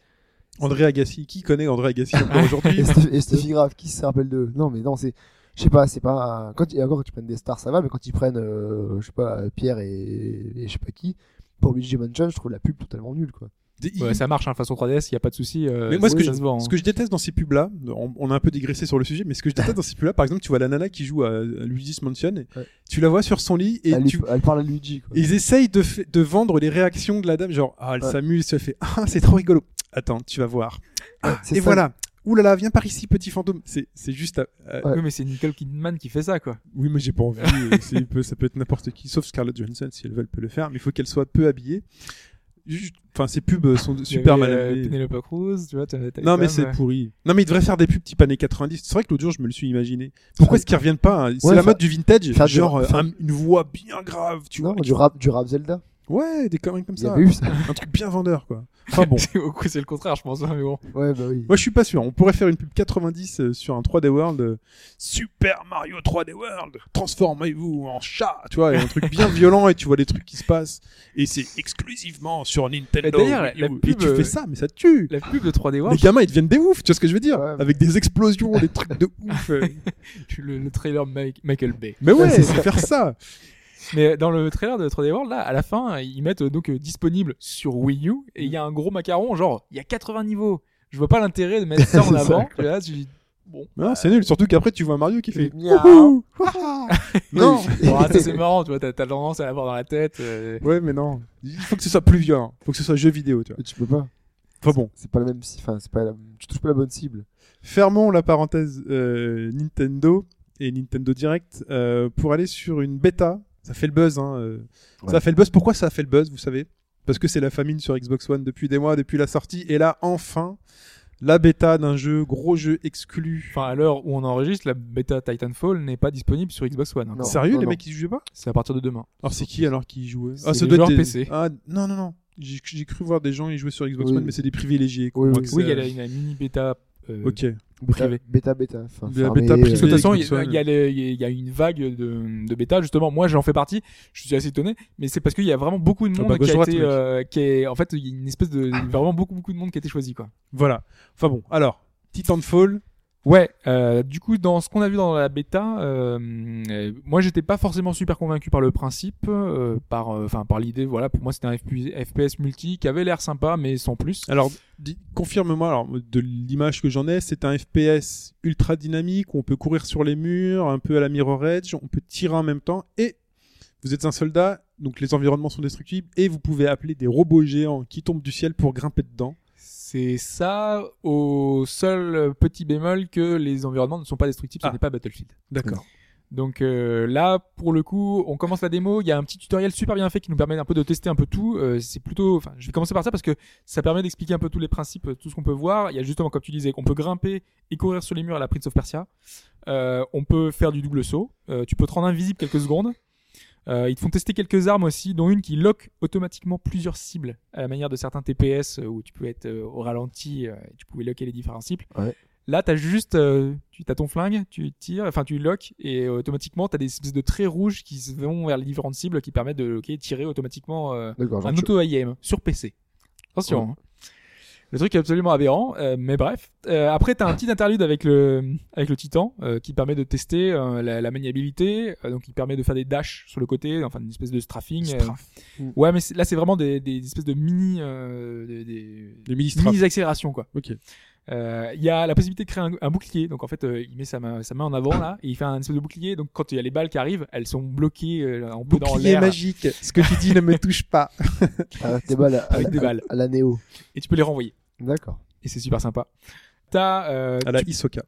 [SPEAKER 3] André Agassi, qui connaît André Agassi encore aujourd'hui
[SPEAKER 5] Et Steph- et Steffi Graf, qui se rappelle d'eux Non, mais non, c'est. Je sais pas, c'est pas. un- Quand, et encore, quand ils prennent des stars, ça va, mais quand ils prennent, euh, je sais pas, Pierre et, et je sais pas qui, pour Luigi Mansion, je trouve la pub totalement nulle, quoi.
[SPEAKER 3] Des-
[SPEAKER 4] ouais, ça marche hein, façon 3DS il y a pas de souci euh,
[SPEAKER 3] Mais moi, ce que
[SPEAKER 4] ça
[SPEAKER 3] je-
[SPEAKER 4] se vend, hein.
[SPEAKER 3] Ce que je déteste dans ces pubs-là, on, on a un peu digressé sur le sujet, mais ce que je déteste dans ces pubs-là, par exemple, tu vois la nana qui joue à Luigi's Mansion, et
[SPEAKER 5] Ouais.
[SPEAKER 3] tu la vois sur son lit et
[SPEAKER 5] elle, lui-
[SPEAKER 3] tu,
[SPEAKER 5] elle parle à Luigi, quoi.
[SPEAKER 3] et ils essayent de, fa- de vendre les réactions de la dame, genre ah elle
[SPEAKER 5] Ouais.
[SPEAKER 3] s'amuse, elle fait ah c'est trop rigolo. Attends, tu vas voir. Ah,
[SPEAKER 5] c'est
[SPEAKER 3] et
[SPEAKER 5] ça.
[SPEAKER 3] voilà. Ouh là là, viens par ici, petit fantôme. C'est c'est juste. à- à-
[SPEAKER 5] Ouais.
[SPEAKER 4] oui mais c'est Nicole Kidman qui fait ça quoi
[SPEAKER 3] Oui, mais j'ai pas envie. euh, c'est- peut- ça peut être n'importe qui, sauf Scarlett Johansson si elle veut, elle peut le faire. Mais il faut qu'elle soit peu habillée. Juste- Enfin, ces pubs sont
[SPEAKER 4] Il y
[SPEAKER 3] super
[SPEAKER 4] avait,
[SPEAKER 3] mal
[SPEAKER 4] euh,
[SPEAKER 3] habillées.
[SPEAKER 4] Penelope Cruz tu vois t'as- t'as
[SPEAKER 3] Non,
[SPEAKER 4] les
[SPEAKER 3] mais
[SPEAKER 4] femmes,
[SPEAKER 3] c'est
[SPEAKER 4] euh,
[SPEAKER 3] pourri. Non, mais ils devraient faire des pubs type années 90. C'est vrai que l'autre jour, je me le suis imaginé. Pourquoi est-ce qu'ils reviennent pas hein C'est
[SPEAKER 5] Ouais,
[SPEAKER 3] la
[SPEAKER 5] faire-
[SPEAKER 3] mode du vintage.
[SPEAKER 5] faire du-
[SPEAKER 3] Genre, euh,
[SPEAKER 5] faire-
[SPEAKER 3] un- une voix bien grave, tu
[SPEAKER 5] Non,
[SPEAKER 3] vois.
[SPEAKER 5] du rap, du rap Zelda.
[SPEAKER 3] Ouais, des conneries comme
[SPEAKER 5] Il y
[SPEAKER 3] ça.
[SPEAKER 5] avait eu ça.
[SPEAKER 3] Un truc bien vendeur, quoi. Enfin bon.
[SPEAKER 4] euh, c'est au coup, c'est le contraire je pense hein, mais bon
[SPEAKER 5] Ouais, bah oui.
[SPEAKER 3] Moi, je suis pas sûr. On pourrait faire une pub 90 euh, sur un 3D World. euh, Super Mario 3D World. Transformez-vous en chat. Tu vois, et un truc bien violent et tu vois les trucs qui se passent. Et c'est exclusivement sur Nintendo.
[SPEAKER 4] Et d'ailleurs, la-
[SPEAKER 3] Wii
[SPEAKER 4] la
[SPEAKER 3] U.
[SPEAKER 4] pub,
[SPEAKER 3] et tu
[SPEAKER 4] euh,
[SPEAKER 3] fais ça, mais ça tue.
[SPEAKER 4] la pub de 3D World
[SPEAKER 3] Les gamins, ils deviennent des oufs. Tu vois ce que je veux dire?
[SPEAKER 5] Ouais, mais-
[SPEAKER 3] Avec des explosions, des trucs de ouf. euh,
[SPEAKER 4] le, le trailer Mike- Michael Bay
[SPEAKER 3] Mais ouais,
[SPEAKER 5] Ouais, c'est
[SPEAKER 3] c'est faire ça.
[SPEAKER 4] Mais dans le trailer de 3D World, là, à la fin, ils mettent euh, donc euh, disponible sur Wii U et il y a un gros macaron, genre il y a 80 niveaux. Je vois pas l'intérêt de mettre ça en
[SPEAKER 5] C'est ça,
[SPEAKER 4] avant.
[SPEAKER 5] quoi.
[SPEAKER 4] Et là, tu dis bon,
[SPEAKER 3] Non, c'est nul. Surtout qu'après, tu vois Mario qui fait.
[SPEAKER 5] Miaou.
[SPEAKER 3] Wouhou, waha. non.
[SPEAKER 4] bon, ah, ça, c'est marrant, tu vois, t'as t'as tendance à l'avoir dans la tête. euh.
[SPEAKER 3] Ouais, mais non. Il faut que ce soit plus violent. Il faut que ce soit jeu vidéo, tu vois.
[SPEAKER 5] Mais tu peux pas.
[SPEAKER 3] Enfin bon.
[SPEAKER 5] C'est pas la même. ci- Enfin, c'est pas. La... Tu touches pas la bonne cible.
[SPEAKER 3] Fermons la parenthèse euh, Nintendo et Nintendo Direct euh, pour aller sur une bêta. Ça fait le buzz. Hein, euh.
[SPEAKER 5] Ouais.
[SPEAKER 3] Ça a fait le buzz. Pourquoi ça a fait le buzz, vous savez Parce que c'est la famine sur Xbox One depuis des mois, depuis la sortie. Et là, enfin, la bêta d'un jeu, gros jeu exclu.
[SPEAKER 4] Enfin, à l'heure où on enregistre, la bêta Titanfall n'est pas disponible sur Xbox One. hein.
[SPEAKER 5] Non.
[SPEAKER 3] Sérieux, les
[SPEAKER 5] non.
[SPEAKER 3] mecs, ils jouaient pas
[SPEAKER 4] C'est à partir de demain.
[SPEAKER 3] Alors c'est qui alors qui y jouait
[SPEAKER 4] C'est les
[SPEAKER 3] être
[SPEAKER 4] joueurs
[SPEAKER 3] des-
[SPEAKER 4] PC.
[SPEAKER 3] Ah non non non. J'ai j'ai cru voir des gens y jouer sur Xbox
[SPEAKER 5] Oui.
[SPEAKER 3] One, mais c'est des privilégiés. quoi.
[SPEAKER 5] Oui,
[SPEAKER 3] Moi,
[SPEAKER 5] oui.
[SPEAKER 3] que
[SPEAKER 4] Oui, il
[SPEAKER 3] c'est-
[SPEAKER 4] y a la, une mini bêta. euh,
[SPEAKER 3] Ok.
[SPEAKER 4] Privé.
[SPEAKER 5] Bêta, bêta. Enfin, euh,
[SPEAKER 3] Bêta,
[SPEAKER 5] fermé,
[SPEAKER 3] bêta, privé.
[SPEAKER 4] Parce que de toute façon, il y,
[SPEAKER 3] Xbox
[SPEAKER 4] a-
[SPEAKER 3] One.
[SPEAKER 4] il y a les- il y a une vague de, de bêta, justement. Moi, j'en fais partie. Je suis assez étonné, mais c'est parce qu'il y a vraiment beaucoup de
[SPEAKER 3] Ah
[SPEAKER 4] monde
[SPEAKER 3] bah,
[SPEAKER 4] qui a
[SPEAKER 3] gauche-droite,
[SPEAKER 4] été,
[SPEAKER 3] mec. Ah.
[SPEAKER 4] euh, qui est, en fait, il y a une espèce de, vraiment beaucoup, beaucoup de monde qui a été choisi, quoi.
[SPEAKER 3] Voilà. Enfin bon. Alors Titanfall.
[SPEAKER 4] Ouais, euh, du coup, dans ce qu'on a vu dans la bêta, euh, euh, moi, j'étais pas forcément super convaincu par le principe, euh, par, euh, enfin, par l'idée. Voilà, pour moi, c'était un FP- FPS multi qui avait l'air sympa, mais sans plus.
[SPEAKER 3] Alors dis- confirme-moi alors de l'image que j'en ai, c'est un FPS ultra dynamique où on peut courir sur les murs, un peu à la Mirror Edge, on peut tirer en même temps et vous êtes un soldat, donc les environnements sont destructibles et vous pouvez appeler des robots géants qui tombent du ciel pour grimper dedans.
[SPEAKER 4] C'est ça, au seul petit bémol que les environnements ne sont pas destructibles, ce
[SPEAKER 3] Ah.
[SPEAKER 4] n'est pas Battlefield.
[SPEAKER 3] D'accord.
[SPEAKER 4] Donc euh, là, pour le coup, on commence la démo. Il y a un petit tutoriel super bien fait qui nous permet un peu de tester un peu tout. Euh, c'est plutôt, enfin, je vais commencer par ça parce que ça permet d'expliquer un peu tous les principes, euh, tout ce qu'on peut voir. Il y a justement, comme tu disais, qu'on peut grimper et courir sur les murs à la Prince of Persia. Euh, on peut faire du double saut. Euh, tu peux te rendre invisible quelques secondes. Euh, ils te font tester quelques armes aussi, dont une qui lock automatiquement plusieurs cibles, à la manière de certains TPS euh, où tu peux être euh, au ralenti, euh, et tu pouvais locker les différents cibles.
[SPEAKER 5] Ouais.
[SPEAKER 4] Là, t'as juste, euh, tu as ton flingue, tu tires, enfin tu lock, et euh, automatiquement t'as des espèces de traits rouges qui se vont vers les différentes cibles qui permettent de ok, tirer automatiquement euh,
[SPEAKER 5] D'accord. genre,
[SPEAKER 4] un
[SPEAKER 5] tu-
[SPEAKER 4] auto-IM sur PC. Attention.
[SPEAKER 5] Ouais.
[SPEAKER 4] hein. Le truc est absolument aberrant, euh, mais bref. Euh, après, t'as un petit interlude avec le, avec le Titan euh, qui permet de tester euh, la, la maniabilité. euh, donc, il permet de faire des dashs sur le côté, enfin, une espèce de strafing. euh.
[SPEAKER 5] Mm.
[SPEAKER 4] Ouais, mais c'est- là, c'est vraiment des, des espèces de mini, euh, des, des-
[SPEAKER 3] Les mini
[SPEAKER 4] mini accélérations, quoi.
[SPEAKER 3] Ok.
[SPEAKER 4] Euh, Il y a la possibilité de créer un, un bouclier. Donc en fait, euh, il met sa main, sa main en avant là, et il fait un espèce de bouclier. Donc quand il y a les balles qui arrivent, elles sont bloquées euh, en peu dans
[SPEAKER 3] Bouclier
[SPEAKER 4] l'air
[SPEAKER 3] magique. Ce que tu dis ne me touche pas.
[SPEAKER 5] Ah, tes balles à, à-
[SPEAKER 4] avec des balles.
[SPEAKER 5] à la Néo.
[SPEAKER 4] Et tu peux les renvoyer.
[SPEAKER 5] D'accord.
[SPEAKER 4] Et c'est super sympa. T'as, euh,
[SPEAKER 5] Ah,
[SPEAKER 3] À la
[SPEAKER 4] tu-
[SPEAKER 3] Hisoka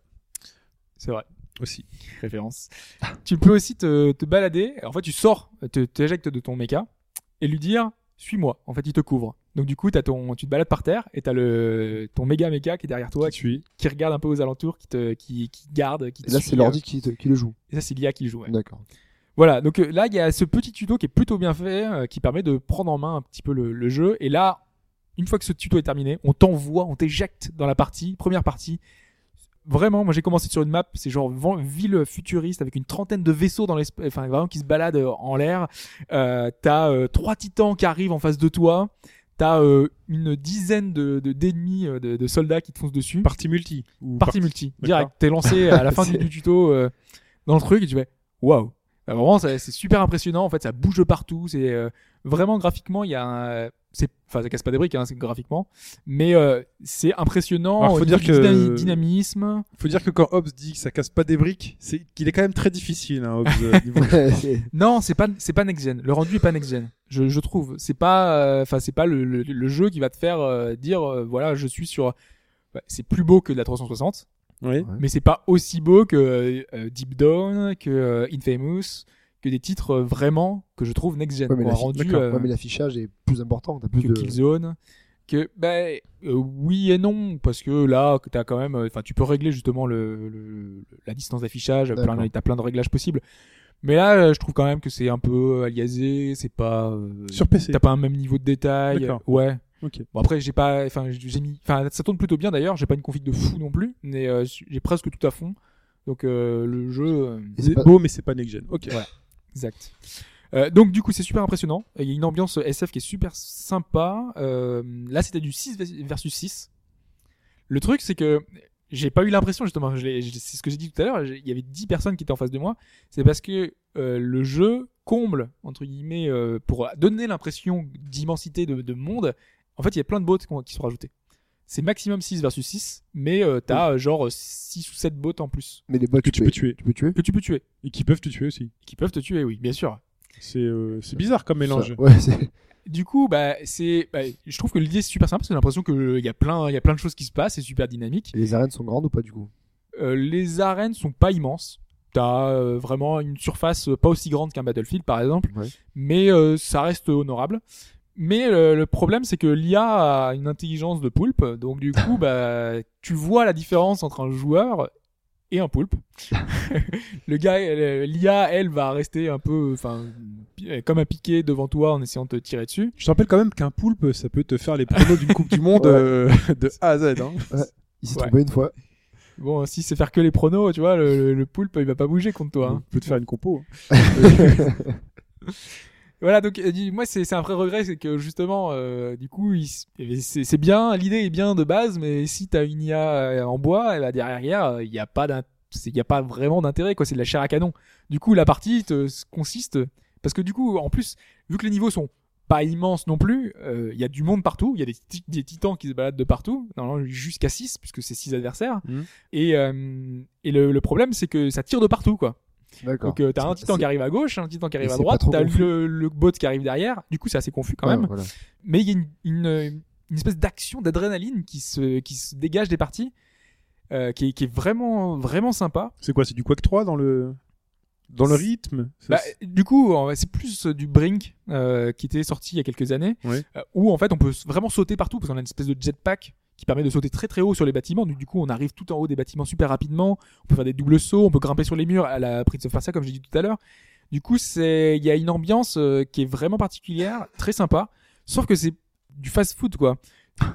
[SPEAKER 4] c'est vrai,
[SPEAKER 3] aussi.
[SPEAKER 4] référence. tu peux aussi te, te balader. En fait, tu sors, te- t'éjectes de ton mecha et lui dire suis-moi. En fait, il te couvre. Donc du coup, t'as ton, tu te balades par terre et t'as le ton méga méca qui est derrière toi,
[SPEAKER 3] Qui suit.
[SPEAKER 4] qui regarde un peu aux alentours, qui te, qui, qui garde, qui te
[SPEAKER 5] Et là,
[SPEAKER 4] suit,
[SPEAKER 5] c'est l'ordi qui, te- qui le joue.
[SPEAKER 4] euh, Et ça, c'est l'IA qui le joue. ouais.
[SPEAKER 5] D'accord.
[SPEAKER 4] Voilà, donc euh, là, il y a ce petit tuto qui est plutôt bien fait, euh, qui permet de prendre en main un petit peu le, le jeu. Et là, une fois que ce tuto est terminé, on t'envoie, on t'éjecte dans la partie, première partie. Vraiment, moi j'ai commencé sur une map, c'est genre van- ville futuriste avec une trentaine de vaisseaux dans l'espace, enfin vraiment qui se baladent euh, en l'air. Euh, t'as euh, trois titans qui arrivent en face de toi, t'as euh, une dizaine de de- d'ennemis, euh, de, de soldats qui te foncent dessus.
[SPEAKER 3] Partie multi. Ou
[SPEAKER 4] Partie multi,
[SPEAKER 3] D'accord.
[SPEAKER 4] direct. T'es lancé à la fin du, du tuto euh, dans le truc et tu fais waouh. Bah, vraiment, ça- c'est super impressionnant. En fait, ça bouge de partout. C'est euh, vraiment graphiquement, il y a un. c'est- Enfin, ça casse pas des briques, hein, c'est graphiquement. Mais euh, c'est impressionnant.
[SPEAKER 3] Alors, faut
[SPEAKER 4] au niveau
[SPEAKER 3] dire
[SPEAKER 4] du
[SPEAKER 3] que-
[SPEAKER 4] dynami- dynamisme.
[SPEAKER 3] Faut dire que quand Hobbs dit que ça casse pas des briques, c'est qu'il est quand même très difficile, hein, Hobbs. euh, niveau-
[SPEAKER 4] Non, c'est pas, c'est pas next gen. Le rendu est pas next gen. Je, je trouve. C'est pas, euh, enfin, c'est pas le, le, le jeu qui va te faire euh, dire, euh, voilà, je suis sur. bah, c'est plus beau que de la 360.
[SPEAKER 3] Oui.
[SPEAKER 4] mais c'est pas aussi beau que euh, Deep Down, que euh, Infamous, que des titres euh, vraiment que je trouve next gen,
[SPEAKER 5] Ouais, mais
[SPEAKER 4] qu'on a
[SPEAKER 5] la-
[SPEAKER 4] rendu
[SPEAKER 5] d'accord.
[SPEAKER 4] euh,
[SPEAKER 5] Ouais, mais l'affichage est plus important. T'as plus
[SPEAKER 4] que
[SPEAKER 5] de.
[SPEAKER 4] Killzone. Que ben euh, oui et non parce que là que t'as quand même, euh, enfin tu peux régler justement le, le- la distance d'affichage, plein,
[SPEAKER 5] D'accord.
[SPEAKER 4] t'as plein de réglages possibles. Mais là, euh, je trouve quand même que c'est un peu euh, aliasé, c'est pas. euh,
[SPEAKER 3] Sur PC.
[SPEAKER 4] T'as pas un même niveau de détail.
[SPEAKER 3] D'accord.
[SPEAKER 4] Ouais.
[SPEAKER 3] Ok.
[SPEAKER 4] Bon après j'ai pas, enfin j'ai mis, enfin ça tourne plutôt bien d'ailleurs. J'ai pas une config de fou non plus, mais euh, j'ai presque tout à fond. Donc euh, le jeu, euh,
[SPEAKER 5] Et c'est
[SPEAKER 3] C'est
[SPEAKER 5] pas-
[SPEAKER 3] beau, mais c'est pas next gen. Ok.
[SPEAKER 4] Ouais. exact. Euh, donc du coup c'est super impressionnant. Il y a une ambiance SF qui est super sympa. Euh, là c'était du 6 vers- versus 6. Le truc c'est que j'ai pas eu l'impression justement. je l'ai- je- C'est ce que j'ai dit tout à l'heure. j'ai- Il y avait 10 personnes qui étaient en face de moi. C'est parce que euh, le jeu comble entre guillemets euh, pour donner l'impression d'immensité de, de monde. En fait il y a plein de bots qui ont- qui sont rajoutés. C'est maximum 6 versus 6, mais euh, t'as euh, genre 6 ou 7 bots en plus
[SPEAKER 5] Mais les bots,
[SPEAKER 3] Que tu peux tuer.
[SPEAKER 5] Tu peux tuer.
[SPEAKER 4] que tu peux tuer,
[SPEAKER 3] Et qui peuvent te tuer aussi.
[SPEAKER 4] qui peuvent te tuer, oui, bien sûr.
[SPEAKER 3] C'est euh, c'est bizarre comme mélange.
[SPEAKER 5] Ça- Ouais, c'est.
[SPEAKER 4] Du coup, bah, c'est, bah, je trouve que l'idée c'est super sympa parce que j'ai l'impression que euh, il y a plein, il y a plein de choses qui se passent, c'est super dynamique.
[SPEAKER 5] Et les arènes sont grandes ou pas du coup
[SPEAKER 4] Euh, les arènes sont pas immenses. T'as euh, vraiment une surface euh, pas aussi grande qu'un Battlefield par exemple,
[SPEAKER 5] Ouais.
[SPEAKER 4] mais euh, ça reste honorable. Mais euh, le problème c'est que l'IA a une intelligence de poulpe, donc du coup, bah, tu vois la différence entre un joueur et un poulpe. le gars, euh, l'IA, elle va rester un peu, enfin, pi- comme un piqué devant toi en essayant de te tirer dessus.
[SPEAKER 3] Je te rappelle quand même qu'un poulpe, ça peut te faire les pronos d'une Coupe du Monde
[SPEAKER 5] Ouais.
[SPEAKER 3] euh, de A à Z. hein.
[SPEAKER 5] Il s'est
[SPEAKER 4] Ouais.
[SPEAKER 5] trompé une fois.
[SPEAKER 4] Bon, si c'est faire que les pronos, tu vois, le, le- le poulpe, il va pas bouger contre toi. hein.
[SPEAKER 3] peut te faire une compo.
[SPEAKER 4] Voilà, donc euh, dis- moi, c'est c'est un vrai regret, c'est que justement, euh, du coup, il s- eh bien, c'est c'est bien, l'idée est bien de base, mais si t'as une IA en bois, eh ben, derrière, euh, il n'y a pas d'in- c'est- il y a pas vraiment d'intérêt, quoi. C'est de la chair à canon. Du coup, la partie te- s- consiste, parce que du coup, en plus, vu que les niveaux sont pas immenses non plus, euh, il y a du monde partout, il y a des, ti- des titans qui se baladent de partout, normalement jusqu'à 6, puisque c'est 6 adversaires,
[SPEAKER 3] Mhm.
[SPEAKER 4] et, euh, et le, le problème, c'est que ça tire de partout, quoi.
[SPEAKER 5] D'accord.
[SPEAKER 4] Donc euh, t'as un
[SPEAKER 5] C'est-
[SPEAKER 4] titan qui arrive à gauche, un titan qui arrive
[SPEAKER 5] Et
[SPEAKER 4] à
[SPEAKER 5] c'est pas
[SPEAKER 4] droite,
[SPEAKER 5] trop
[SPEAKER 4] t'as
[SPEAKER 5] confus.
[SPEAKER 4] le, le bot qui arrive derrière. Du coup, c'est assez confus quand
[SPEAKER 5] Ouais,
[SPEAKER 4] même.
[SPEAKER 5] voilà.
[SPEAKER 4] Mais il y a une, une, une espèce d'action, d'adrénaline qui se, qui se dégage des parties, euh, qui, est, qui est vraiment, vraiment sympa.
[SPEAKER 3] C'est quoi C'est du Quake 3 dans le, dans le
[SPEAKER 4] C'est-
[SPEAKER 3] rythme Ça,
[SPEAKER 4] Bah, du coup, en- c'est plus euh, du Brink euh, qui était sorti il y a quelques années,
[SPEAKER 3] Ouais.
[SPEAKER 4] euh, où en fait on peut s- vraiment sauter partout parce qu'on a une espèce de jetpack qui permet de sauter très très haut sur les bâtiments. Du du coup, on arrive tout en haut des bâtiments super rapidement. On peut faire des doubles sauts, on peut grimper sur les murs à la Prince of Persia comme j'ai dit tout à l'heure. Du coup, c'est il y a une ambiance euh, qui est vraiment particulière, très sympa. Sauf que c'est du fast-food quoi.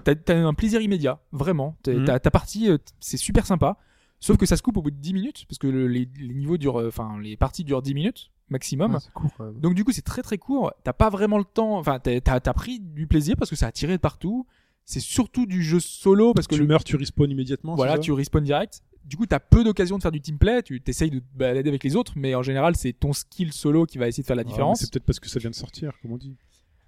[SPEAKER 4] T'as t'as un plaisir immédiat, vraiment. T'es-
[SPEAKER 3] Mhm.
[SPEAKER 4] t'as- Ta partie, euh, t- c'est super sympa. Sauf que ça se coupe au bout de 10 minutes parce que le- les, les niveaux durent, euh, enfin les parties durent 10 minutes maximum.
[SPEAKER 5] Ouais, c'est cool quand même.
[SPEAKER 4] Donc du coup, c'est très très court. T'as pas vraiment le temps. Enfin, t'as t'as- t'as pris du plaisir parce que ça a tiré de partout. C'est surtout du jeu solo parce que
[SPEAKER 3] tu
[SPEAKER 4] le,
[SPEAKER 3] meurs, tu respawns immédiatement.
[SPEAKER 4] voilà,
[SPEAKER 3] c'est ça
[SPEAKER 4] tu respawn direct. Du coup, t'as peu d'occasions de faire du teamplay. Tu t'essayes de bah, te balader avec les autres, mais en général, c'est ton skill solo qui va essayer de faire la
[SPEAKER 3] Ah, mais
[SPEAKER 4] différence.
[SPEAKER 3] C'est peut-être parce que ça vient de sortir, comme on dit.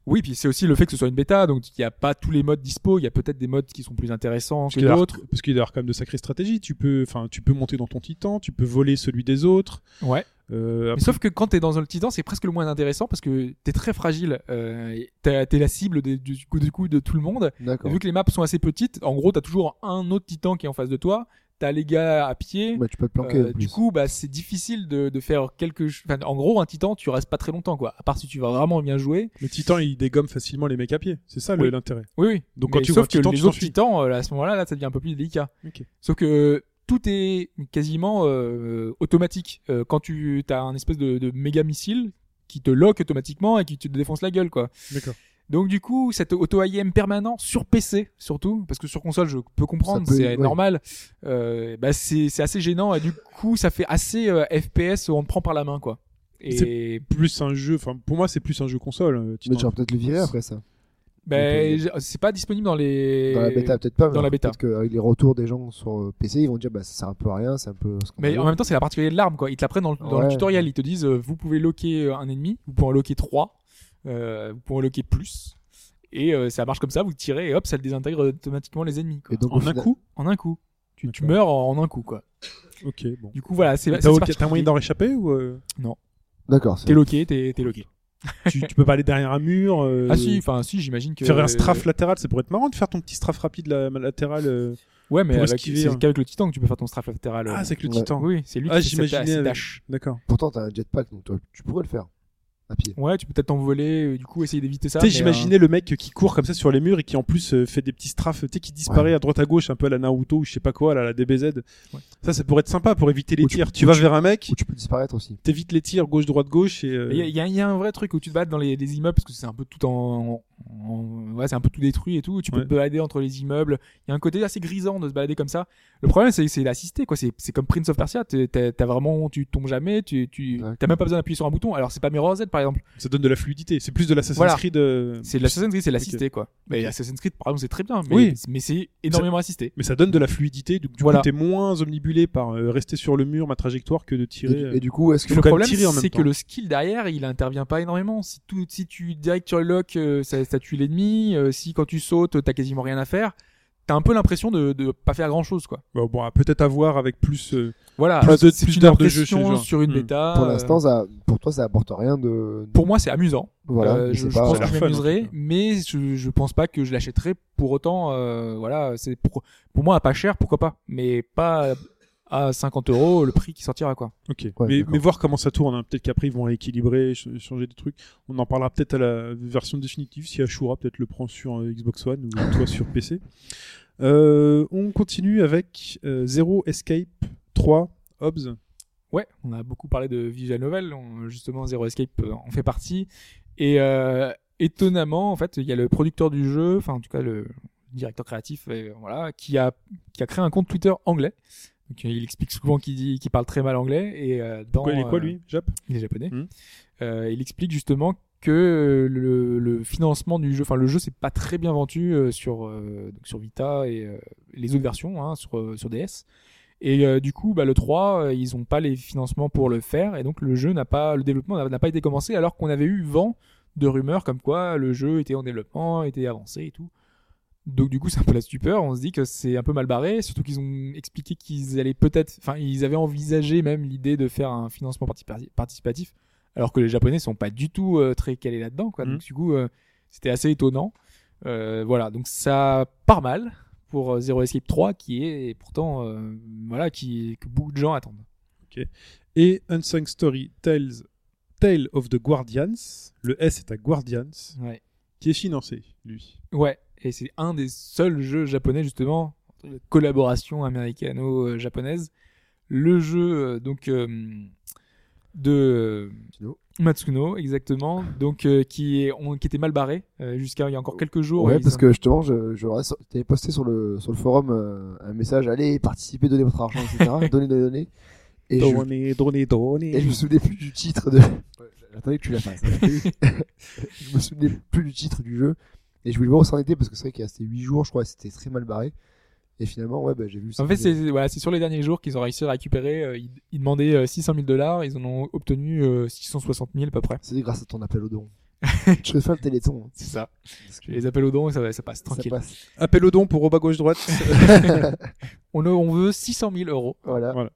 [SPEAKER 4] Oui, puis c'est aussi le fait que ce soit une bêta, donc il n'y a pas tous les modes dispo. Il y a peut-être des modes qui sont plus intéressants que
[SPEAKER 3] Parce euh, qu'il doit y avoir-
[SPEAKER 4] d'autres.
[SPEAKER 3] parce qu'il doit y avoir quand même de sacrées stratégies. Tu peux, enfin, tu peux monter dans ton titan, tu peux voler celui des autres.
[SPEAKER 4] Ouais.
[SPEAKER 3] Euh,
[SPEAKER 4] Mais sauf que quand t'es dans le titan, c'est presque le moins intéressant parce que t'es très fragile. Euh, et t'as- t'es la cible des- du, coup, du coup de tout le monde. Et
[SPEAKER 5] D'accord.
[SPEAKER 4] vu que les maps sont assez petites, en gros, t'as toujours un autre titan qui est en face de toi. T'as les gars à pied.
[SPEAKER 5] Ouais, tu peux te
[SPEAKER 4] Euh,
[SPEAKER 5] planquer. en plus.
[SPEAKER 4] du coup, bah, c'est difficile de, de faire quelque chose. Enfin, en gros, un titan, tu restes pas très longtemps, quoi. À part si tu vas vraiment bien jouer.
[SPEAKER 3] Le titan, il dégomme facilement les mecs à pied. C'est ça le-
[SPEAKER 4] Oui.
[SPEAKER 3] l'intérêt.
[SPEAKER 4] Oui, oui.
[SPEAKER 3] Donc,
[SPEAKER 4] Mais
[SPEAKER 3] quand tu vois un
[SPEAKER 4] sauf que
[SPEAKER 3] titan, tu
[SPEAKER 4] les
[SPEAKER 3] t'en
[SPEAKER 4] autres
[SPEAKER 3] fiches.
[SPEAKER 4] titans, euh, à ce moment-là, là, ça devient un peu plus délicat.
[SPEAKER 3] Ok.
[SPEAKER 4] Sauf que tout est quasiment euh, automatique. Euh, quand tu as un espèce de, de méga missile qui te lock automatiquement et qui te défonce la gueule, quoi.
[SPEAKER 3] D'accord.
[SPEAKER 4] Donc du coup, cet auto-IM permanent sur PC surtout, parce que sur console je peux comprendre,
[SPEAKER 5] Ça peut-
[SPEAKER 4] c'est
[SPEAKER 5] ouais.
[SPEAKER 4] normal, euh, bah, c'est c'est assez gênant et du coup ça fait assez euh, FPS où on te prend par la main quoi. Et
[SPEAKER 3] Plus un jeu. Enfin, pour moi, c'est plus un jeu console. euh,
[SPEAKER 5] Mais
[SPEAKER 3] titan.
[SPEAKER 5] tu vas peut-être le virer après ça.
[SPEAKER 4] ben, j'ai- c'est pas disponible dans les...
[SPEAKER 5] Dans la bêta, peut-être pas. mais
[SPEAKER 4] dans la bêta.
[SPEAKER 5] Peut-être qu'avec les retours des gens sur euh, PC, ils vont dire bah ça sert un peu à rien, c'est un peu.
[SPEAKER 4] Mais en même temps c'est la particularité de l'arme quoi, ils te la prennent dans le, dans le
[SPEAKER 5] Ouais.
[SPEAKER 4] tutoriel, ils te disent euh, vous pouvez loquer euh, un ennemi, vous pouvez en loquer 3, vous pouvez en loquer plus. Et euh, ça marche comme ça, vous tirez et hop, ça le désintègre euh, automatiquement les ennemis. quoi.
[SPEAKER 5] Et donc, au
[SPEAKER 3] En un
[SPEAKER 5] final-
[SPEAKER 3] coup.
[SPEAKER 4] En un coup. Tu, tu
[SPEAKER 3] D'accord.
[SPEAKER 4] meurs en, en un coup quoi.
[SPEAKER 3] Ok. Bon.
[SPEAKER 4] Du coup voilà, Bah, c'est
[SPEAKER 3] T'as
[SPEAKER 4] c'est
[SPEAKER 3] aucun- t'as
[SPEAKER 4] particulier.
[SPEAKER 3] moyen d'en réchapper ou euh,
[SPEAKER 5] D'accord. c'est-
[SPEAKER 4] T'es loqué, t'es t'es loqué.
[SPEAKER 3] tu, tu peux pas aller derrière un mur euh,
[SPEAKER 4] Ah si, enfin si, j'imagine que
[SPEAKER 3] Faire un strafe latéral, ça pourrait être marrant de faire ton petit strafe rapide la- latéral. euh.
[SPEAKER 4] Ouais, mais
[SPEAKER 3] pour
[SPEAKER 4] avec,
[SPEAKER 3] esquiver, hein.
[SPEAKER 4] c'est qu'avec le Titan que tu peux faire ton strafe latéral. euh.
[SPEAKER 3] Ah, c'est que le
[SPEAKER 5] Ouais.
[SPEAKER 3] titan.
[SPEAKER 4] Oui, c'est lui
[SPEAKER 3] Ah,
[SPEAKER 4] qui fait cette-
[SPEAKER 3] j'imaginais
[SPEAKER 4] cette
[SPEAKER 3] avec-
[SPEAKER 4] dash.
[SPEAKER 3] D'accord.
[SPEAKER 5] Pourtant, t'as un jetpack, donc toi, tu pourrais le faire à pied.
[SPEAKER 4] Ouais, tu peux peut-être t'envoler, euh, du coup essayer d'éviter ça. mais,
[SPEAKER 3] Tu sais,
[SPEAKER 4] euh,
[SPEAKER 3] j'imaginais le mec qui court comme ça sur les murs et qui en plus euh, fait des petits strafes, tu sais, qui disparaît à droite à gauche, un peu à la Naruto ou je sais pas quoi, là, à la DBZ.
[SPEAKER 4] Ouais.
[SPEAKER 3] Ça, ça pourrait être sympa pour éviter les
[SPEAKER 5] Ou tu-
[SPEAKER 3] tirs. Tu vas vers un mec,
[SPEAKER 5] Ou tu peux disparaître aussi.
[SPEAKER 3] t'évites les tirs gauche, droite, gauche et.
[SPEAKER 4] euh,
[SPEAKER 3] euh,
[SPEAKER 4] Il y, a- il y a- il y a un vrai truc où tu te battes dans les, les immeubles parce que c'est un peu tout en, en- ouais c'est un peu tout détruit et tout. Tu peux
[SPEAKER 3] Ouais.
[SPEAKER 4] te balader entre les immeubles. Il y a un côté assez grisant de se balader comme ça. Le problème c'est c'est d'assister quoi. C'est c'est comme Prince of Persia. T'es- t'as- T'as vraiment tu tombes jamais. Tu tu
[SPEAKER 5] D'accord.
[SPEAKER 4] t'as même pas besoin d'appuyer sur un bouton. Alors c'est pas Mirror's Edge par exemple.
[SPEAKER 3] Ça donne de la fluidité. C'est plus de l'Assassin's
[SPEAKER 4] Voilà.
[SPEAKER 3] Creed. euh,
[SPEAKER 4] C'est de l'Assassin's Creed, c'est l'assisté quoi. Mais
[SPEAKER 3] Ok.
[SPEAKER 4] Assassin's Creed par exemple c'est très bien. Mais,
[SPEAKER 3] Oui.
[SPEAKER 4] mais c'est énormément assisté.
[SPEAKER 3] Mais ça donne de la fluidité. Donc, du
[SPEAKER 4] Voilà.
[SPEAKER 3] coup, t'es moins omnibulé par euh, rester sur le mur, ma trajectoire, que de
[SPEAKER 5] Et,
[SPEAKER 3] tirer.
[SPEAKER 5] du-
[SPEAKER 3] euh.
[SPEAKER 5] et du coup, est-ce que
[SPEAKER 3] Faut
[SPEAKER 4] le
[SPEAKER 3] quand même
[SPEAKER 4] problème,
[SPEAKER 3] tirer en même
[SPEAKER 4] c'est que
[SPEAKER 3] temps.
[SPEAKER 4] le skill derrière, il intervient pas énormément. Si, tout, si tu direct tu lock, euh, ça, ça tue l'ennemi. euh, si quand tu sautes, t'as quasiment rien à faire. T'as un peu l'impression de, de pas faire grand chose, quoi.
[SPEAKER 3] bah, Bon, bon, à peut-être avoir avec plus. euh,
[SPEAKER 4] Voilà.
[SPEAKER 3] Plus de-
[SPEAKER 4] c'est
[SPEAKER 3] plus
[SPEAKER 4] une
[SPEAKER 3] d'heures de jeu
[SPEAKER 4] impression
[SPEAKER 3] chez les gens.
[SPEAKER 4] sur une
[SPEAKER 3] Hmm.
[SPEAKER 4] bêta.
[SPEAKER 5] pour
[SPEAKER 4] euh,
[SPEAKER 5] l'instant, ça- pour toi, ça apporte rien de.
[SPEAKER 4] pour moi, c'est amusant.
[SPEAKER 5] Voilà.
[SPEAKER 4] Euh,
[SPEAKER 5] mais
[SPEAKER 4] je,
[SPEAKER 5] c'est
[SPEAKER 4] je
[SPEAKER 5] pas-
[SPEAKER 4] pense
[SPEAKER 3] Ça a
[SPEAKER 4] que je
[SPEAKER 3] l'air fun, en
[SPEAKER 4] m'amuserai,
[SPEAKER 3] tout cas.
[SPEAKER 4] mais je, je pense pas que je l'achèterai pour autant. euh, voilà, c'est pour, pour moi à pas cher, pourquoi pas, mais pas à 50 euros le prix qui sortira, quoi.
[SPEAKER 3] Ok.
[SPEAKER 5] Ouais,
[SPEAKER 3] mais,
[SPEAKER 5] d'accord.
[SPEAKER 3] mais voir comment ça tourne. hein. Peut-être qu'après ils vont rééquilibrer, ch- changer des trucs. On en parlera peut-être à la version définitive si Ashura peut-être le prend sur euh, Xbox One ou toi sur PC. Euh, on continue avec euh, Zero Escape 3 Hobbs.
[SPEAKER 4] Ouais, on a beaucoup parlé de visual novel, on- justement Zero Escape euh, en fait partie. Et euh, étonnamment, en fait, il y a le producteur du jeu, enfin en tout cas le directeur créatif, euh, voilà, qui a qui a créé un compte Twitter anglais. Donc euh, il explique souvent qu'il dit qu'il parle très mal anglais et euh, dans
[SPEAKER 3] Quoi, il est quoi
[SPEAKER 4] euh,
[SPEAKER 3] lui Jap
[SPEAKER 4] il est japonais.
[SPEAKER 3] Mhm.
[SPEAKER 4] Euh, il explique justement que le, le financement du jeu, enfin le jeu, c'est pas très bien vendu euh, sur euh, donc sur Vita et euh, les autres versions hein, sur euh, sur DS. Et euh, du coup, bah, le 3, euh, ils ont pas les financements pour le faire et donc le jeu n'a pas le développement n'a- n'a pas été commencé alors qu'on avait eu vent de rumeurs comme quoi le jeu était en développement, était avancé et tout. Donc du coup, c'est un peu la stupeur. On se dit que c'est un peu mal barré, surtout qu'ils ont expliqué qu'ils allaient peut-être, enfin, ils avaient envisagé même l'idée de faire un financement participa- participatif, alors que les Japonais sont pas du tout euh, très calés là-dedans, quoi.
[SPEAKER 3] Mhm.
[SPEAKER 4] Donc du coup, euh, c'était assez étonnant. Euh, voilà, donc ça part mal pour euh, Zero Escape 3, qui est pourtant, euh, voilà, qui que beaucoup de gens attendent.
[SPEAKER 3] Et Unsung Story Tales Tale of the Guardians. Le S est à Guardians,
[SPEAKER 4] Ouais.
[SPEAKER 3] qui est financé lui.
[SPEAKER 4] Ouais, et c'est un des seuls jeux japonais justement, de collaboration américano-japonaise. Le jeu euh, donc euh, de
[SPEAKER 5] Matsuno.
[SPEAKER 4] Matsuno exactement, donc euh, qui est on- qui était mal barré euh, jusqu'à il y a encore quelques jours.
[SPEAKER 5] Oh. Ouais,
[SPEAKER 4] ils
[SPEAKER 5] parce
[SPEAKER 4] ont-
[SPEAKER 5] que justement, je, je reste- t'avais posté sur le, sur le forum euh, un message allez, participez, donnez votre argent, etc. donnez, donnez, donnez. Et je,
[SPEAKER 3] Donner, donner, donner.
[SPEAKER 5] et je me souvenais plus du titre de. Attendez que tu la fasses.
[SPEAKER 4] hein.
[SPEAKER 5] je me souvenais plus du titre du jeu. Et je voulais voir où ça en était parce que c'est vrai qu'il restait 8 jours, je crois, et c'était très mal barré. Et finalement, ouais, bah, j'ai vu ça.
[SPEAKER 4] En fait, c'est voilà, c'est sur les derniers jours qu'ils ont réussi à récupérer. euh, ils, ils demandaient euh, 600 000 dollars, ils en ont obtenu euh, 660 000 à peu près.
[SPEAKER 5] C'est grâce à ton appel au don. Je fais ça le téléthon. hein.
[SPEAKER 4] C'est ça. Je les appelle au don et ça, va- ça passe tranquille.
[SPEAKER 5] Ça passe.
[SPEAKER 3] Appel au don pour au bas gauche droite.
[SPEAKER 4] On, a- on veut 600 000 euros.
[SPEAKER 5] Voilà.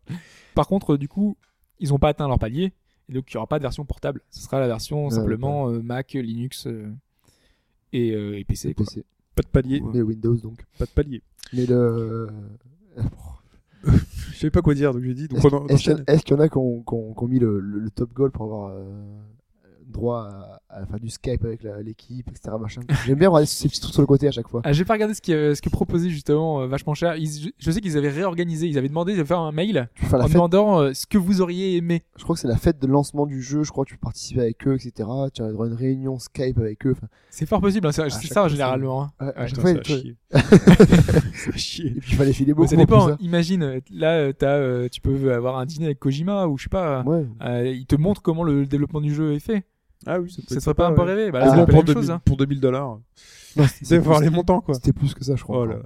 [SPEAKER 4] Par contre, euh, du coup, ils n'ont pas atteint leur palier. Et donc, il n'y aura pas de version portable. Ce sera la version
[SPEAKER 5] Ouais,
[SPEAKER 4] simplement euh, Mac, Linux euh, et, euh, et PC. quoi.
[SPEAKER 5] PC.
[SPEAKER 3] pas de palier,
[SPEAKER 5] Mais Windows donc.
[SPEAKER 3] pas de palier.
[SPEAKER 5] Mais le.
[SPEAKER 3] Je savais pas quoi dire, donc j'ai dit. Donc
[SPEAKER 5] Est-ce
[SPEAKER 3] on en- on
[SPEAKER 5] est-ce qu'il y en-
[SPEAKER 3] enchaîne.
[SPEAKER 5] est-ce qu'il y en a qui ont, qui ont- qui ont mis le, le- le top goal pour avoir euh, droit à, à faire du Skype avec la- l'équipe, etc. machin. J'aime bien regarder ces petits trucs sur le côté à chaque fois.
[SPEAKER 4] Ah, j'ai pas regardé ce, qui, euh, ce que proposait justement euh, vachement cher. Ils- je, je sais qu'ils avaient réorganisé. Ils avaient demandé de faire un mail
[SPEAKER 5] Tu peux faire
[SPEAKER 4] en
[SPEAKER 5] la fête.
[SPEAKER 4] demandant euh, ce que vous auriez aimé.
[SPEAKER 5] Je crois que c'est la fête de lancement du jeu. Je crois que tu peux participer avec eux, etc. Tu as droit à une réunion Skype avec eux. Enfin,
[SPEAKER 4] C'est fort possible. hein, c'est c'est
[SPEAKER 5] Ah, chaque
[SPEAKER 4] ça
[SPEAKER 5] fois,
[SPEAKER 4] généralement. hein.
[SPEAKER 5] à- à
[SPEAKER 4] Ouais,
[SPEAKER 5] chaque
[SPEAKER 3] Putain,
[SPEAKER 5] fois,
[SPEAKER 3] Ah, ça va
[SPEAKER 5] il y a-
[SPEAKER 3] chier. Ça va chier.
[SPEAKER 5] Et puis il fallait filer
[SPEAKER 4] Mais
[SPEAKER 5] beaucoup.
[SPEAKER 4] ça
[SPEAKER 5] en
[SPEAKER 4] dépend.
[SPEAKER 5] plus,
[SPEAKER 4] hein. Imagine, euh, là, euh, t'as, euh, tu peux avoir un dîner avec Kojima ou je sais pas.
[SPEAKER 5] hein. Ouais.
[SPEAKER 4] euh, il te montre comment le développement du jeu est fait.
[SPEAKER 3] Ah oui, ça peut
[SPEAKER 4] Ça
[SPEAKER 3] être
[SPEAKER 4] serait pas un
[SPEAKER 3] sympa,
[SPEAKER 4] peu
[SPEAKER 3] ouais.
[SPEAKER 4] rêvé. Bah,
[SPEAKER 5] Ah,
[SPEAKER 4] là, c'est
[SPEAKER 5] bon,
[SPEAKER 4] un peu la
[SPEAKER 3] pour,
[SPEAKER 4] même
[SPEAKER 3] 2000,
[SPEAKER 4] chose. hein.
[SPEAKER 3] pour dollars. C'est
[SPEAKER 5] c'est
[SPEAKER 3] voir
[SPEAKER 5] plus-
[SPEAKER 3] les montants, quoi.
[SPEAKER 5] C'était plus que ça, je crois.
[SPEAKER 3] Oh là là.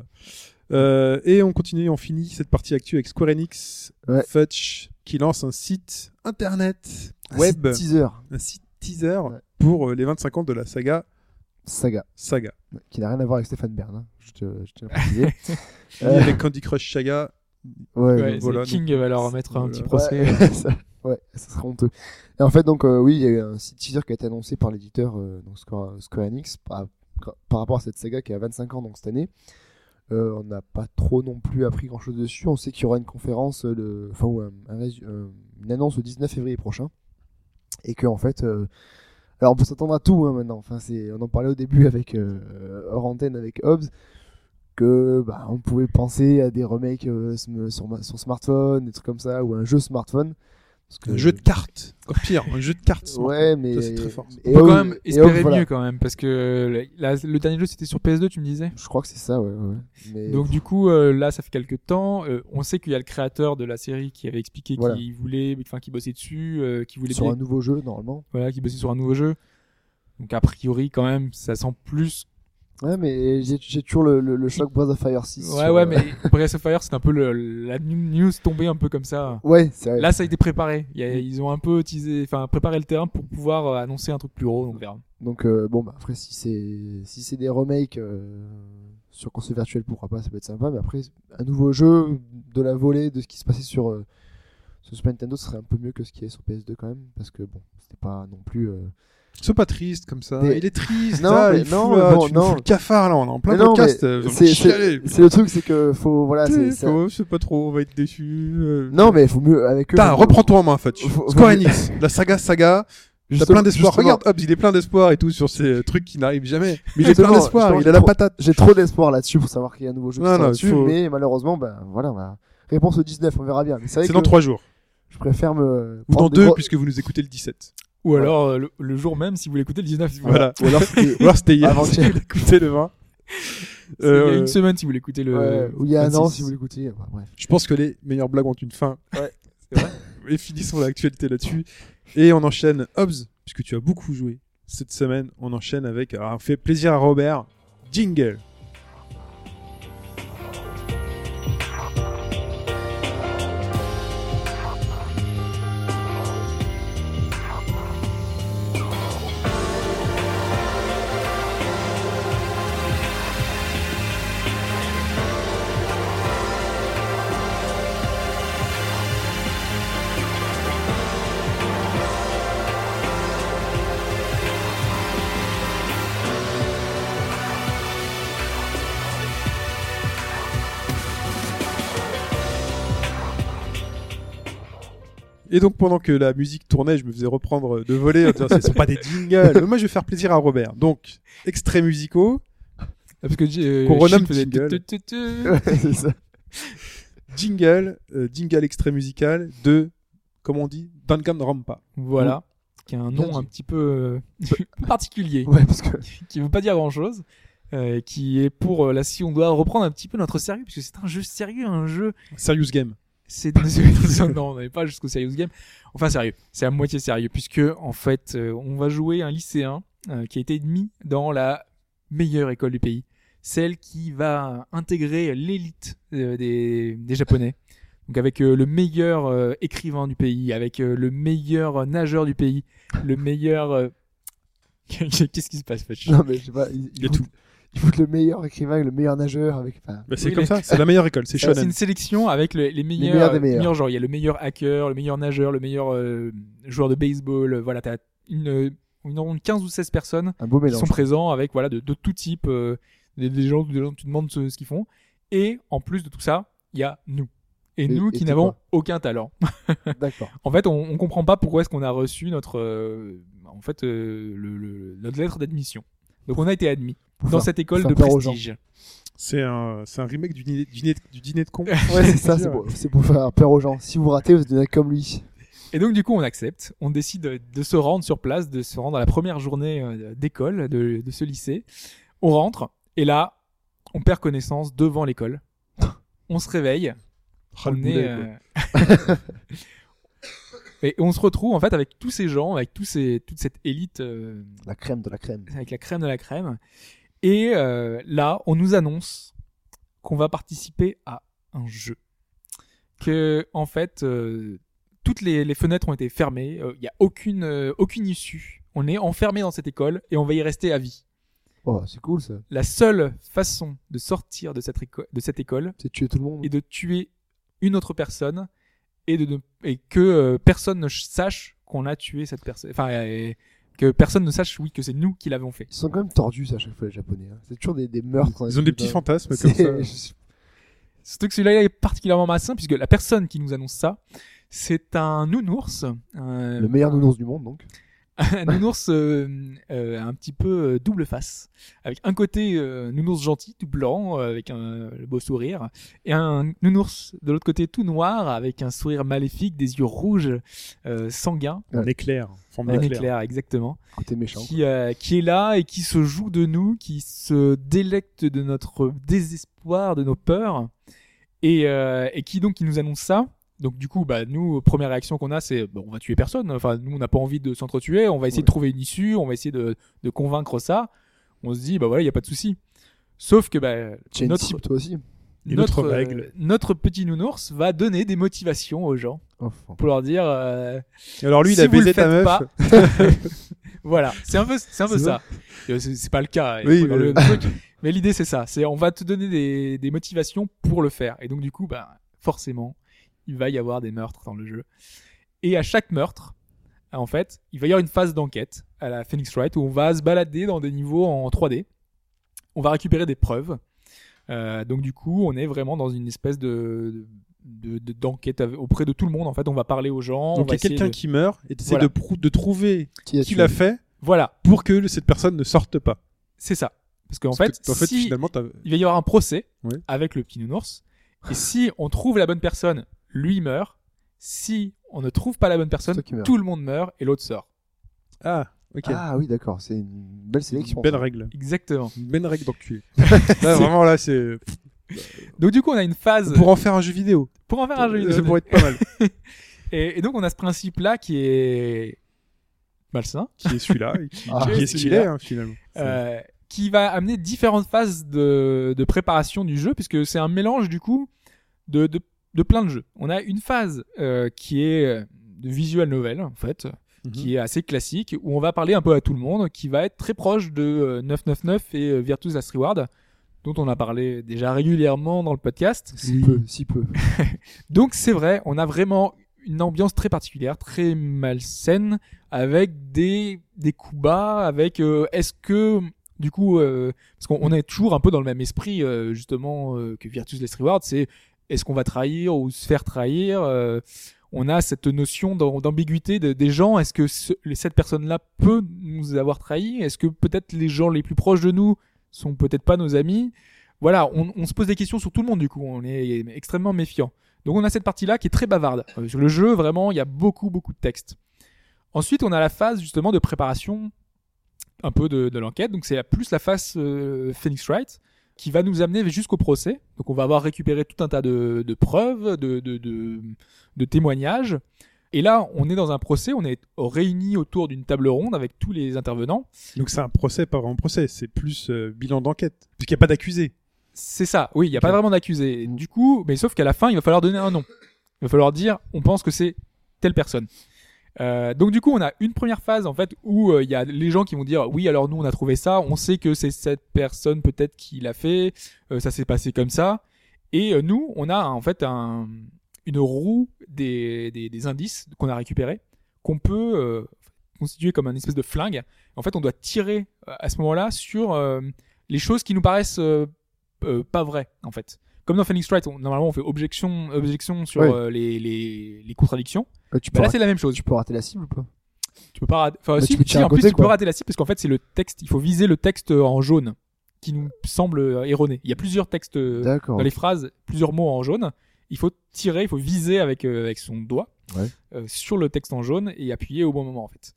[SPEAKER 3] Euh, et on continue, on finit cette partie actuelle avec Square Enix,
[SPEAKER 5] Ouais.
[SPEAKER 3] Fudge, qui lance un site internet,
[SPEAKER 5] Un
[SPEAKER 3] web,
[SPEAKER 5] site teaser
[SPEAKER 3] un site teaser
[SPEAKER 5] Ouais.
[SPEAKER 3] pour euh, les 25 ans de la saga
[SPEAKER 5] saga
[SPEAKER 3] Saga.
[SPEAKER 5] qui n'a rien à voir avec Stéphane Bern. hein. Je te- je tiens à préciser.
[SPEAKER 3] Ni
[SPEAKER 5] Euh,
[SPEAKER 3] avec Candy Crush Saga,
[SPEAKER 5] ouais,
[SPEAKER 4] Ouais,
[SPEAKER 5] donc,
[SPEAKER 4] c'est
[SPEAKER 3] voilà,
[SPEAKER 4] King va leur mettre un
[SPEAKER 3] voilà.
[SPEAKER 4] petit
[SPEAKER 3] Ouais.
[SPEAKER 4] procès.
[SPEAKER 5] Ouais, ça, ouais, ça serait honteux. Et en fait, donc, euh, oui, il y a eu un site teaser qui a été annoncé par l'éditeur euh, donc Square, Square Enix par, par rapport à cette saga qui a 25 ans donc, cette année. Euh, on n'a pas trop non plus appris grand chose dessus. On sait qu'il y aura une conférence, euh, le, enfin, ou un- un résu- euh, une annonce le 19 février prochain. Et que, en fait, euh, alors on peut s'attendre à tout hein, maintenant. Enfin, c'est, on en parlait au début avec euh, hors antenne avec Hobbs que bah, on pouvait penser à des remakes euh, sm- sur, ma- sur smartphone, des trucs comme ça, ou un jeu smartphone. Parce que-
[SPEAKER 3] un jeu de cartes, encore pire, un jeu de cartes.
[SPEAKER 5] Ouais, mais
[SPEAKER 3] Ça, c'est très fort.
[SPEAKER 5] et
[SPEAKER 4] On peut
[SPEAKER 5] Hobbes-
[SPEAKER 4] quand même
[SPEAKER 5] et Hobbes,
[SPEAKER 4] espérer
[SPEAKER 5] voilà.
[SPEAKER 4] mieux quand même parce que euh, la- la- le dernier jeu c'était sur PS2 tu me disais.
[SPEAKER 5] Je crois que c'est ça, ouais. ouais. Mais
[SPEAKER 4] Donc du coup euh, là ça fait quelques temps, euh, on sait qu'il y a le créateur de la série qui avait expliqué
[SPEAKER 5] Voilà.
[SPEAKER 4] qu'il voulait, enfin qui bossait dessus, euh, qui voulait
[SPEAKER 5] sur
[SPEAKER 4] bien-
[SPEAKER 5] un nouveau jeu normalement.
[SPEAKER 4] voilà, qui bossait sur un nouveau jeu. Donc a priori quand même ça sent plus.
[SPEAKER 5] Ouais, mais j'ai j'ai toujours le, le, le choc Breath of Fire 6.
[SPEAKER 4] Ouais
[SPEAKER 5] sur- euh,
[SPEAKER 4] ouais mais Breath of Fire c'est un peu le- la news tombée un peu comme ça.
[SPEAKER 5] Ouais, Mm. c'est vrai.
[SPEAKER 4] Là ça a été préparé, Il y a- ils ont un peu teasé, enfin préparé le terrain pour pouvoir euh, annoncer un truc plus gros donc on verra.
[SPEAKER 5] Donc euh, bon, bah, après si c'est si c'est des remakes euh, sur console virtuelle, pourquoi pas, ça peut être sympa. Mais après un nouveau jeu de la volée de ce qui se passait sur euh, sur Super Nintendo, ce serait un peu mieux que ce qui est sur PS2 quand même, parce que bon, c'était pas non plus. euh,
[SPEAKER 3] C'est pas triste comme ça.
[SPEAKER 5] Mais-
[SPEAKER 3] Il est triste.
[SPEAKER 5] Non,
[SPEAKER 3] là,
[SPEAKER 5] mais
[SPEAKER 3] il fout,
[SPEAKER 5] non,
[SPEAKER 3] là,
[SPEAKER 5] mais bon,
[SPEAKER 3] tu nous
[SPEAKER 5] non.
[SPEAKER 3] fous le cafard là, on est en plein
[SPEAKER 5] Mais non,
[SPEAKER 3] podcast.
[SPEAKER 5] mais
[SPEAKER 3] euh, j'ai envie de
[SPEAKER 5] c'est-
[SPEAKER 3] chialer.
[SPEAKER 5] C'est le truc, c'est que faut voilà. c'est-
[SPEAKER 3] T'es,
[SPEAKER 5] c'est-
[SPEAKER 3] quoi, je sais pas trop, on va être déçu. euh.
[SPEAKER 5] Non, mais faut mieux avec eux.
[SPEAKER 3] Putain,
[SPEAKER 5] faut-
[SPEAKER 3] reprends-toi en main, Fudge.
[SPEAKER 5] Faut- faut-
[SPEAKER 3] Square Enix, la saga Saga, T'as
[SPEAKER 5] Justement-
[SPEAKER 3] plein d'espoir.
[SPEAKER 5] justement.
[SPEAKER 3] Regarde, Hobbs, il est plein d'espoir et tout sur ces euh, trucs qui n'arrivent jamais. Mais il est
[SPEAKER 5] Justement,
[SPEAKER 3] plein d'espoir,
[SPEAKER 5] justement,
[SPEAKER 3] il a la
[SPEAKER 5] j'ai trop-
[SPEAKER 3] patate.
[SPEAKER 5] J'ai trop d'espoir là-dessus pour savoir qu'il y a un nouveau jeu qui
[SPEAKER 3] Non,
[SPEAKER 5] sort
[SPEAKER 3] non,
[SPEAKER 5] là-dessus,
[SPEAKER 3] faut-
[SPEAKER 5] mais malheureusement, ben voilà, on a- réponse au 19, on verra bien. Mais C'est vrai
[SPEAKER 3] C'est
[SPEAKER 5] que
[SPEAKER 3] dans 3 jours.
[SPEAKER 5] je préfère me.
[SPEAKER 3] Ou dans
[SPEAKER 5] prendre des
[SPEAKER 3] 2,
[SPEAKER 5] gros-
[SPEAKER 3] puisque vous nous écoutez le 17.
[SPEAKER 4] Ou alors euh, le, le jour même si vous l'écoutez le 19.
[SPEAKER 3] Voilà.
[SPEAKER 5] Ou alors c'était-
[SPEAKER 3] Ou alors c'était hier, si
[SPEAKER 5] Ah, Avant-hier.
[SPEAKER 3] vous l'écoutez le 20.
[SPEAKER 4] C'est il y a
[SPEAKER 3] Euh,
[SPEAKER 4] une semaine si vous l'écoutez le. Ah,
[SPEAKER 5] Ouais, ou il y a un
[SPEAKER 4] 26.
[SPEAKER 5] an si vous l'écoutez. enfin, bref.
[SPEAKER 3] Je pense que les meilleures blagues ont une fin.
[SPEAKER 4] Ouais, c'est vrai.
[SPEAKER 3] et finissons l'actualité là-dessus. Et on enchaîne, Hobbs, puisque tu as beaucoup joué cette semaine, on enchaîne avec, alors on fait plaisir à Robert, Jingle. Et donc pendant que la musique tournait, je me faisais reprendre de voler en disant, ce sont pas des jingles. Mais Moi je vais faire plaisir à Robert. Donc, extraits musicaux,
[SPEAKER 4] Parce que euh,
[SPEAKER 3] Qu'on renomme
[SPEAKER 4] Chine faisait
[SPEAKER 3] Jingle.
[SPEAKER 4] tu- tu- tu-
[SPEAKER 5] Ouais, c'est ça.
[SPEAKER 3] jingle, euh, jingle extrait musical de, comment on dit, Danganronpa.
[SPEAKER 4] Voilà. Qui a un
[SPEAKER 5] Bien
[SPEAKER 4] nom
[SPEAKER 5] dit.
[SPEAKER 4] un petit peu euh, particulier,
[SPEAKER 5] Ouais, parce que
[SPEAKER 4] qui veut pas dire grand chose, qui est pour euh, là si on doit reprendre un petit peu notre sérieux, puisque c'est un jeu sérieux, un jeu.
[SPEAKER 3] Serious Game.
[SPEAKER 4] C'est non, on n'avait pas jusqu'au serious game. Enfin sérieux, c'est à moitié sérieux, puisque en fait, euh, on va jouer un lycéen euh, qui a été admis dans la meilleure école du pays, celle qui va intégrer l'élite euh, des, des Japonais. Donc avec euh, le meilleur euh, écrivain du pays, avec euh, le meilleur nageur du pays, le meilleur euh, Qu'est-ce qui se passe, Fetch
[SPEAKER 5] Non, mais je sais pas. Il,
[SPEAKER 3] Il y a
[SPEAKER 5] tout. Il faut le meilleur écrivain avec le meilleur nageur. Avec, enfin,
[SPEAKER 3] Bah, c'est
[SPEAKER 4] Oui,
[SPEAKER 3] comme
[SPEAKER 4] mais-
[SPEAKER 3] ça, c'est la meilleure école, c'est
[SPEAKER 4] C'est
[SPEAKER 3] Shonen.
[SPEAKER 4] une sélection avec le- les meilleurs,
[SPEAKER 5] meilleurs des
[SPEAKER 4] euh,
[SPEAKER 5] meilleurs.
[SPEAKER 4] genres. Il y a le meilleur hacker, le meilleur nageur, le meilleur euh, joueur de baseball. euh, Voilà, t'as une, euh, environ 15 ou 16 personnes
[SPEAKER 5] un beau
[SPEAKER 4] qui
[SPEAKER 5] mélange.
[SPEAKER 4] sont présents avec voilà de, de tout type, euh, des, des gens, des gens, tu demandes ce, ce qu'ils font. Et en plus de tout ça, il y a nous. Et,
[SPEAKER 5] Et-
[SPEAKER 4] nous
[SPEAKER 5] et
[SPEAKER 4] qui
[SPEAKER 5] t'es
[SPEAKER 4] n'avons
[SPEAKER 5] quoi
[SPEAKER 4] aucun talent.
[SPEAKER 5] D'accord.
[SPEAKER 4] En fait, on, on comprend pas pourquoi est-ce qu'on a reçu notre, euh, en fait, euh, le- le- notre lettre d'admission. Donc on a été admis
[SPEAKER 5] Pour
[SPEAKER 4] dans
[SPEAKER 5] faire-
[SPEAKER 4] cette école
[SPEAKER 5] faire
[SPEAKER 4] de
[SPEAKER 5] peur aux gens.
[SPEAKER 4] prestige.
[SPEAKER 3] C'est un, c'est un remake du dîner, dîner- du dîner de con.
[SPEAKER 5] Ouais, c'est ça, c'est pour, c'est pour faire peur aux gens. Si vous ratez, vous êtes devenez comme lui.
[SPEAKER 4] Et donc du coup on accepte, on décide de- de se rendre sur place, de se rendre à la première journée euh, d'école de, de ce lycée. On rentre et là on perd connaissance devant l'école. On se réveille.
[SPEAKER 3] Ah, le
[SPEAKER 4] on
[SPEAKER 3] boulet,
[SPEAKER 4] est,
[SPEAKER 3] quoi.
[SPEAKER 4] euh, et on se retrouve en fait avec tous ces gens, avec tous ces, toute cette élite, euh,
[SPEAKER 5] La crème de la crème.
[SPEAKER 4] avec la crème de la crème. Et euh, là on nous annonce qu'on va participer à un jeu. Que, en fait, euh, toutes les, les fenêtres ont été fermées. euh, Il n'y a aucune, euh, aucune issue. On est enfermé dans cette école et on va y rester à vie.
[SPEAKER 5] Oh, c'est cool ça.
[SPEAKER 4] La seule façon de sortir de cette, éco- de cette école
[SPEAKER 5] C'est tuer tout le monde.
[SPEAKER 4] est de tuer une autre personne et, de, ne- et que euh, personne ne ch- sache qu'on a tué cette personne. Enfin, euh, que personne ne sache, oui, que c'est nous qui l'avons fait.
[SPEAKER 5] Ils sont quand même tordus ça, à chaque fois les Japonais. hein. C'est toujours des, des meurtres.
[SPEAKER 3] Ils ont des petits
[SPEAKER 5] fantasmes
[SPEAKER 3] fantasmes comme ça.
[SPEAKER 4] Surtout que celui-là il est particulièrement malsain puisque la personne qui nous annonce ça, c'est un nounours. un-
[SPEAKER 5] Le meilleur nounours du monde donc.
[SPEAKER 4] un nounours euh, euh, un petit peu euh, double face, avec un côté euh, nounours gentil, tout blanc, euh, avec un le beau sourire, et un nounours de l'autre côté tout noir, avec un sourire maléfique, des yeux rouges, euh, sanguins,
[SPEAKER 3] Un éclair, en forme
[SPEAKER 4] un
[SPEAKER 3] d'éclair.
[SPEAKER 4] éclair exactement,
[SPEAKER 5] Côté Ah, méchant.
[SPEAKER 4] qui, euh, qui est là et qui se joue de nous, qui se délecte de notre désespoir, de nos peurs, et, euh, et qui donc qui nous annonce ça. Donc du coup, bah nous, première réaction qu'on a, c'est bon, on va tuer personne. Enfin, nous, on n'a pas envie de s'entretuer. On va essayer de
[SPEAKER 5] Ouais.
[SPEAKER 4] trouver une issue. On va essayer de, de convaincre ça. On se dit bah voilà, il y a pas de souci. Sauf que bah,
[SPEAKER 5] Chainsaw,
[SPEAKER 4] notre
[SPEAKER 5] toi aussi.
[SPEAKER 3] Et
[SPEAKER 4] notre
[SPEAKER 3] notre
[SPEAKER 4] euh,
[SPEAKER 3] règle.
[SPEAKER 4] notre petit nounours va donner des motivations aux gens
[SPEAKER 5] Enfin.
[SPEAKER 4] pour leur dire euh,
[SPEAKER 3] Et alors lui, il
[SPEAKER 4] si
[SPEAKER 3] a
[SPEAKER 4] vous le
[SPEAKER 3] baisé ta
[SPEAKER 4] faites
[SPEAKER 3] meuf.
[SPEAKER 4] pas- voilà, c'est un peu, c'est un peu
[SPEAKER 3] C'est
[SPEAKER 4] ça. Euh, C'est c'est pas le cas.
[SPEAKER 3] Oui,
[SPEAKER 4] dans
[SPEAKER 3] mais-
[SPEAKER 4] le truc. Mais l'idée c'est ça. C'est on va te donner des, des motivations pour le faire. Et donc du coup, bah forcément, il va y avoir des meurtres dans le jeu. Et à chaque meurtre, en fait, il va y avoir une phase d'enquête à la Phoenix Wright où on va se balader dans des niveaux en 3D. On va récupérer des preuves. Euh, donc du coup, on est vraiment dans une espèce de de- de- d'enquête av- auprès de tout le monde en fait on va parler aux gens on
[SPEAKER 3] Donc il
[SPEAKER 4] va
[SPEAKER 3] y a
[SPEAKER 4] essayer
[SPEAKER 3] quelqu'un
[SPEAKER 4] de-
[SPEAKER 3] qui meurt et t'essaies
[SPEAKER 4] Voilà.
[SPEAKER 3] de, prou- de trouver
[SPEAKER 5] Qui a
[SPEAKER 3] qui
[SPEAKER 5] tué
[SPEAKER 3] l'a fait
[SPEAKER 4] voilà
[SPEAKER 3] pour que le- cette personne ne sorte pas.
[SPEAKER 4] C'est ça. Parce qu'en
[SPEAKER 3] Parce
[SPEAKER 4] fait,
[SPEAKER 3] que, en fait
[SPEAKER 4] si-
[SPEAKER 3] finalement, t'as-
[SPEAKER 4] il va y avoir un procès
[SPEAKER 3] Ouais.
[SPEAKER 4] avec le petit nounours. Et si on trouve la bonne personne, lui meurt. Si on ne trouve pas la bonne
[SPEAKER 5] C'est
[SPEAKER 4] personne,
[SPEAKER 5] toi qui meurs.
[SPEAKER 4] tout le monde meurt et l'autre sort.
[SPEAKER 3] ah, ok,
[SPEAKER 5] Ah oui d'accord, c'est une belle sélection.
[SPEAKER 3] une belle
[SPEAKER 5] ça.
[SPEAKER 3] règle,
[SPEAKER 4] Exactement.
[SPEAKER 3] une belle règle d'enculé. là vraiment là, c'est
[SPEAKER 4] Donc du coup, on a une phase
[SPEAKER 3] pour en faire un jeu vidéo.
[SPEAKER 4] pour en faire un jeu vidéo.
[SPEAKER 3] Ça pourrait être pas mal.
[SPEAKER 4] Et, et donc on a ce principe-là qui est malsain,
[SPEAKER 3] qui est celui-là et qui,
[SPEAKER 5] Ah,
[SPEAKER 3] qui est ce qu'il
[SPEAKER 4] celui-là.
[SPEAKER 3] est hein, finalement.
[SPEAKER 4] euh, qui va amener différentes phases de, de préparation du jeu, puisque c'est un mélange du coup de, de, de plein de jeux. On a une phase euh, qui est de visual novel en fait,
[SPEAKER 3] Mhm.
[SPEAKER 4] qui est assez classique, où on va parler un peu à tout le monde, qui va être très proche de euh, 999 et euh, Virtus Last Reward, dont on a parlé déjà régulièrement dans le podcast.
[SPEAKER 5] Si peu, si peu.
[SPEAKER 4] Donc c'est vrai, on a vraiment une ambiance très particulière, très malsaine, avec des, des coups bas, avec euh, est-ce que du coup, euh, parce qu'on on est toujours un peu dans le même esprit euh, justement euh, que Virtus Last Reward, c'est est-ce qu'on va trahir ou se faire trahir euh, On a cette notion d'am- d'ambiguïté de- des gens. Est-ce que ce- cette personne-là peut nous avoir trahi Est-ce que peut-être les gens les plus proches de nous sont peut-être pas nos amis Voilà, on, on se pose des questions sur tout le monde du coup. On est extrêmement méfiant. Donc on a cette partie-là qui est très bavarde. Euh, sur le jeu, vraiment, il y a beaucoup, beaucoup de texte. Ensuite, on a la phase justement de préparation un peu de, de l'enquête. Donc c'est la- plus la phase euh, Phoenix Wright qui va nous amener jusqu'au procès. Donc on va avoir récupéré tout un tas de, de preuves, de, de, de- de témoignages. Et là, on est dans un procès, on est réunis autour d'une table ronde avec tous les intervenants.
[SPEAKER 3] Donc c'est un procès par un procès, c'est plus euh, bilan d'enquête puisqu'il n'y a pas d'accusé.
[SPEAKER 4] C'est ça, oui, il n'y a
[SPEAKER 3] Ok.
[SPEAKER 4] pas vraiment d'accusé.
[SPEAKER 5] Mm.
[SPEAKER 4] Du coup, mais sauf qu'à la fin, il va falloir donner un nom. Il va falloir dire, on pense que c'est telle personne. Euh, donc du coup, on a une première phase en fait où euh, il y a les gens qui vont dire oui, alors nous on a trouvé ça, on sait que c'est cette personne peut-être qui l'a fait, euh, ça s'est passé comme ça. Et euh, nous, on a en fait un, une roue des, des, des indices qu'on a récupérés, qu'on peut euh, constituer comme un espèce de flingue. En fait, on doit tirer euh, à ce moment-là sur euh, les choses qui nous paraissent euh, euh, pas vraies en fait. Comme dans Phoenix Wright, on- normalement on fait objection, objection sur
[SPEAKER 5] Ouais.
[SPEAKER 4] euh, les, les, les contradictions.
[SPEAKER 5] Ouais, tu, peux
[SPEAKER 4] Bah, là,
[SPEAKER 5] rater,
[SPEAKER 4] c'est la même chose
[SPEAKER 5] tu peux rater la cible ou pas
[SPEAKER 4] tu peux pas rater. Enfin,
[SPEAKER 5] Bah,
[SPEAKER 4] si,
[SPEAKER 5] tu peux
[SPEAKER 4] si,
[SPEAKER 5] tirer
[SPEAKER 4] en
[SPEAKER 5] à
[SPEAKER 4] plus,
[SPEAKER 5] côté,
[SPEAKER 4] tu peux
[SPEAKER 5] quoi.
[SPEAKER 4] rater la cible parce qu'en fait, c'est le texte. Il faut viser le texte en jaune qui nous semble euh, erroné. Il y a plusieurs textes euh,
[SPEAKER 5] D'accord.
[SPEAKER 4] dans les phrases, plusieurs mots en jaune. Il faut tirer, il faut viser avec, euh, avec son doigt
[SPEAKER 5] Ouais.
[SPEAKER 4] euh, sur le texte en jaune et appuyer au bon moment, en fait.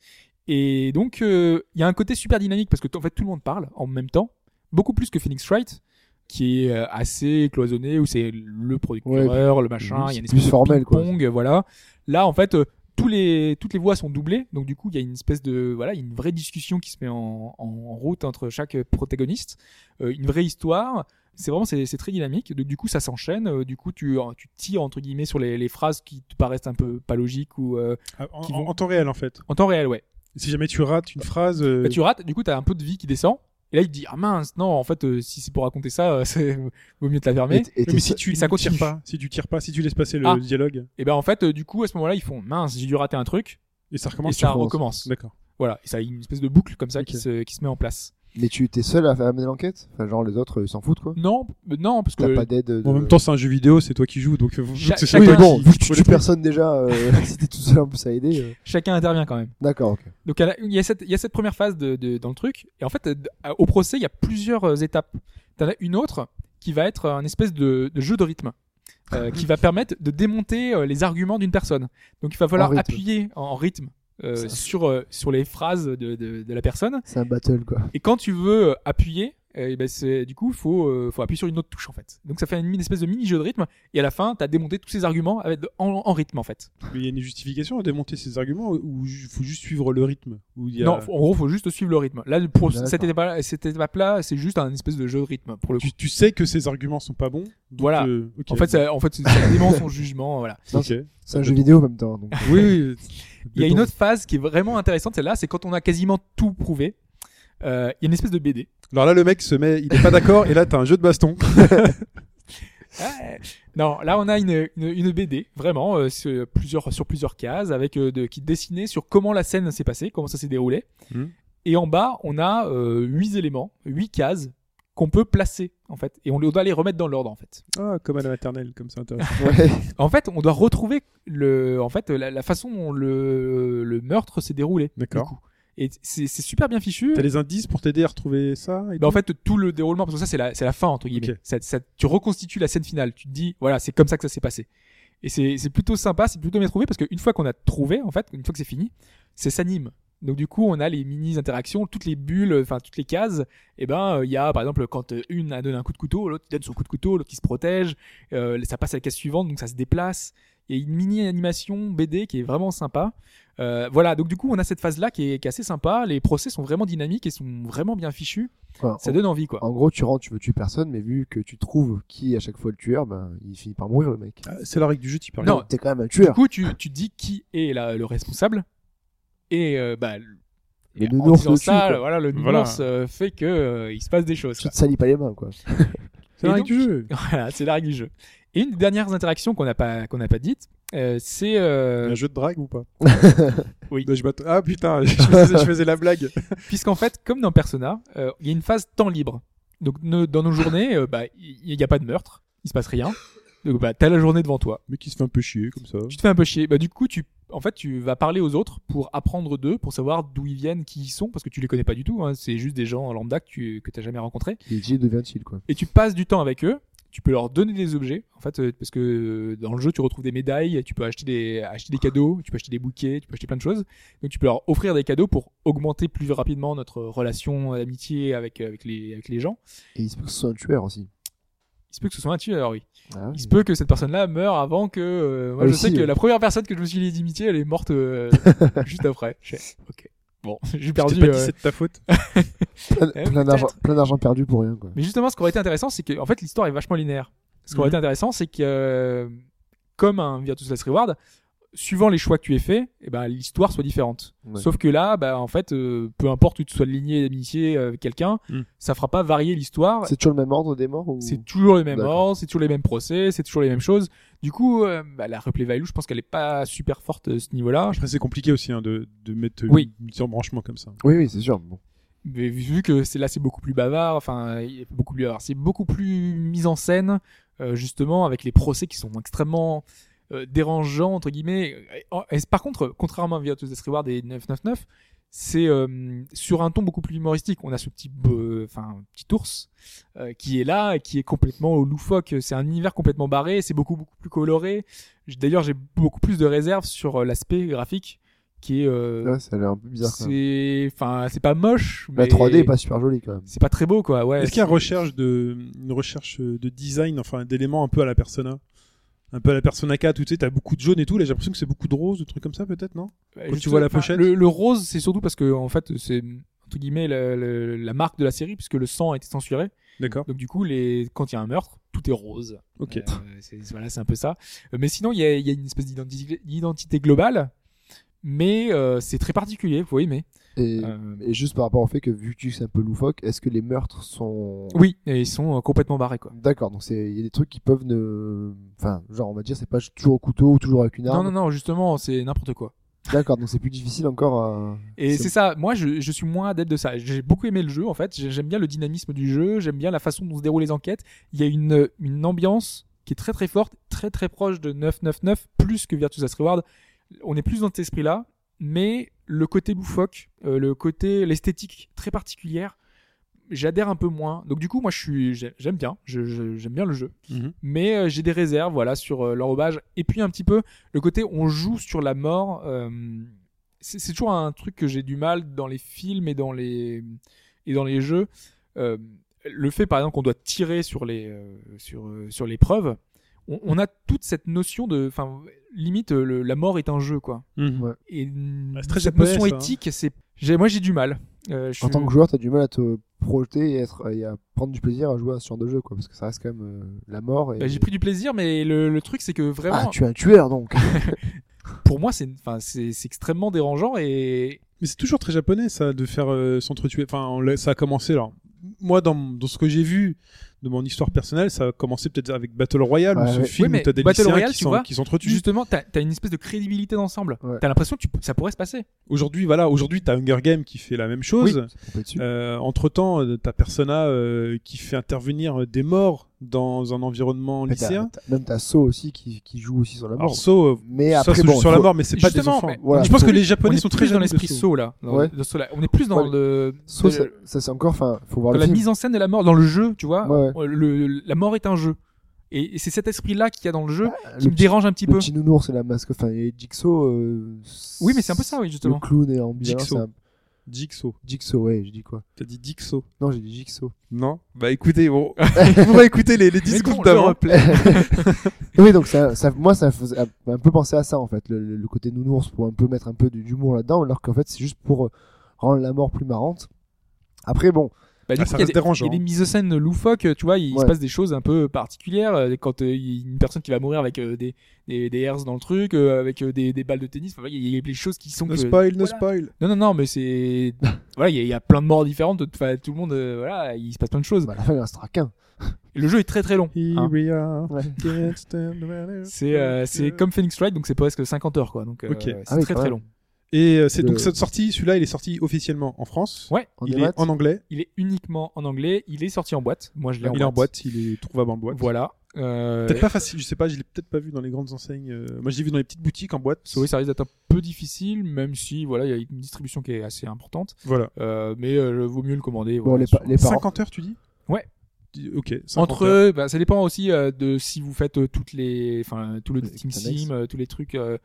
[SPEAKER 4] Et donc, euh, il y a un côté super dynamique parce que t- en fait, tout le monde parle en même temps, beaucoup plus que Phoenix Wright qui est euh, assez cloisonné où c'est le producteur, le machin,
[SPEAKER 5] Mhm,
[SPEAKER 4] il y a une
[SPEAKER 5] c'est plus
[SPEAKER 4] espèce de
[SPEAKER 5] formel, quoi.
[SPEAKER 4] ping-pong, euh, voilà. Là, en fait, euh, tous les, toutes les voix sont doublées, donc du coup, il y a une espèce de, voilà, il y a une vraie discussion qui se met en, en route entre chaque protagoniste, euh, une vraie histoire. C'est vraiment, c'est c'est très dynamique. Donc, du coup, ça s'enchaîne. Euh, Du coup, tu, tu tires entre guillemets sur les, les phrases qui te paraissent un peu pas logiques ou euh,
[SPEAKER 3] Ah, En,
[SPEAKER 4] Qui
[SPEAKER 3] en-
[SPEAKER 4] vont-
[SPEAKER 3] en temps réel, en fait.
[SPEAKER 4] en temps réel, ouais.
[SPEAKER 3] Si jamais tu rates une phrase, euh,
[SPEAKER 4] Bah, tu rates, du coup, t'as un peu de vie qui descend. Et là, il te dit, ah mince, non, en fait, euh, si c'est pour raconter ça, euh, c'est vaut mieux te la fermer.
[SPEAKER 5] Et t- et
[SPEAKER 3] mais
[SPEAKER 5] t'es-
[SPEAKER 3] si tu
[SPEAKER 4] et ça
[SPEAKER 3] ne tires
[SPEAKER 4] continue.
[SPEAKER 3] pas, si tu tires pas, si tu laisses passer le
[SPEAKER 4] Ah.
[SPEAKER 3] dialogue,
[SPEAKER 4] Et ben en fait, euh, du coup, à ce moment-là, ils font mince, j'ai dû rater un truc,
[SPEAKER 3] et ça
[SPEAKER 4] et
[SPEAKER 3] recommence.
[SPEAKER 4] ça
[SPEAKER 5] recommences.
[SPEAKER 4] recommence.
[SPEAKER 3] D'accord.
[SPEAKER 4] Voilà, et ça a une espèce de boucle comme ça qui,
[SPEAKER 3] Ok.
[SPEAKER 4] se, qui se met en place.
[SPEAKER 5] Mais tu t'es seul à faire amener l'enquête Enfin, genre les autres, ils s'en foutent quoi
[SPEAKER 4] Non, euh, non, parce
[SPEAKER 5] T'as
[SPEAKER 4] que
[SPEAKER 5] pas d'aide. de-
[SPEAKER 3] Bon, en même temps, c'est un jeu vidéo, c'est toi qui joues, donc. euh, vu
[SPEAKER 4] Euh, Cha-
[SPEAKER 3] que c'est
[SPEAKER 5] oui, mais
[SPEAKER 4] chacun-
[SPEAKER 3] toi
[SPEAKER 5] bon,
[SPEAKER 3] qui-
[SPEAKER 5] vu que
[SPEAKER 3] faut
[SPEAKER 5] tu
[SPEAKER 3] les
[SPEAKER 5] tues personne déjà, euh, si t'es tout seul en plus à aider. euh.
[SPEAKER 4] chacun intervient quand même.
[SPEAKER 5] D'accord, ok.
[SPEAKER 4] Donc à la- il y, a cette, il y a cette première phase de, de- dans le truc, et en fait, euh, au procès, il y a plusieurs euh, étapes. T'en as une autre qui va être euh, un espèce de, de jeu de rythme. euh, qui va permettre de démonter euh, les arguments d'une personne. Donc il va falloir
[SPEAKER 5] rythme.
[SPEAKER 4] appuyer en, en rythme euh,
[SPEAKER 5] Ça-
[SPEAKER 4] sur, euh, sur les phrases de- de, de la personne
[SPEAKER 5] C'est un battle quoi.
[SPEAKER 4] Et quand tu veux euh, appuyer, euh, eh ben c'est du coup faut euh, faut appuyer sur une autre touche en fait. Donc ça fait une, une espèce de mini jeu de rythme et à la fin t'as démonté tous ces arguments avec en, en rythme en fait.
[SPEAKER 3] Mais il y a une justification à démonter ces arguments ou il faut juste suivre le rythme ou il y a-
[SPEAKER 4] Non, faut- en gros faut juste suivre le rythme. Là pour
[SPEAKER 5] D'accord.
[SPEAKER 4] cette étape cette étape là c'est juste un espèce de jeu de rythme pour le coup.
[SPEAKER 3] tu, tu sais que ces arguments sont pas bons. donc,
[SPEAKER 4] Voilà.
[SPEAKER 3] euh, ok.
[SPEAKER 4] En fait ça, en fait c'est- ça dément son jugement voilà.
[SPEAKER 3] Ok.
[SPEAKER 5] C'est un jeu vidéo en même temps. Donc,
[SPEAKER 3] oui, oui.
[SPEAKER 4] Il y a une autre phase qui est vraiment intéressante celle-là c'est quand on a quasiment tout prouvé. Euh, Il y a une espèce de BD.
[SPEAKER 3] Alors là, le mec se met, il est pas d'accord, et là, t'as un jeu de baston.
[SPEAKER 4] Ouais. Non, là on a une, une, une BD vraiment euh, sur plusieurs sur plusieurs cases avec euh, de, qui dessinait sur comment la scène s'est passée, comment ça s'est déroulé.
[SPEAKER 3] Mhm.
[SPEAKER 4] Et en bas, on a euh, huit éléments, huit cases qu'on peut placer en fait, et on les- on doit les remettre dans l'ordre en fait.
[SPEAKER 3] Ah, comme à la maternelle, comme ça. intéressant.
[SPEAKER 5] ouais.
[SPEAKER 4] En fait, on doit retrouver le en fait la, la façon dont le, le meurtre s'est déroulé.
[SPEAKER 3] D'accord.
[SPEAKER 4] Du coup. Et c'est c'est super bien fichu.
[SPEAKER 3] T'as les indices pour t'aider à retrouver ça. et
[SPEAKER 4] Bah, en
[SPEAKER 3] tout
[SPEAKER 4] fait, tout le déroulement, parce que ça, c'est la, c'est la fin, entre guillemets.
[SPEAKER 3] Ok.
[SPEAKER 4] Ça, ça- tu reconstitues la scène finale. Tu te dis, voilà, c'est comme ça que ça s'est passé. Et c'est c'est plutôt sympa, c'est plutôt bien trouvé, parce qu'une fois qu'on a trouvé, en fait, une fois que c'est fini, c'est s'anime. Donc, du coup, on a les mini-interactions, toutes les bulles, enfin, toutes les cases. Et ben, euh, il y a, par exemple, quand euh, une a donné un coup de couteau, l'autre donne son coup de couteau, l'autre qui se protège, euh, ça passe à la case suivante, donc ça se déplace. Il y a une mini-animation BD qui est vraiment sympa. Euh, voilà, donc du coup, on a cette phase-là qui est, qui est assez sympa. Les procès sont vraiment dynamiques et sont vraiment bien fichus.
[SPEAKER 5] Enfin,
[SPEAKER 4] Ça
[SPEAKER 5] en,
[SPEAKER 4] donne envie, quoi.
[SPEAKER 5] en gros, tu rentres, tu veux tuer personne, mais vu que tu trouves qui est à chaque fois le tueur, ben, il finit par mourir le mec.
[SPEAKER 3] Ah, C'est la règle du jeu, tu parles.
[SPEAKER 4] Non.
[SPEAKER 5] T'es quand même
[SPEAKER 4] Du
[SPEAKER 5] un tueur.
[SPEAKER 4] coup, tu, tu dis qui est la- le responsable. Et euh, bah, le-
[SPEAKER 5] Le
[SPEAKER 4] et en
[SPEAKER 5] nounours
[SPEAKER 4] disant
[SPEAKER 5] le tue,
[SPEAKER 4] ça,
[SPEAKER 5] quoi.
[SPEAKER 4] voilà, le
[SPEAKER 3] Voilà.
[SPEAKER 4] nounours euh, fait que euh, il se passe des choses.
[SPEAKER 5] Tu
[SPEAKER 4] quoi.
[SPEAKER 5] te salis pas les mains quoi.
[SPEAKER 3] C'est la
[SPEAKER 4] Et
[SPEAKER 3] règle
[SPEAKER 4] donc-
[SPEAKER 3] du jeu.
[SPEAKER 4] Voilà, c'est la règle du jeu. Et une des dernières interactions qu'on n'a pas qu'on n'a pas dite, euh, c'est euh,
[SPEAKER 3] Un jeu de drague ou pas
[SPEAKER 4] Oui.
[SPEAKER 3] Non, je m'attends- ah putain, je faisais, je faisais la blague.
[SPEAKER 4] puisqu'en fait, comme dans Persona, euh, il y a une phase temps libre. Donc ne- dans nos journées, euh, bah, il n'y a pas de meurtre, il se passe rien. Donc bah, t'as la journée devant toi.
[SPEAKER 3] Mais qui se fait un peu chier comme ça.
[SPEAKER 4] Tu te fais un peu chier. Bah, du coup, tu, en fait, tu vas parler aux autres pour apprendre d'eux, pour savoir d'où ils viennent, qui ils sont, parce que tu les connais pas du tout. hein. C'est juste des gens lambda que tu que t'as jamais rencontrés.
[SPEAKER 5] Et Jay devient chill quoi.
[SPEAKER 4] Et tu passes du temps avec eux. Tu peux leur donner des objets, en fait, euh, parce que euh, dans le jeu, tu retrouves des médailles, tu peux acheter des, acheter des cadeaux, tu peux acheter des bouquets, tu peux acheter plein de choses. Donc, tu peux leur offrir des cadeaux pour augmenter plus rapidement notre relation euh, d'amitié avec, avec, les, avec les gens.
[SPEAKER 5] Et il se peut que ce soit un tueur aussi.
[SPEAKER 4] Il se peut que ce soit un tueur, oui.
[SPEAKER 5] Ah,
[SPEAKER 4] Il se peut que cette personne-là meure avant que. euh, moi,
[SPEAKER 5] Ah,
[SPEAKER 4] je
[SPEAKER 5] oui,
[SPEAKER 4] sais
[SPEAKER 5] si,
[SPEAKER 4] que
[SPEAKER 5] oui.
[SPEAKER 4] la première personne que je me suis liée d'imitié, elle est morte euh, juste après. Je fais, ok. Bon, j'ai
[SPEAKER 3] Je t'ai
[SPEAKER 4] perdu.
[SPEAKER 3] pas
[SPEAKER 4] euh,
[SPEAKER 3] dit c'est de ta faute.
[SPEAKER 5] Plein,
[SPEAKER 4] Eh,
[SPEAKER 5] plein d'argent-
[SPEAKER 4] peut-être.
[SPEAKER 5] plein d'argent perdu pour rien quoi.
[SPEAKER 4] Mais justement, ce qui aurait été intéressant, c'est que en fait, l'histoire est vachement linéaire. Ce qui aurait
[SPEAKER 3] Mhm.
[SPEAKER 4] été intéressant, c'est que euh, comme un Virtus Last Reward, suivant les choix que tu aies fait, eh ben, l'histoire soit différente.
[SPEAKER 5] Ouais.
[SPEAKER 4] Sauf que là, bah, en fait, euh, peu importe où tu sois de lignée d'amitié avec quelqu'un,
[SPEAKER 5] Mhm.
[SPEAKER 3] Mm.
[SPEAKER 4] ça fera pas varier l'histoire.
[SPEAKER 5] C'est toujours le même ordre des morts ou...
[SPEAKER 4] C'est toujours les mêmes
[SPEAKER 5] D'accord.
[SPEAKER 4] ordres, c'est toujours les mêmes procès, c'est toujours les mêmes choses. Du coup, euh, bah, la replay value, je pense qu'elle est pas super forte euh, à ce niveau-là.
[SPEAKER 3] Après, c'est compliqué aussi hein, de, de mettre
[SPEAKER 4] Oui.
[SPEAKER 3] multi embranchement comme ça.
[SPEAKER 5] Oui, oui, c'est sûr. Bon.
[SPEAKER 4] Mais vu que c'est là, c'est beaucoup plus bavard, enfin, il est beaucoup plus bavard. C'est beaucoup plus mis en scène, euh, justement, avec les procès qui sont extrêmement euh, dérangeants, entre guillemets. Et, en- et par contre, contrairement à Virtuous Death Reward et 999, c'est euh, sur un ton beaucoup plus humoristique. On a ce petit, be- enfin, petit ours euh, qui est là, et qui est complètement loufoque. C'est un univers complètement barré. C'est beaucoup beaucoup plus coloré. J- D'ailleurs, j'ai beaucoup plus de réserves sur euh, l'aspect graphique qui est. euh,
[SPEAKER 5] Ouais, ça a l'air un peu bizarre. quand même.
[SPEAKER 4] c'est enfin c'est pas moche mais
[SPEAKER 5] La 3D est pas super jolie quand même.
[SPEAKER 4] c'est pas très beau quoi ouais
[SPEAKER 3] Est-ce qu'il y a une recherche de, une recherche euh, de design, enfin d'éléments un peu à la Persona un peu à la Persona 4, où tu sais, t'as beaucoup de jaune et tout, là j'ai l'impression que c'est beaucoup de rose, de trucs comme ça peut-être, non
[SPEAKER 4] Bah,
[SPEAKER 3] quand tu
[SPEAKER 4] juste-
[SPEAKER 3] vois la
[SPEAKER 4] enfin,
[SPEAKER 3] pochette
[SPEAKER 4] le, le rose c'est surtout parce que en fait c'est entre guillemets la, la- la marque de la série puisque le sang a été censuré
[SPEAKER 3] D'accord.
[SPEAKER 4] donc du coup les quand il y a un meurtre tout est rose
[SPEAKER 3] Ok.
[SPEAKER 4] Euh, c'est voilà c'est un peu ça Euh, mais sinon il y a, il y a une espèce d'identi- d'identité globale mais euh, c'est très particulier faut aimer
[SPEAKER 5] Et,
[SPEAKER 4] Euh,
[SPEAKER 5] et juste par rapport au fait que vu que c'est un peu loufoque, est-ce que les meurtres sont.
[SPEAKER 4] oui et ils sont euh, complètement barrés quoi
[SPEAKER 5] D'accord, donc c'est- il y a des trucs qui peuvent ne. Enfin, genre, on va dire, c'est pas toujours au couteau ou toujours avec une
[SPEAKER 4] non
[SPEAKER 5] arme.
[SPEAKER 4] non non justement c'est n'importe quoi
[SPEAKER 5] D'accord, donc c'est plus difficile encore. à-
[SPEAKER 4] Et
[SPEAKER 5] C'est-
[SPEAKER 4] c'est ça, moi je, je suis moins adepte de ça. J'ai beaucoup aimé le jeu en fait, J'ai- j'aime bien le dynamisme du jeu, j'aime bien la façon dont se déroulent les enquêtes. Il y a une, une ambiance qui est très très forte, très très proche de 999, plus que Virtus As Reward. On est plus dans cet esprit-là, mais le côté loufoque, euh, le côté, l'esthétique très particulière, j'adhère un peu moins. Donc du coup, moi je suis, j'ai- j'aime bien, Je- je- j'aime bien le jeu
[SPEAKER 3] Mhm.
[SPEAKER 4] mais euh, j'ai des réserves voilà sur euh, l'enrobage et puis un petit peu le côté on joue sur la mort euh, c'est c'est toujours un truc que j'ai du mal dans les films et dans les et dans les jeux Euh, le fait par exemple qu'on doit tirer sur les euh, sur euh, sur les preuves on, on a toute cette notion de enfin limite euh, le- la mort est un jeu quoi
[SPEAKER 3] Mhm.
[SPEAKER 5] Ouais.
[SPEAKER 4] et
[SPEAKER 3] c'est très
[SPEAKER 4] cette
[SPEAKER 3] japonais,
[SPEAKER 4] notion
[SPEAKER 3] ça, hein.
[SPEAKER 4] éthique c'est j'ai- moi j'ai du mal Euh, je
[SPEAKER 5] En
[SPEAKER 4] suis-
[SPEAKER 5] tant que joueur, t'as du mal à te projeter et, être... et à prendre du plaisir à jouer à ce genre de jeu, quoi. Parce que ça reste quand même euh, la mort. Et...
[SPEAKER 4] Bah, j'ai pris du plaisir mais le, le hein. truc c'est que vraiment
[SPEAKER 5] Ah, tu es un tueur donc
[SPEAKER 4] pour moi c'est enfin c'est c'est extrêmement dérangeant et,
[SPEAKER 3] Mais c'est toujours très japonais ça de faire euh, s'entretuer. Enfin, on l'a- ça a commencé alors. Moi, dans, dans ce que j'ai vu de mon histoire personnelle, ça a commencé peut-être avec Battle Royale
[SPEAKER 5] Ouais,
[SPEAKER 3] ou ce
[SPEAKER 5] ouais.
[SPEAKER 3] film
[SPEAKER 4] Oui,
[SPEAKER 3] où
[SPEAKER 4] mais
[SPEAKER 3] t'as des
[SPEAKER 4] Battle
[SPEAKER 3] lycéens
[SPEAKER 4] Royale,
[SPEAKER 3] qui
[SPEAKER 4] tu
[SPEAKER 3] s'en-
[SPEAKER 4] vois,
[SPEAKER 3] qui s'entretuent.
[SPEAKER 4] justement, t'as as une espèce de crédibilité d'ensemble.
[SPEAKER 5] Ouais.
[SPEAKER 4] T'as l'impression que tu peux- ça pourrait se passer.
[SPEAKER 3] Aujourd'hui, voilà, aujourd'hui t'as Hunger Games qui fait la même chose.
[SPEAKER 5] On peut être
[SPEAKER 4] Euh,
[SPEAKER 5] dessus.
[SPEAKER 3] entre temps, t'as Persona euh, qui fait intervenir euh, des morts dans un environnement
[SPEAKER 5] T'as-
[SPEAKER 3] lycéen.
[SPEAKER 5] t'as- Même t'as So aussi qui, qui joue aussi sur la mort.
[SPEAKER 3] Alors, so, euh,
[SPEAKER 5] mais
[SPEAKER 3] ça
[SPEAKER 5] après,
[SPEAKER 3] se
[SPEAKER 5] bon,
[SPEAKER 3] joue sur la
[SPEAKER 5] faut-
[SPEAKER 3] mort, mais c'est pas des
[SPEAKER 4] Justement,
[SPEAKER 3] enfants.
[SPEAKER 4] mais
[SPEAKER 5] Voilà,
[SPEAKER 3] je pense
[SPEAKER 5] faut-
[SPEAKER 3] que les Japonais
[SPEAKER 4] on est
[SPEAKER 3] sont très
[SPEAKER 4] plus dans
[SPEAKER 3] jaloux de
[SPEAKER 4] l'esprit
[SPEAKER 3] Saw.
[SPEAKER 4] saut là. dans-
[SPEAKER 5] Ouais.
[SPEAKER 4] de Saw, là. On est plus dans
[SPEAKER 5] Ouais.
[SPEAKER 4] le
[SPEAKER 5] So,
[SPEAKER 4] de-
[SPEAKER 5] ça, ça, c'est encore. Enfin, faut voir
[SPEAKER 4] dans
[SPEAKER 5] le
[SPEAKER 4] la
[SPEAKER 5] film.
[SPEAKER 4] mise en scène de la mort dans le jeu, tu vois. Euh,
[SPEAKER 5] Ouais,
[SPEAKER 4] Le, la mort est un jeu. Et, et c'est cet esprit là qu'il y a dans le jeu qui
[SPEAKER 5] Ah, Le
[SPEAKER 4] me dérange un petit
[SPEAKER 5] Le
[SPEAKER 4] peu.
[SPEAKER 5] petit nounours et la masque, enfin, et Jigsaw. euh,
[SPEAKER 4] Oui, mais c'est un peu ça, oui, justement.
[SPEAKER 5] Le clown est ambiant.
[SPEAKER 3] Jigsaw.
[SPEAKER 5] c'est un-
[SPEAKER 3] Jigsaw.
[SPEAKER 5] Jigsaw, ouais, j'ai dit quoi
[SPEAKER 3] T'as dit Jigsaw.
[SPEAKER 5] Non, j'ai dit Jigsaw.
[SPEAKER 3] Non Bah écoutez, bon. Vous va écouter les, les 10
[SPEAKER 4] Mais
[SPEAKER 3] secondes
[SPEAKER 4] bon, le
[SPEAKER 3] d'avant.
[SPEAKER 4] replay.
[SPEAKER 5] oui, donc ça, ça, moi, ça faisait un peu penser à ça, en fait, le, le- le côté nounours, pour un peu mettre un peu de- d'humour là-dedans, alors qu'en fait, c'est juste pour euh, rendre la mort plus marrante. Après, bon,
[SPEAKER 4] Bah, du
[SPEAKER 3] Ah,
[SPEAKER 4] coup,
[SPEAKER 3] ça
[SPEAKER 4] il y a
[SPEAKER 3] reste
[SPEAKER 4] des-
[SPEAKER 3] dérangeant,
[SPEAKER 4] il y a
[SPEAKER 3] hein.
[SPEAKER 4] des mises en scène loufoques, tu vois, il
[SPEAKER 5] Ouais.
[SPEAKER 4] se passe des choses un peu particulières. euh, Quand euh, il y a une personne qui va mourir avec euh, des, des, des herses dans le truc, euh, avec euh, des, des balles de tennis, enfin, il y a des choses qui sont...
[SPEAKER 3] No
[SPEAKER 4] que-
[SPEAKER 3] spoil, no
[SPEAKER 4] Voilà.
[SPEAKER 3] spoil.
[SPEAKER 4] Non, non, non, mais c'est. voilà, il y, a- il y a plein de morts différentes. Enfin, tout le monde, euh, voilà, il se passe plein de choses.
[SPEAKER 5] bah, à la fin, il en restera qu'un.
[SPEAKER 4] Le jeu est très très long. hein.
[SPEAKER 5] Ouais.
[SPEAKER 4] C'est euh, c'est comme Phoenix Wright, donc c'est presque 50 heures, quoi. Donc euh,
[SPEAKER 3] Ok.
[SPEAKER 4] c'est
[SPEAKER 5] Ah oui,
[SPEAKER 4] très
[SPEAKER 5] quand
[SPEAKER 4] très
[SPEAKER 5] même.
[SPEAKER 4] long.
[SPEAKER 3] Et euh, c'est donc
[SPEAKER 5] Le-
[SPEAKER 3] cette sortie, celui-là, il est sorti officiellement en France.
[SPEAKER 4] Ouais,
[SPEAKER 5] En
[SPEAKER 3] il
[SPEAKER 5] démat.
[SPEAKER 3] est en anglais.
[SPEAKER 4] il est uniquement en anglais. Il est sorti en boîte. Moi,
[SPEAKER 5] Ah,
[SPEAKER 4] je l'ai
[SPEAKER 3] il est en boîte, il est trouvable en boîte.
[SPEAKER 4] Voilà. Euh,
[SPEAKER 3] Peut-être pas facile, je sais pas, je l'ai peut-être pas vu dans les grandes enseignes. euh, Moi, je l'ai vu dans les petites boutiques en boîte.
[SPEAKER 4] so, oui, ça risque d'être un peu difficile, même si voilà, il y a une distribution qui est assez importante.
[SPEAKER 3] Voilà.
[SPEAKER 4] Euh, mais euh, vaut mieux le commander.
[SPEAKER 5] Bon,
[SPEAKER 4] voilà,
[SPEAKER 5] les, pa-
[SPEAKER 4] sur-
[SPEAKER 5] les parents.
[SPEAKER 3] 50 heures, tu dis
[SPEAKER 4] Ouais.
[SPEAKER 3] Dis- Ok. 50
[SPEAKER 4] Entre
[SPEAKER 3] heures.
[SPEAKER 4] eux, bah, ça dépend aussi euh, de si vous faites euh, toutes les, enfin tout le
[SPEAKER 5] Les
[SPEAKER 4] dating
[SPEAKER 5] annexes.
[SPEAKER 4] sim, euh, tous les trucs. euh,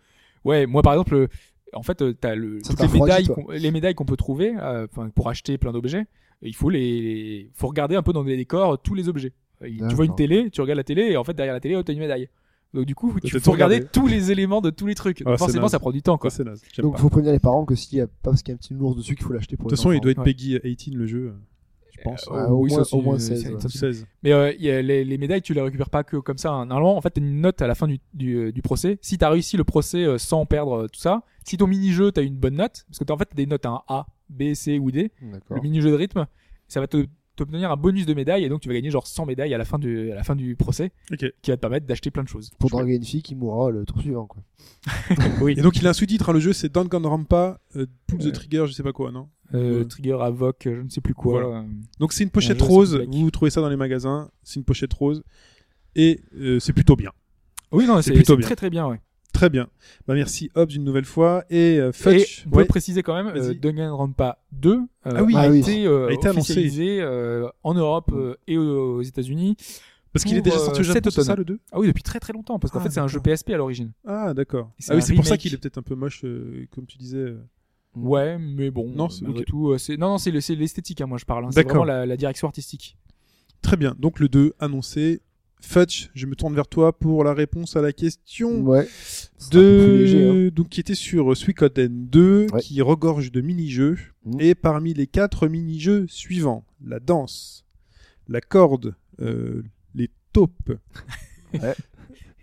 [SPEAKER 4] Ouais, moi par exemple, euh, en fait, euh, t'as le,
[SPEAKER 5] Ça
[SPEAKER 4] toutes
[SPEAKER 5] t'a
[SPEAKER 4] les
[SPEAKER 5] refroidi,
[SPEAKER 4] médailles,
[SPEAKER 5] toi.
[SPEAKER 4] qu'on- les médailles qu'on peut trouver, euh, enfin, pour acheter plein d'objets. Il faut les, les- faut regarder un peu dans les décors euh, tous les objets. Euh, il- Tu vois
[SPEAKER 5] D'accord.
[SPEAKER 4] une télé, tu regardes la télé et en fait derrière la télé, oh, t'as une médaille. Donc du coup,
[SPEAKER 3] t'as
[SPEAKER 4] tu
[SPEAKER 3] tout
[SPEAKER 4] faut regarder
[SPEAKER 3] regardé.
[SPEAKER 4] tous les éléments de tous les trucs.
[SPEAKER 3] Ah, c'est
[SPEAKER 4] Forcément,
[SPEAKER 3] naze.
[SPEAKER 4] ça prend du temps,
[SPEAKER 3] Ça,
[SPEAKER 4] quoi.
[SPEAKER 3] c'est naze. j'aime
[SPEAKER 5] Donc,
[SPEAKER 3] pas.
[SPEAKER 5] faut prévenir les parents que s'il y a pas parce qu'il y a un petit nounours dessus qu'il faut l'acheter
[SPEAKER 3] De
[SPEAKER 5] pour
[SPEAKER 3] toute
[SPEAKER 5] les
[SPEAKER 3] façon, il
[SPEAKER 5] enfants.
[SPEAKER 3] doit être
[SPEAKER 4] Ouais.
[SPEAKER 3] Peggy 18 le jeu.
[SPEAKER 4] je pense.
[SPEAKER 5] Euh, au
[SPEAKER 4] Oui, ça
[SPEAKER 5] moins-
[SPEAKER 4] aussi,
[SPEAKER 5] au moins
[SPEAKER 4] euh,
[SPEAKER 5] 16,
[SPEAKER 4] c'est-
[SPEAKER 5] ouais.
[SPEAKER 4] ça, c'est-
[SPEAKER 3] 16.
[SPEAKER 4] Mais euh, il y a les, les médailles, tu les récupères pas que comme ça. hein. Normalement, en fait, t'as une note à la fin du, du, euh, du procès. Si t'as réussi le procès euh, sans perdre euh, tout ça, si ton mini-jeu, t'as une bonne note, parce que t'as en fait t'as des notes à un A, B, C ou D,
[SPEAKER 5] D'accord.
[SPEAKER 4] le mini-jeu de rythme, ça va te t'obtenir un bonus de médaille et donc tu vas gagner genre 100 médailles à la fin du, à la fin du procès
[SPEAKER 3] Ok.
[SPEAKER 4] qui va te permettre d'acheter plein de choses.
[SPEAKER 5] Pour draguer une fille qui mourra le tour suivant, quoi.
[SPEAKER 4] oui.
[SPEAKER 3] Et donc il a un sous-titre, hein, le jeu c'est Danganronpa, euh, Pull the
[SPEAKER 4] Ouais.
[SPEAKER 3] Trigger, je sais pas quoi, non
[SPEAKER 4] Euh, Trigger, Avoc, euh, je ne sais plus quoi. euh,
[SPEAKER 3] Donc c'est une pochette
[SPEAKER 4] jeu, c'est
[SPEAKER 3] rose,
[SPEAKER 4] black.
[SPEAKER 3] vous trouvez ça dans les magasins, c'est une pochette rose, et euh, c'est plutôt bien.
[SPEAKER 4] Oui, non,
[SPEAKER 3] C'est
[SPEAKER 4] c'est
[SPEAKER 3] plutôt
[SPEAKER 4] c'est
[SPEAKER 3] bien.
[SPEAKER 4] très très bien, ouais.
[SPEAKER 3] Très bien. Bah merci Hobbs une nouvelle fois, et euh, Fudge,
[SPEAKER 4] Et on peut
[SPEAKER 3] ouais,
[SPEAKER 4] préciser quand même, euh,
[SPEAKER 3] Vas-y.
[SPEAKER 4] Danganronpa 2 euh,
[SPEAKER 3] Ah oui.
[SPEAKER 4] a,
[SPEAKER 5] Ah oui.
[SPEAKER 4] Été, euh,
[SPEAKER 3] A été Mm. annoncé.
[SPEAKER 4] officialisé euh, en Europe euh, et aux États-Unis.
[SPEAKER 3] parce qu'il est
[SPEAKER 4] pour,
[SPEAKER 3] déjà sorti au
[SPEAKER 4] euh,
[SPEAKER 3] Japon,
[SPEAKER 4] cet
[SPEAKER 3] c'est ça
[SPEAKER 4] automne.
[SPEAKER 3] le 2
[SPEAKER 4] Ah oui, depuis très très longtemps, parce qu'en
[SPEAKER 3] Ah,
[SPEAKER 4] fait c'est un jeu PSP à l'origine.
[SPEAKER 3] Ah d'accord.
[SPEAKER 4] Et c'est
[SPEAKER 3] Ah oui,
[SPEAKER 4] un
[SPEAKER 3] c'est pour ça
[SPEAKER 4] remake.
[SPEAKER 3] qu'il est peut-être un peu moche, euh, comme tu disais. euh.
[SPEAKER 5] Hmm.
[SPEAKER 4] Ouais, mais bon.
[SPEAKER 3] Non,
[SPEAKER 4] euh,
[SPEAKER 3] c'est-
[SPEAKER 4] malgré
[SPEAKER 3] ok.
[SPEAKER 4] tout, euh, c'est non, non, c'est le- c'est l'esthétique, hein, moi je parle. hein. C'est
[SPEAKER 3] D'accord.
[SPEAKER 4] vraiment la, la direction artistique.
[SPEAKER 3] Très bien, donc le 2 annoncé. Fudge, je me tourne vers toi pour la réponse à la question
[SPEAKER 5] Ouais. C'est un peu
[SPEAKER 3] de
[SPEAKER 5] plus léger, hein.
[SPEAKER 3] donc qui était sur euh, Suikoden 2
[SPEAKER 5] Ouais.
[SPEAKER 3] qui regorge de mini-jeux
[SPEAKER 5] Mhm.
[SPEAKER 3] et parmi les quatre mini-jeux suivants la danse la corde euh, les taupes
[SPEAKER 5] Ouais.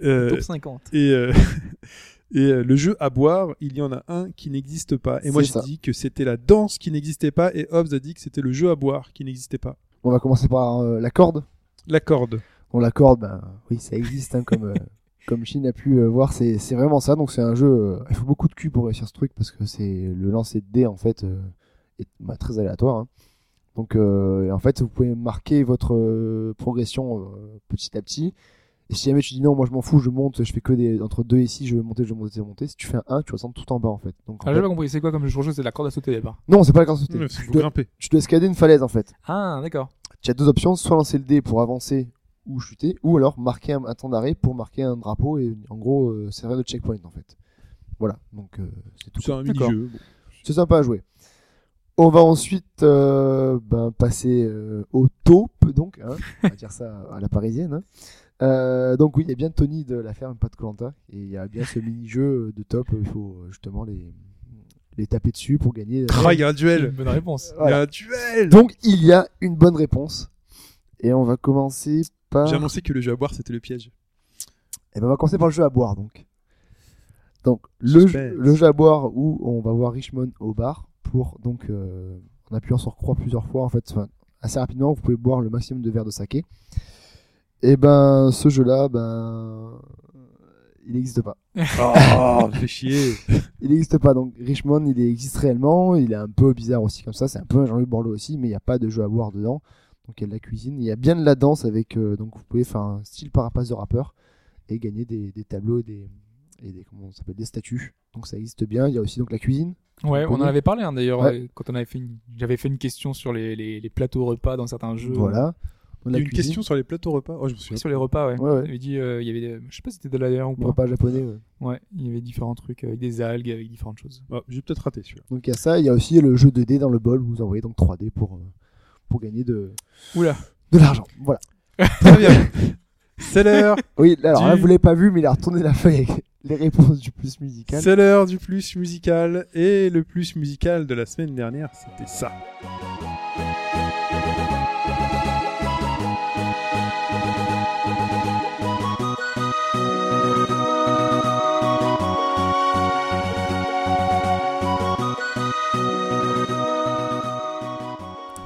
[SPEAKER 3] euh,
[SPEAKER 4] Top 50.
[SPEAKER 3] et euh, et euh, le jeu à boire il y en a un qui n'existe pas et moi
[SPEAKER 5] C'est
[SPEAKER 3] j'ai
[SPEAKER 5] ça.
[SPEAKER 3] dit que c'était la danse qui n'existait pas et Hobbs a dit que c'était le jeu à boire qui n'existait pas
[SPEAKER 5] On va commencer par euh, la corde.
[SPEAKER 3] la corde
[SPEAKER 5] On la corde, ben oui, ça existe, hein, comme, euh, comme Shin a pu euh, voir, c'est c'est vraiment ça. Donc c'est un jeu, euh, il faut beaucoup de cul pour réussir ce truc parce que c'est le lancer de dés en fait euh, est bah, très aléatoire. hein. Donc euh, et en fait, vous pouvez marquer votre euh, progression euh, petit à petit. Et si jamais tu dis non, moi je m'en fous, je monte, je fais que des entre 2 et 6, je vais monter, je vais monter, je vais monter. Si tu fais un 1, tu descends tout en bas en fait. Donc, en
[SPEAKER 4] Ah,
[SPEAKER 5] fait-
[SPEAKER 4] j'ai pas compris, c'est quoi comme jeu c'est de la corde à sauter d'abord.
[SPEAKER 5] Non, c'est pas la corde à sauter.
[SPEAKER 3] il
[SPEAKER 5] tu,
[SPEAKER 3] faut
[SPEAKER 5] dois,
[SPEAKER 3] grimper
[SPEAKER 5] tu dois escalader une falaise en fait
[SPEAKER 4] Ah, d'accord.
[SPEAKER 5] tu as deux options, soit lancer le dé pour avancer ou chuter, ou alors marquer un, un temps d'arrêt pour marquer un drapeau et en gros euh, servir de checkpoint en fait. Voilà, donc euh, c'est tout.
[SPEAKER 3] c'est un
[SPEAKER 4] D'accord.
[SPEAKER 3] mini-jeu bon.
[SPEAKER 5] C'est sympa à jouer. On va ensuite euh, ben, passer euh, au taupe, donc, hein, on va dire ça à la parisienne. hein. Euh, donc oui, il y a bien Tony de la ferme Pas de Colanta, et il y a bien ce mini-jeu de taupe, il faut euh, justement les, les taper dessus pour gagner. euh,
[SPEAKER 3] Ah, il y a un
[SPEAKER 4] Une
[SPEAKER 3] duel
[SPEAKER 4] bonne réponse.
[SPEAKER 3] il y
[SPEAKER 5] Voilà.
[SPEAKER 3] a un duel
[SPEAKER 5] Donc il y a une bonne réponse, et on va commencer par...
[SPEAKER 3] j'ai annoncé que le jeu à boire c'était le piège
[SPEAKER 5] Et ben on va commencer par le jeu à boire donc. Donc le,
[SPEAKER 3] Suspense.
[SPEAKER 5] le jeu à boire où on va voir Richmond au bar pour donc euh, en appuyant sur croix plusieurs fois en fait enfin, assez rapidement vous pouvez boire le maximum de verres de saké. Et ben ce jeu là ben il n'existe pas.
[SPEAKER 3] oh fait chier
[SPEAKER 5] Il n'existe pas donc Richmond il existe réellement, il est un peu bizarre aussi comme ça, c'est un peu un Jean-Luc Borloo aussi mais il n'y a pas de jeu à boire dedans. Donc il y a de la cuisine, il y a bien de la danse avec euh, donc vous pouvez faire un style parapace de rappeur et gagner des, des tableaux et des et des comment ça s'appelle des statues. Donc ça existe bien, il y a aussi donc la cuisine.
[SPEAKER 4] Ouais, on en
[SPEAKER 5] Connu.
[SPEAKER 4] avait parlé hein, d'ailleurs
[SPEAKER 5] Ouais.
[SPEAKER 4] euh, quand on avait fait une... j'avais fait une question sur les, les, les plateaux repas dans certains jeux.
[SPEAKER 5] Voilà. On
[SPEAKER 3] Euh, il y
[SPEAKER 5] la
[SPEAKER 3] a une
[SPEAKER 5] cuisine,
[SPEAKER 3] question sur les plateaux repas oh je me souviens
[SPEAKER 4] Oui, sur les repas, ouais.
[SPEAKER 5] Ouais, ouais.
[SPEAKER 4] Il avait dit, euh, il y avait, des- je sais pas si c'était de l'ADR ou
[SPEAKER 5] le
[SPEAKER 4] pas.
[SPEAKER 5] repas japonais. ouais.
[SPEAKER 4] Ouais, il y avait différents trucs euh, avec des algues, avec différentes choses.
[SPEAKER 3] Ah, j'ai peut-être raté celui-là.
[SPEAKER 5] Donc il y a ça, il y a aussi le jeu 2D dans le bol où vous envoyez donc 3D pour euh, pour gagner de
[SPEAKER 4] Oula.
[SPEAKER 5] de l'argent. Voilà.
[SPEAKER 3] Très bien. C'est l'heure,
[SPEAKER 5] Oui, alors là
[SPEAKER 3] Du-
[SPEAKER 5] vous l'avez pas vu mais il a retourné la feuille avec les réponses du plus musical.
[SPEAKER 3] c'est l'heure du plus musical et le plus musical de la semaine dernière, c'était ça.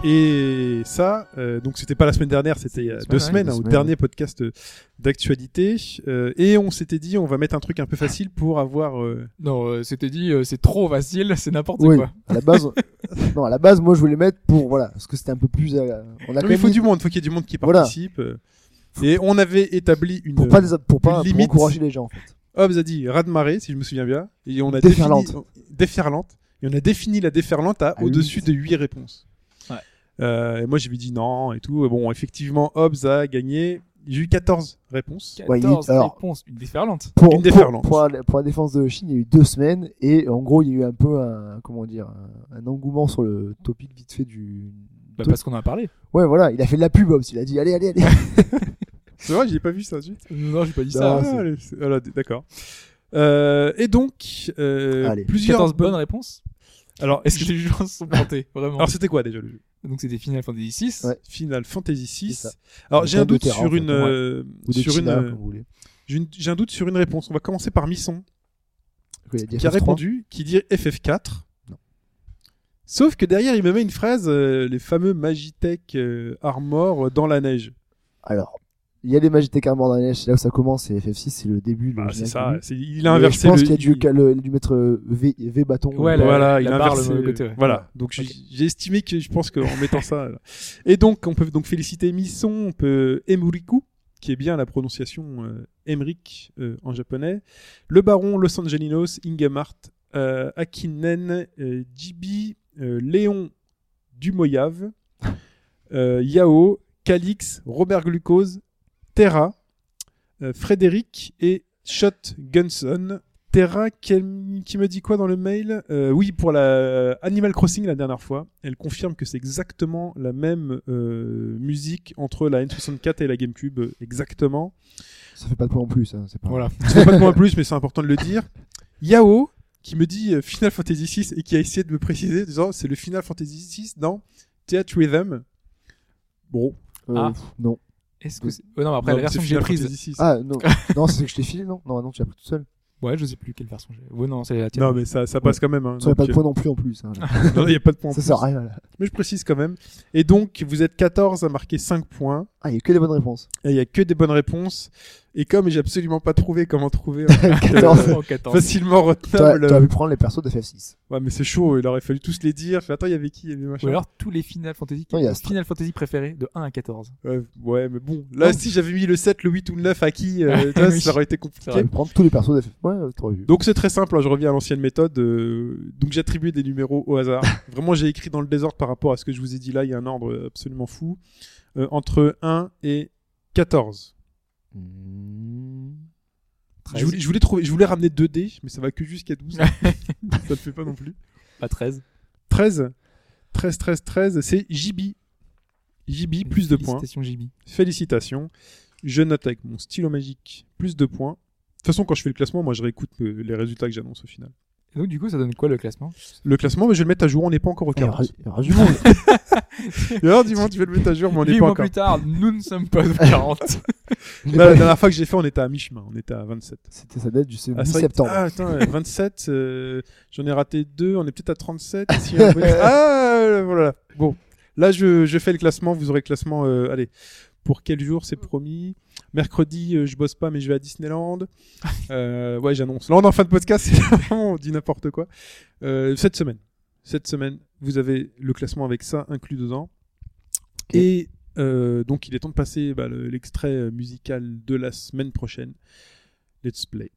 [SPEAKER 3] Et ça, euh, donc c'était pas la semaine dernière, c'était il y a
[SPEAKER 4] C'est
[SPEAKER 3] deux
[SPEAKER 4] la semaine,
[SPEAKER 3] semaines,
[SPEAKER 5] ouais,
[SPEAKER 3] hein,
[SPEAKER 5] deux
[SPEAKER 3] au
[SPEAKER 5] semaines,
[SPEAKER 3] dernier podcast euh, d'actualité. Euh, et on s'était dit, on va mettre un truc un peu facile pour avoir. euh,
[SPEAKER 4] Non, euh, c'était dit, euh, c'est trop facile, c'est n'importe
[SPEAKER 5] Oui,
[SPEAKER 4] quoi.
[SPEAKER 5] à la base, non, à la base, moi je voulais mettre pour voilà, parce que c'était un peu plus. euh, on a quand
[SPEAKER 3] Mais il
[SPEAKER 5] même
[SPEAKER 3] faut
[SPEAKER 5] mis-
[SPEAKER 3] du monde, faut qu'il y ait du monde qui
[SPEAKER 5] Voilà.
[SPEAKER 3] participe. euh. Et on avait établi une.
[SPEAKER 5] pour pas des- pour pas pour
[SPEAKER 3] limite.
[SPEAKER 5] encourager les gens en fait.
[SPEAKER 3] Hobbes a dit raz de marée, si je me souviens bien. Et on a
[SPEAKER 5] Déferlante. Ah
[SPEAKER 3] défini- déferlante. Et on a défini la déferlante à,
[SPEAKER 5] À
[SPEAKER 3] au-dessus
[SPEAKER 5] huit.
[SPEAKER 3] de 8 réponses.
[SPEAKER 4] Ouais.
[SPEAKER 3] Euh, et moi, j'avais dit non et tout. Bon, effectivement, Hobbes a gagné. J'ai eu 14 réponses.
[SPEAKER 4] 14
[SPEAKER 5] Ouais, il- alors-
[SPEAKER 4] réponses, une déferlante.
[SPEAKER 5] Pour,
[SPEAKER 3] Une
[SPEAKER 5] pour,
[SPEAKER 3] déferlante.
[SPEAKER 5] pour la, pour la défense de Chine, il y a eu deux semaines et en gros il y a eu un peu un comment dire un, un engouement sur le topic vite fait du.
[SPEAKER 4] Bah,
[SPEAKER 5] Toi-
[SPEAKER 4] parce qu'on en a parlé.
[SPEAKER 5] Ouais voilà, il a fait de la pub Hobbs, il a dit allez allez allez.
[SPEAKER 3] C'est vrai, j'ai pas vu ça. ensuite.
[SPEAKER 4] Non, j'ai pas dit
[SPEAKER 5] ça.
[SPEAKER 4] ça.
[SPEAKER 5] Ah,
[SPEAKER 3] Ah,
[SPEAKER 5] c'est-
[SPEAKER 3] allez, c'est- voilà, d- d'accord. Euh, et donc, euh,
[SPEAKER 5] Allez.
[SPEAKER 3] plusieurs
[SPEAKER 4] 14 bonnes réponses
[SPEAKER 3] Alors,
[SPEAKER 4] Est-ce que les gens se sont plantés Vraiment
[SPEAKER 3] alors c'était quoi déjà le jeu
[SPEAKER 4] Donc c'était Final Fantasy VI.
[SPEAKER 5] Ouais.
[SPEAKER 3] Final Fantasy
[SPEAKER 5] C'est
[SPEAKER 3] VI.
[SPEAKER 5] ça.
[SPEAKER 3] Alors j'ai un
[SPEAKER 5] Plein de
[SPEAKER 3] doute
[SPEAKER 5] terrains, en
[SPEAKER 3] sur
[SPEAKER 5] fait,
[SPEAKER 3] une,
[SPEAKER 5] ouais.
[SPEAKER 3] euh,
[SPEAKER 5] Ou des
[SPEAKER 3] sur une,
[SPEAKER 5] Chinois,
[SPEAKER 3] euh,
[SPEAKER 5] comme vous voulez.
[SPEAKER 3] j'ai une- j'ai un doute sur une réponse. On va commencer par Misson
[SPEAKER 5] Il a dit
[SPEAKER 3] qui a
[SPEAKER 5] FF3.
[SPEAKER 3] répondu, qui dit FF4.
[SPEAKER 5] Non.
[SPEAKER 3] Sauf que derrière, il me met une phrase, euh, les fameux Magitech euh, Armor dans la neige.
[SPEAKER 5] Alors, il y a les Magitek Armor dans la neige, c'est là où ça commence, c'est FF6, c'est le début. le
[SPEAKER 3] Bah, c'est
[SPEAKER 5] générique
[SPEAKER 3] ça.
[SPEAKER 5] début.
[SPEAKER 3] c'est- Il
[SPEAKER 5] Mais
[SPEAKER 3] a inversé
[SPEAKER 5] Je pense
[SPEAKER 3] le-
[SPEAKER 5] qu'il a dû,
[SPEAKER 3] il-
[SPEAKER 5] qu'à le- lui mettre euh, V, v bâton.
[SPEAKER 4] Ouais,
[SPEAKER 5] Euh,
[SPEAKER 4] la-
[SPEAKER 3] voilà, il a
[SPEAKER 4] barre, le
[SPEAKER 3] inversé.
[SPEAKER 4] mauvais côté, ouais.
[SPEAKER 3] Voilà. Donc j'ai-
[SPEAKER 4] Ok.
[SPEAKER 3] j'ai estimé que je pense qu'en mettant ça. là. Et donc on peut donc féliciter Misson, on peut Emuriku, qui est bien la prononciation euh, Emric euh, en japonais, le baron Los Angelinos, Ingemart, euh, Akinen, euh, Jibi, euh, Léon Dumoyave, euh, Yao, Calix, Robert Glucose, Terra, euh, Frédéric et Shot Gunson. Terra quel- qui me dit quoi dans le mail Euh, Oui, pour la euh, Animal Crossing la dernière fois, elle confirme que c'est exactement la même euh, musique entre la N64 et la GameCube, euh, exactement.
[SPEAKER 5] Ça fait pas de point en plus. hein, c'est pas...
[SPEAKER 4] Voilà.
[SPEAKER 3] C'est pas de point en plus, mais c'est important de le dire. Yao qui me dit euh, Final Fantasy VI et qui a essayé de me préciser, en disant c'est le Final Fantasy VI dans Theatre Rhythm. Bon,
[SPEAKER 5] Euh,
[SPEAKER 4] Ah.
[SPEAKER 5] pff, Non.
[SPEAKER 4] Est-ce que c'est- ouais, non, mais après
[SPEAKER 3] Non,
[SPEAKER 4] la version
[SPEAKER 3] c'est
[SPEAKER 4] que j'ai
[SPEAKER 3] Final
[SPEAKER 4] prise.
[SPEAKER 3] Fantasy VI.
[SPEAKER 5] Ah, non. non, c'est ce que je t'ai filé, non Non, non, tu l'as pris tout seul.
[SPEAKER 4] Ouais, je sais plus quelle version j'ai. Ouais, non, c'est la tienne.
[SPEAKER 3] non, mais ça, ça passe quand même. hein.
[SPEAKER 5] Ça fait pas
[SPEAKER 3] Donc,
[SPEAKER 5] de point non plus en plus. hein.
[SPEAKER 3] euh, non, Il n'y a pas de point. en
[SPEAKER 5] Ça
[SPEAKER 3] plus.
[SPEAKER 5] sert à rien. là.
[SPEAKER 3] Mais je précise quand même. Et donc, vous êtes 14 à marquer 5 points.
[SPEAKER 5] Ah, il y a que des bonnes réponses.
[SPEAKER 3] Et Il n'y a que des bonnes réponses. Et comme j'ai absolument pas trouvé comment trouver un truc, euh,
[SPEAKER 5] 14.
[SPEAKER 4] Oh, 14.
[SPEAKER 3] facilement
[SPEAKER 5] T'aurais
[SPEAKER 3] retenable. euh,
[SPEAKER 5] t'aurais pu prendre les persos de FF6.
[SPEAKER 3] Ouais, mais c'est chaud, il aurait fallu tous les dire. Fais, Attends, il y avait qui Il y avait machin.
[SPEAKER 4] Ou alors tous les Final Fantasy,
[SPEAKER 5] Non, il y a Stra-
[SPEAKER 4] Final Fantasy préférés de 1 à 14.
[SPEAKER 3] Ouais, ouais, mais bon. Là, si j'avais mis le 7, le 8 ou le 9 à qui, euh, tu vois,
[SPEAKER 4] Oui.
[SPEAKER 3] ça aurait été
[SPEAKER 4] C'est
[SPEAKER 3] compliqué.
[SPEAKER 5] T'aurais pu prendre tous les persos de FF. Ouais, euh, t'aurais vu.
[SPEAKER 3] Donc c'est très simple, hein, je reviens à l'ancienne méthode. euh, donc j'attribue des numéros au hasard. Vraiment, j'ai écrit dans le désordre par rapport à ce que je vous ai dit là. Il y a un ordre absolument fou. Euh, entre 1 et 14. Hmm. Je voulais, je voulais trouver, je voulais ramener 2 dés, mais ça va que jusqu'à 12. ça ne fait pas non plus.
[SPEAKER 4] Pas 13.
[SPEAKER 3] 13. 13, 13, 13, c'est JB. JB, plus de points.
[SPEAKER 4] Félicitations, JB.
[SPEAKER 3] Félicitations. Je note avec mon stylo magique, plus de points. De toute façon, quand je fais le classement, moi, je réécoute euh, les résultats que j'annonce au final.
[SPEAKER 4] Et Donc du coup, ça donne quoi le classement
[SPEAKER 3] Le classement, mais je vais le mettre à jour, on n'est pas encore au
[SPEAKER 5] Il y aura
[SPEAKER 3] 40.
[SPEAKER 5] il y aura du monde.
[SPEAKER 3] Alors, du moment, tu veux le mettre à jour, mais on n'est
[SPEAKER 4] Huit
[SPEAKER 3] pas
[SPEAKER 4] mois
[SPEAKER 3] encore.
[SPEAKER 4] plus tard, nous ne sommes pas au 40.
[SPEAKER 5] Il est
[SPEAKER 3] Là, la
[SPEAKER 5] pas-
[SPEAKER 3] dernière fois que j'ai fait, on était à mi-chemin, on était à 27.
[SPEAKER 5] C'était sa date du
[SPEAKER 3] Ah, c'est vrai que-
[SPEAKER 5] septembre.
[SPEAKER 3] Ah, attends, euh, 27, euh, j'en ai raté deux, on est peut-être à 37. si on veut- Ah, euh, voilà. Bon, là, je, je fais le classement, vous aurez le classement, euh, allez, pour quel jour, c'est promis. Mercredi, euh, je bosse pas, mais je vais à Disneyland. Euh, ouais, j'annonce. Là, on est en fin de podcast, c'est vraiment, on dit n'importe quoi. Euh, cette semaine, cette semaine, vous avez le classement avec ça inclus dedans. Et euh, donc, il est temps de passer bah, le- l'extrait euh, musical de la semaine prochaine. Let's play.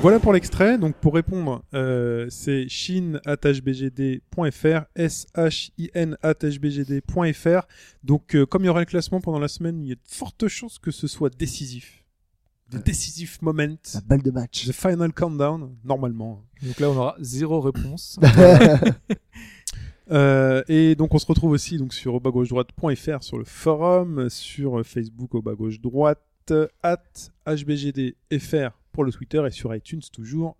[SPEAKER 3] Voilà pour l'extrait. Donc pour répondre, euh, c'est shin.bgd.fr, s-h-i-n.bgd.fr. Donc euh, comme il y aura le classement pendant la semaine, il y a de fortes chances que ce soit décisif. The décisif moment.
[SPEAKER 5] La balle de match.
[SPEAKER 3] The final countdown, normalement.
[SPEAKER 4] Donc là, on aura zéro réponse.
[SPEAKER 3] Euh, et donc on se retrouve aussi donc sur au bas gauche droite.fr sur le forum, sur Facebook au bas gauche droite, at hbgdfr pour le Twitter et sur iTunes toujours.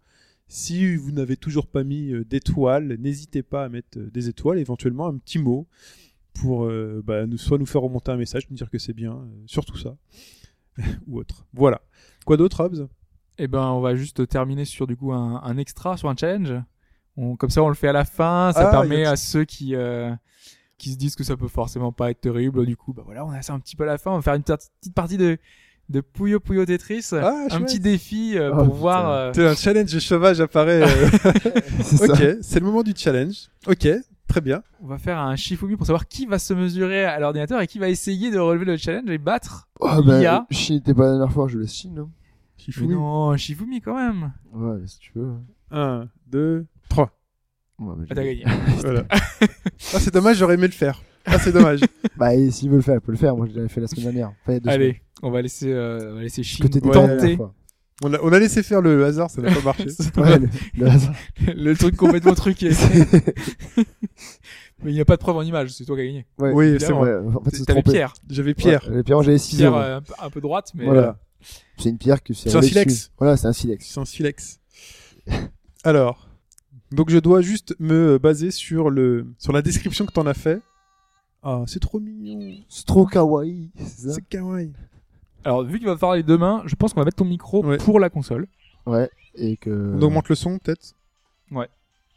[SPEAKER 3] Si vous n'avez toujours pas mis euh, d'étoiles, n'hésitez pas à mettre euh, des étoiles, éventuellement un petit mot pour euh, bah, nous, soit nous faire remonter un message, nous dire que c'est bien, euh, surtout ça, ou autre. Voilà. Quoi d'autre, Hobbs
[SPEAKER 4] Et ben, on va juste terminer sur du coup un, un extra, sur un challenge. On- comme ça, on le fait à la fin. Ça
[SPEAKER 3] Ah,
[SPEAKER 4] permet
[SPEAKER 3] y a-
[SPEAKER 4] à ceux qui euh, qui se disent que ça peut forcément pas être terrible. Du coup, bah voilà, on a ça un petit peu à la fin. On va faire une petite petite partie de de Puyo Puyo Tetris,
[SPEAKER 3] Ah,
[SPEAKER 4] un
[SPEAKER 3] chouette.
[SPEAKER 4] petit défi euh,
[SPEAKER 5] Oh,
[SPEAKER 4] pour
[SPEAKER 5] putain.
[SPEAKER 4] voir. euh,
[SPEAKER 3] Un challenge sauvage apparaît. euh,
[SPEAKER 5] C'est ça.
[SPEAKER 3] ok, c'est le moment du challenge. Ok, très bien.
[SPEAKER 4] on va faire un Shifumi pour savoir qui va se mesurer à l'ordinateur et qui va essayer de relever le challenge et battre.
[SPEAKER 5] Oh,
[SPEAKER 4] Il y
[SPEAKER 5] ben,
[SPEAKER 4] a-
[SPEAKER 5] Chine n'était pas la dernière fois, je laisse Chine. hein.
[SPEAKER 4] Mais non, Shifumi quand même.
[SPEAKER 5] Ouais, si tu veux.
[SPEAKER 3] 1, 2, 3.
[SPEAKER 5] Ouais, bah, j'ai-
[SPEAKER 4] Ah, t'as gagné.
[SPEAKER 3] Voilà. ah, c'est dommage, j'aurais aimé le faire. Ah, c'est dommage.
[SPEAKER 5] Bah, et s'il veut le faire, il peut le faire. Moi, je l'avais fait la semaine dernière. Enfin, il y a deux semaines.
[SPEAKER 4] Allez, on va laisser, euh, on va laisser
[SPEAKER 5] Que
[SPEAKER 4] Chine
[SPEAKER 5] t'es
[SPEAKER 3] Ouais.
[SPEAKER 5] déterminé à la
[SPEAKER 4] tenter
[SPEAKER 5] fois.
[SPEAKER 3] On a, on a laissé faire le hasard, ça n'a pas marché.
[SPEAKER 5] Ouais, le, le hasard.
[SPEAKER 4] le truc complètement truqué. Mais il n'y a pas de preuve en image, c'est toi qui as gagné.
[SPEAKER 5] Ouais.
[SPEAKER 3] oui,
[SPEAKER 4] Pierre,
[SPEAKER 3] c'est moi.
[SPEAKER 5] Ouais, en fait, c'est
[SPEAKER 4] T'avais
[SPEAKER 5] trompé.
[SPEAKER 4] Pierre.
[SPEAKER 3] J'avais Pierre.
[SPEAKER 5] Ouais, les pierres, j'avais 6
[SPEAKER 4] Pierre
[SPEAKER 5] euros.
[SPEAKER 4] euh, un peu- un peu droite, mais
[SPEAKER 5] Voilà.
[SPEAKER 4] euh,
[SPEAKER 5] C'est une pierre que c'est
[SPEAKER 3] C'est un
[SPEAKER 5] avec
[SPEAKER 3] silex.
[SPEAKER 5] dessus. Voilà, c'est un silex.
[SPEAKER 3] C'est un silex. Alors, donc je dois juste me baser sur, le, sur la description que t'en as fait. Ah, c'est trop mignon.
[SPEAKER 5] C'est trop kawaii. C'est ça
[SPEAKER 3] C'est kawaii.
[SPEAKER 4] alors vu qu'il va parler demain, je pense qu'on va mettre ton micro
[SPEAKER 3] Ouais.
[SPEAKER 4] pour la console.
[SPEAKER 5] Ouais. Et que.
[SPEAKER 3] On augmente le son, peut-être
[SPEAKER 4] Ouais.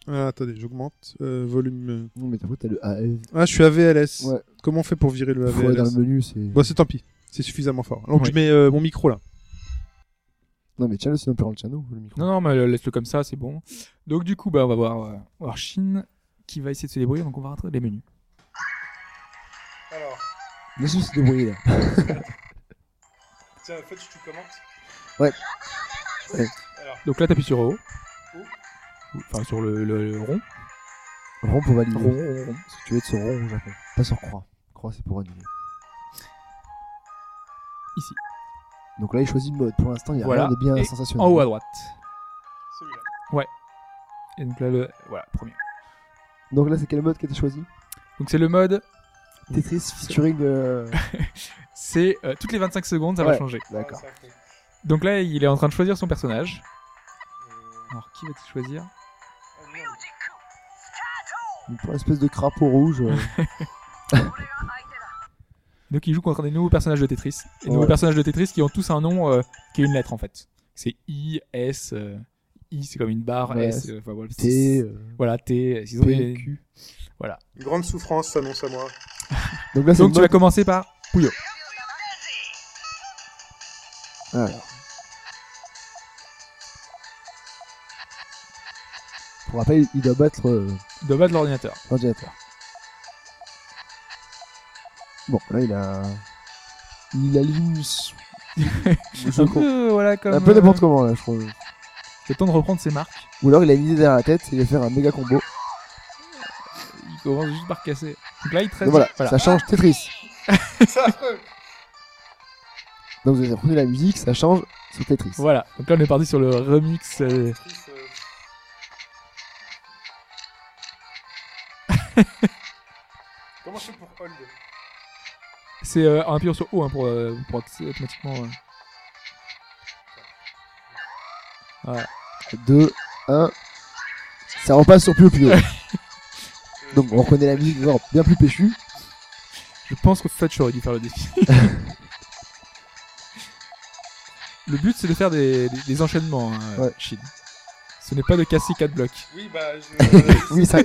[SPEAKER 3] Ah, attendez, j'avrmente. Euh, volume.
[SPEAKER 5] Non, mais t'as t'as le AL.
[SPEAKER 3] Ah, je suis AVLS.
[SPEAKER 5] Ouais.
[SPEAKER 3] Comment on fait pour virer le
[SPEAKER 5] Faut aller dans
[SPEAKER 3] AVLS
[SPEAKER 5] le menu, c'est.
[SPEAKER 3] Bon, c'est tant pis. C'est suffisamment fort. Donc,
[SPEAKER 4] Ouais.
[SPEAKER 3] je mets euh, mon micro là.
[SPEAKER 5] Non, mais tiens-le, sinon on peut rendre le channel, le micro.
[SPEAKER 4] Non, non, mais euh, laisse-le comme ça, c'est bon. Donc du coup, bah, on va voir, euh, on va voir Chine qui va essayer de se débrouiller, donc on va rentrer les menus.
[SPEAKER 3] Alors,
[SPEAKER 5] Laisse se débrouiller là.
[SPEAKER 3] tiens, en fait, tu commentes.
[SPEAKER 5] Ouais. Ouais.
[SPEAKER 4] Donc là, t'appuies sur haut. Enfin, sur le, le- le rond.
[SPEAKER 5] Rond pour valider.
[SPEAKER 4] Rond, rond, rond.
[SPEAKER 5] Parce que tu veux être sur rond au Japon. Pas sur croix. Croix, c'est pour annuler.
[SPEAKER 4] Ici.
[SPEAKER 5] Donc là, il choisit le mode. Pour l'instant, il n'y a
[SPEAKER 4] Voilà.
[SPEAKER 5] rien de bien
[SPEAKER 4] Et
[SPEAKER 5] sensationnel.
[SPEAKER 4] En haut à droite.
[SPEAKER 3] Celui-là.
[SPEAKER 4] Et donc là, le... Voilà, premier.
[SPEAKER 5] Donc là, c'est quel mode qui a été choisi
[SPEAKER 4] Donc c'est le mode,
[SPEAKER 5] Tetris featuring. euh,
[SPEAKER 4] c'est euh, toutes les 25 secondes, ça va
[SPEAKER 5] Ouais.
[SPEAKER 4] changer.
[SPEAKER 3] Ah,
[SPEAKER 5] D'accord.
[SPEAKER 4] Donc là, il est en train de choisir son personnage.
[SPEAKER 3] Euh,
[SPEAKER 4] Alors, qui va-t-il choisir
[SPEAKER 3] ah,
[SPEAKER 5] Une pour- espèce de crapaud rouge. euh,
[SPEAKER 4] Donc il joue contre des nouveaux personnages de Tetris. Des
[SPEAKER 5] Ouais.
[SPEAKER 4] nouveaux personnages de Tetris qui ont tous un nom euh, qui est une lettre en fait. C'est I, S, euh, I c'est comme une barre,
[SPEAKER 5] Ouais,
[SPEAKER 4] S, euh, enfin, voilà,
[SPEAKER 5] T.
[SPEAKER 4] c'est-
[SPEAKER 5] euh,
[SPEAKER 4] Voilà, T. ils ont des-
[SPEAKER 5] P, Q.
[SPEAKER 3] Une grande souffrance s'annonce à moi.
[SPEAKER 5] Donc là, c'est
[SPEAKER 4] Donc
[SPEAKER 5] le
[SPEAKER 4] tu vas
[SPEAKER 5] mode.
[SPEAKER 4] commencer par Puyo.
[SPEAKER 5] Pour rappel, il doit battre euh,
[SPEAKER 4] De bas de l'ordinateur.
[SPEAKER 5] l'ordinateur. Bon, là, il a. Il aligne.
[SPEAKER 4] Un peu, voilà, comme,
[SPEAKER 5] Un peu
[SPEAKER 4] euh,
[SPEAKER 5] n'importe comment, là, je crois.
[SPEAKER 4] Le temps de reprendre ses marques.
[SPEAKER 5] Ou alors, il a une idée derrière la tête, il va faire un méga combo.
[SPEAKER 4] Il commence juste par casser. Donc là, il traite.
[SPEAKER 5] Donc voilà,
[SPEAKER 4] Voilà.
[SPEAKER 5] ça change Tetris. Donc vous avez appris la musique, ça change sur Tetris.
[SPEAKER 4] Voilà. Donc là, on est parti sur le remix. euh,
[SPEAKER 3] Comment je fais pour hold Euh,
[SPEAKER 4] C'est euh, un pion sur O hein, pour, euh, pour acc- automatiquement. euh.
[SPEAKER 5] 2, 1. Ça repasse sur Pio Pio. Donc on reconnaît la musique genre, bien plus péchue.
[SPEAKER 4] Je pense que Fudge aurait dû faire le défi. le but, c'est de faire des, des, des enchaînements, hein,
[SPEAKER 5] Ouais.
[SPEAKER 4] Shin. Ce n'est pas de casser 4 blocs.
[SPEAKER 3] Oui, bah, je.
[SPEAKER 5] Oui, ça,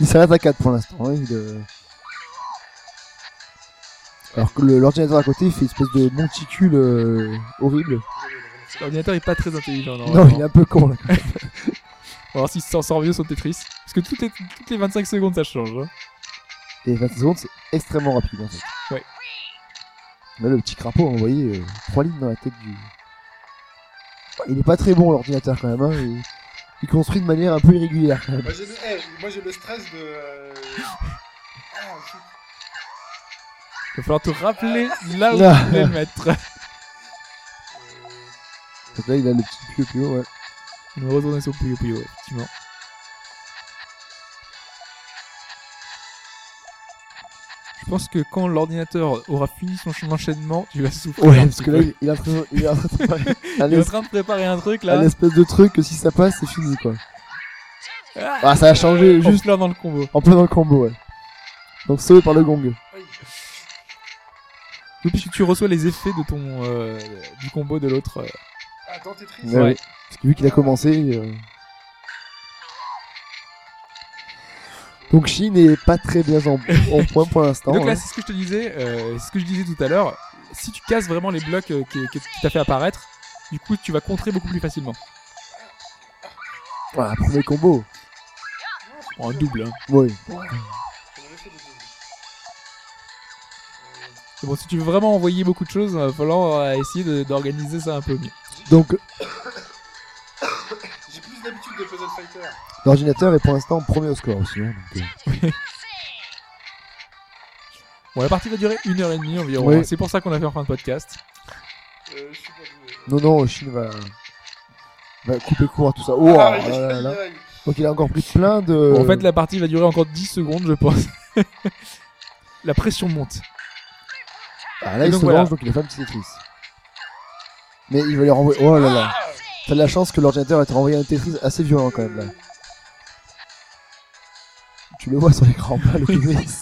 [SPEAKER 5] il s'arrête à 4 pour l'instant. hein, il, euh. Alors que le- l'ordinateur à côté fait une espèce de monticule euh, horrible.
[SPEAKER 4] L'ordinateur est pas très intelligent.
[SPEAKER 5] Non,
[SPEAKER 4] normalement.
[SPEAKER 5] il est un peu con là.
[SPEAKER 4] On va voir s'il s'en sort mieux sur Tetris. Parce que toutes les, toutes les 25 secondes, ça change. hein.
[SPEAKER 5] Et 20 secondes, c'est extrêmement rapide en fait.
[SPEAKER 4] Ouais.
[SPEAKER 5] Là, le petit crapaud hein, a envoyé 3 euh, lignes dans la tête du. Il est pas très bon l'ordinateur quand même. hein, il- Il construit de manière un peu irrégulière quand même.
[SPEAKER 3] Moi j'ai le, eh, moi, j'ai le stress de. euh, Ah, zut.
[SPEAKER 4] Il va falloir te rappeler là où
[SPEAKER 5] Ah.
[SPEAKER 4] tu voulais le mettre.
[SPEAKER 5] Donc là, il a le petit Pio Pio, ouais.
[SPEAKER 4] On va retourner sur Puyo Puyo, effectivement. Je pense que quand l'ordinateur aura fini son ch- enchaînement, tu vas souffrir.
[SPEAKER 5] Ouais,
[SPEAKER 4] un
[SPEAKER 5] parce
[SPEAKER 4] petit
[SPEAKER 5] que
[SPEAKER 4] peu.
[SPEAKER 5] là, il- il est en train il est en train de préparer un,
[SPEAKER 4] Il est en
[SPEAKER 5] es-
[SPEAKER 4] train de préparer un truc
[SPEAKER 5] un
[SPEAKER 4] là.
[SPEAKER 5] espèce de truc que si ça passe, c'est fini quoi. Ah, ça a changé
[SPEAKER 4] Bah, Juste
[SPEAKER 5] juste
[SPEAKER 4] Oh, là dans le combo.
[SPEAKER 5] en plein dans le combo, ouais. Donc sauvé par le gong.
[SPEAKER 4] Oui, puisque tu reçois les effets de ton euh, du combo de l'autre. euh.
[SPEAKER 3] Ah, dans Tetris
[SPEAKER 5] Ouais, ouais. Parce que vu qu'il a commencé. euh, Donc Chine est pas très bien en, en point pour l'instant.
[SPEAKER 4] Donc là,
[SPEAKER 5] hein.
[SPEAKER 4] c'est ce que je te disais, euh, c'est ce que je disais tout à l'heure. Si tu casses vraiment les blocs euh, qui, qui, qui t'a fait apparaître, du coup, tu vas contrer beaucoup plus facilement.
[SPEAKER 5] Voilà, premier combo.
[SPEAKER 4] En double. Hein.
[SPEAKER 5] Oui.
[SPEAKER 4] C'est bon, si tu veux vraiment envoyer beaucoup de choses, il va falloir euh, essayer de- d'organiser ça un peu mieux.
[SPEAKER 5] Donc
[SPEAKER 3] J'ai plus l'habitude de Puzzle Fighter.
[SPEAKER 5] L'ordinateur est pour l'instant premier au score aussi. hein, donc, euh,
[SPEAKER 4] Bon, la partie va durer une heure et demie environ. hein.
[SPEAKER 5] Oui.
[SPEAKER 4] C'est pour ça qu'on a fait en fin de podcast.
[SPEAKER 3] Euh, je suis pas doué.
[SPEAKER 5] Non, non, Chine va... va couper court à tout ça. Oh,
[SPEAKER 3] Ah,
[SPEAKER 5] oh là là là.
[SPEAKER 3] aïe, aïe.
[SPEAKER 5] Donc il a encore pris plein de.
[SPEAKER 4] Bon, en fait, la partie va durer encore 10 secondes, je pense. la pression monte.
[SPEAKER 5] Ah, là,
[SPEAKER 4] Et
[SPEAKER 5] il
[SPEAKER 4] donc,
[SPEAKER 5] se
[SPEAKER 4] voilà.
[SPEAKER 5] venge, donc il a fait un petit Tetris. Mais il va lui renvoyer. Oh là là. T'as de la chance que l'ordinateur ait renvoyé un Tetris assez violent quand même là. Tu le vois sur l'écran, pas le Tetris.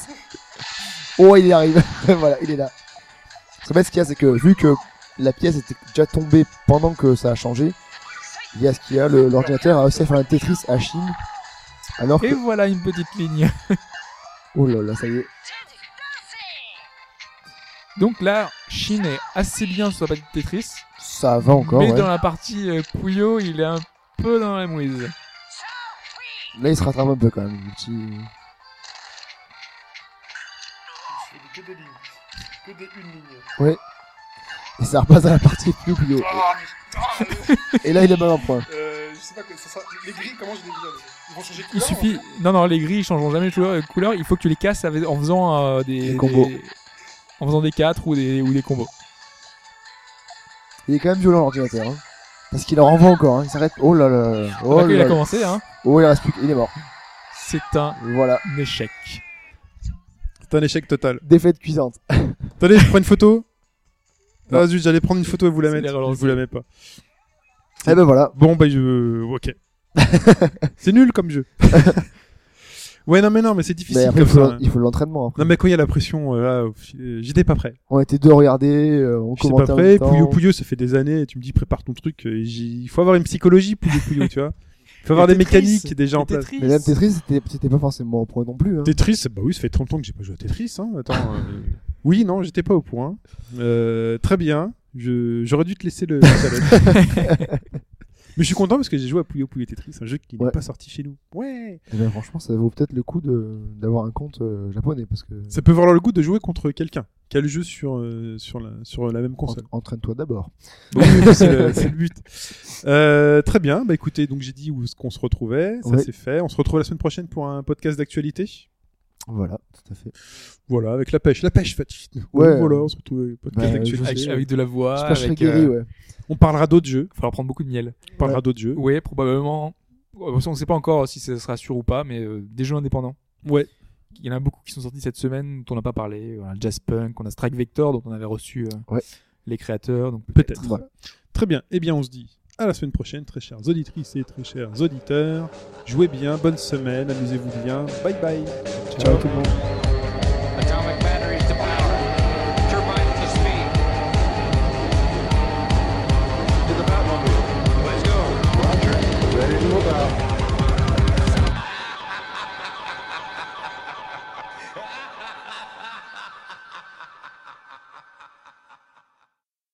[SPEAKER 5] oh, il y arrive. voilà, il est là. Parce qu'en fait, ce qu'il y a, c'est que vu que la pièce était déjà tombée pendant que ça a changé, il y a ce qu'il y a, le- l'ordinateur a réussi à faire un Tetris à Chine. Alors que.
[SPEAKER 4] Et voilà une petite ligne.
[SPEAKER 5] Oh là là, ça y est.
[SPEAKER 4] Donc là, Shin est assez bien sur la partie de Tetris.
[SPEAKER 5] Ça va encore.
[SPEAKER 4] mais
[SPEAKER 5] ouais.
[SPEAKER 4] dans la partie euh, Puyo, il est un peu dans la mouise.
[SPEAKER 5] Là, il se rattrape un peu quand même. le petit-
[SPEAKER 3] Je fais que des lignes. Que des une ligne.
[SPEAKER 4] Euh,
[SPEAKER 5] Et ça repasse à la partie plus plus haut.
[SPEAKER 4] euh.
[SPEAKER 3] Ah, putain,
[SPEAKER 5] Et là, il est mal en point.
[SPEAKER 3] euh, je sais pas que ça sera. Les grilles, comment je les viens Ils vont changer de
[SPEAKER 4] Il
[SPEAKER 3] couleur,
[SPEAKER 4] suffit. Non, non, les grilles ils changeront jamais de couleur, euh, couleur. Il faut que tu les casses avec- en faisant euh, des,
[SPEAKER 5] Des combos.
[SPEAKER 4] des- En faisant des 4 ou des, ou des combos.
[SPEAKER 5] Il est quand même violent l'ordinateur. Hein. Parce qu'il en renvoie encore. Hein. Il s'arrête. Oh là là. là.
[SPEAKER 4] Pas
[SPEAKER 5] Oh,
[SPEAKER 4] qu'il
[SPEAKER 5] là
[SPEAKER 4] a
[SPEAKER 5] là.
[SPEAKER 4] commencé, hein.
[SPEAKER 5] oh, il reste plus. que- Il est mort.
[SPEAKER 4] C'est un
[SPEAKER 5] Voilà.
[SPEAKER 4] échec.
[SPEAKER 3] C'est un échec total.
[SPEAKER 5] Défaite cuisante.
[SPEAKER 3] Attendez, je prends une photo.
[SPEAKER 5] Non.
[SPEAKER 3] Ah zut, j'allais prendre une photo et vous la
[SPEAKER 4] C'est
[SPEAKER 3] mettre.
[SPEAKER 4] les
[SPEAKER 3] Je
[SPEAKER 4] relances.
[SPEAKER 3] vous la mets pas.
[SPEAKER 5] Et ben voilà.
[SPEAKER 3] Bon, bah, je. Ok. c'est nul comme jeu. ouais, non, mais non, mais c'est difficile
[SPEAKER 5] Mais après, il
[SPEAKER 3] comme
[SPEAKER 5] faut
[SPEAKER 3] ça. hein.
[SPEAKER 5] l'en- il faut l'entraînement. après.
[SPEAKER 3] Non, mais quand il y a la pression, euh, là, au fi- euh, j'étais pas prêt.
[SPEAKER 5] On était deux à regarder. euh, on
[SPEAKER 3] J'étais pas
[SPEAKER 5] commentait en
[SPEAKER 3] prêt.
[SPEAKER 5] même temps.
[SPEAKER 3] Pouilleux, Pouilleux, ça fait des années. et Tu me dis, prépare ton truc. euh, et j'y- Il faut avoir une psychologie, Pouilleux, Pouilleux, tu vois. Il faut avoir des
[SPEAKER 4] Et Tetris.
[SPEAKER 3] mécaniques déjà en
[SPEAKER 4] Et
[SPEAKER 3] place.
[SPEAKER 4] Tetris.
[SPEAKER 5] Mais même Tetris, c'était- c'était pas forcément au point non plus. Hein.
[SPEAKER 3] Tetris, bah oui, ça fait 30 ans que j'ai pas joué à Tetris. Hein. Attends, euh, oui, non, j'étais pas au point. Euh, très bien. Je- J'aurais dû te laisser le. le challenge. Mais je suis content parce que j'ai joué à Puyo Puyo Tetris, un jeu qui n'est
[SPEAKER 5] Ouais.
[SPEAKER 3] pas sorti chez nous. Ouais.
[SPEAKER 5] Eh ben, franchement, ça vaut peut-être le coup de d'avoir un compte euh, japonais parce que
[SPEAKER 3] Ça peut valoir le goût de jouer contre quelqu'un qui a le jeu sur euh, sur la sur la même
[SPEAKER 5] en-
[SPEAKER 3] console.
[SPEAKER 5] entraîne-toi d'abord.
[SPEAKER 3] Oui, oui, c'est le, c'est le but. Euh, très bien. Bah écoutez, donc j'ai dit où est-ce qu'on se retrouvait. Ça
[SPEAKER 5] Ouais.
[SPEAKER 3] c'est fait. On se retrouve la semaine prochaine pour un podcast d'actualité.
[SPEAKER 5] Voilà, tout à fait.
[SPEAKER 3] Voilà, avec la pêche, la pêche fatigue.
[SPEAKER 5] Ouais.
[SPEAKER 3] Voilà, on se retrouve avec le podcast
[SPEAKER 5] Bah,
[SPEAKER 3] d'actualité.
[SPEAKER 5] je
[SPEAKER 4] Avec,
[SPEAKER 5] sais.
[SPEAKER 4] avec de la voix.
[SPEAKER 5] Super
[SPEAKER 4] avec,
[SPEAKER 5] Shrekiri,
[SPEAKER 4] euh,
[SPEAKER 5] ouais.
[SPEAKER 3] On parlera d'autres jeux.
[SPEAKER 4] Il faudra prendre beaucoup de miel.
[SPEAKER 3] On parlera d'autres jeux.
[SPEAKER 4] Ouais, probablement. Ouais, parce qu'on ne sait pas encore si ça sera sûr ou pas, mais euh, des jeux indépendants.
[SPEAKER 3] Ouais.
[SPEAKER 4] Il y en a beaucoup qui sont sortis cette semaine dont on n'a pas parlé. On a Jazz Punk, on a Strike Vector dont on avait reçu euh,
[SPEAKER 5] Ouais.
[SPEAKER 4] les créateurs. Donc peut-être.
[SPEAKER 3] Peut-être.
[SPEAKER 5] Voilà.
[SPEAKER 3] Très bien. Eh bien, on se dit à la semaine prochaine, très chères auditrices et très chers auditeurs. Jouez bien, bonne semaine, amusez-vous bien. Bye bye. Ciao tout le monde.
[SPEAKER 5] Ciao.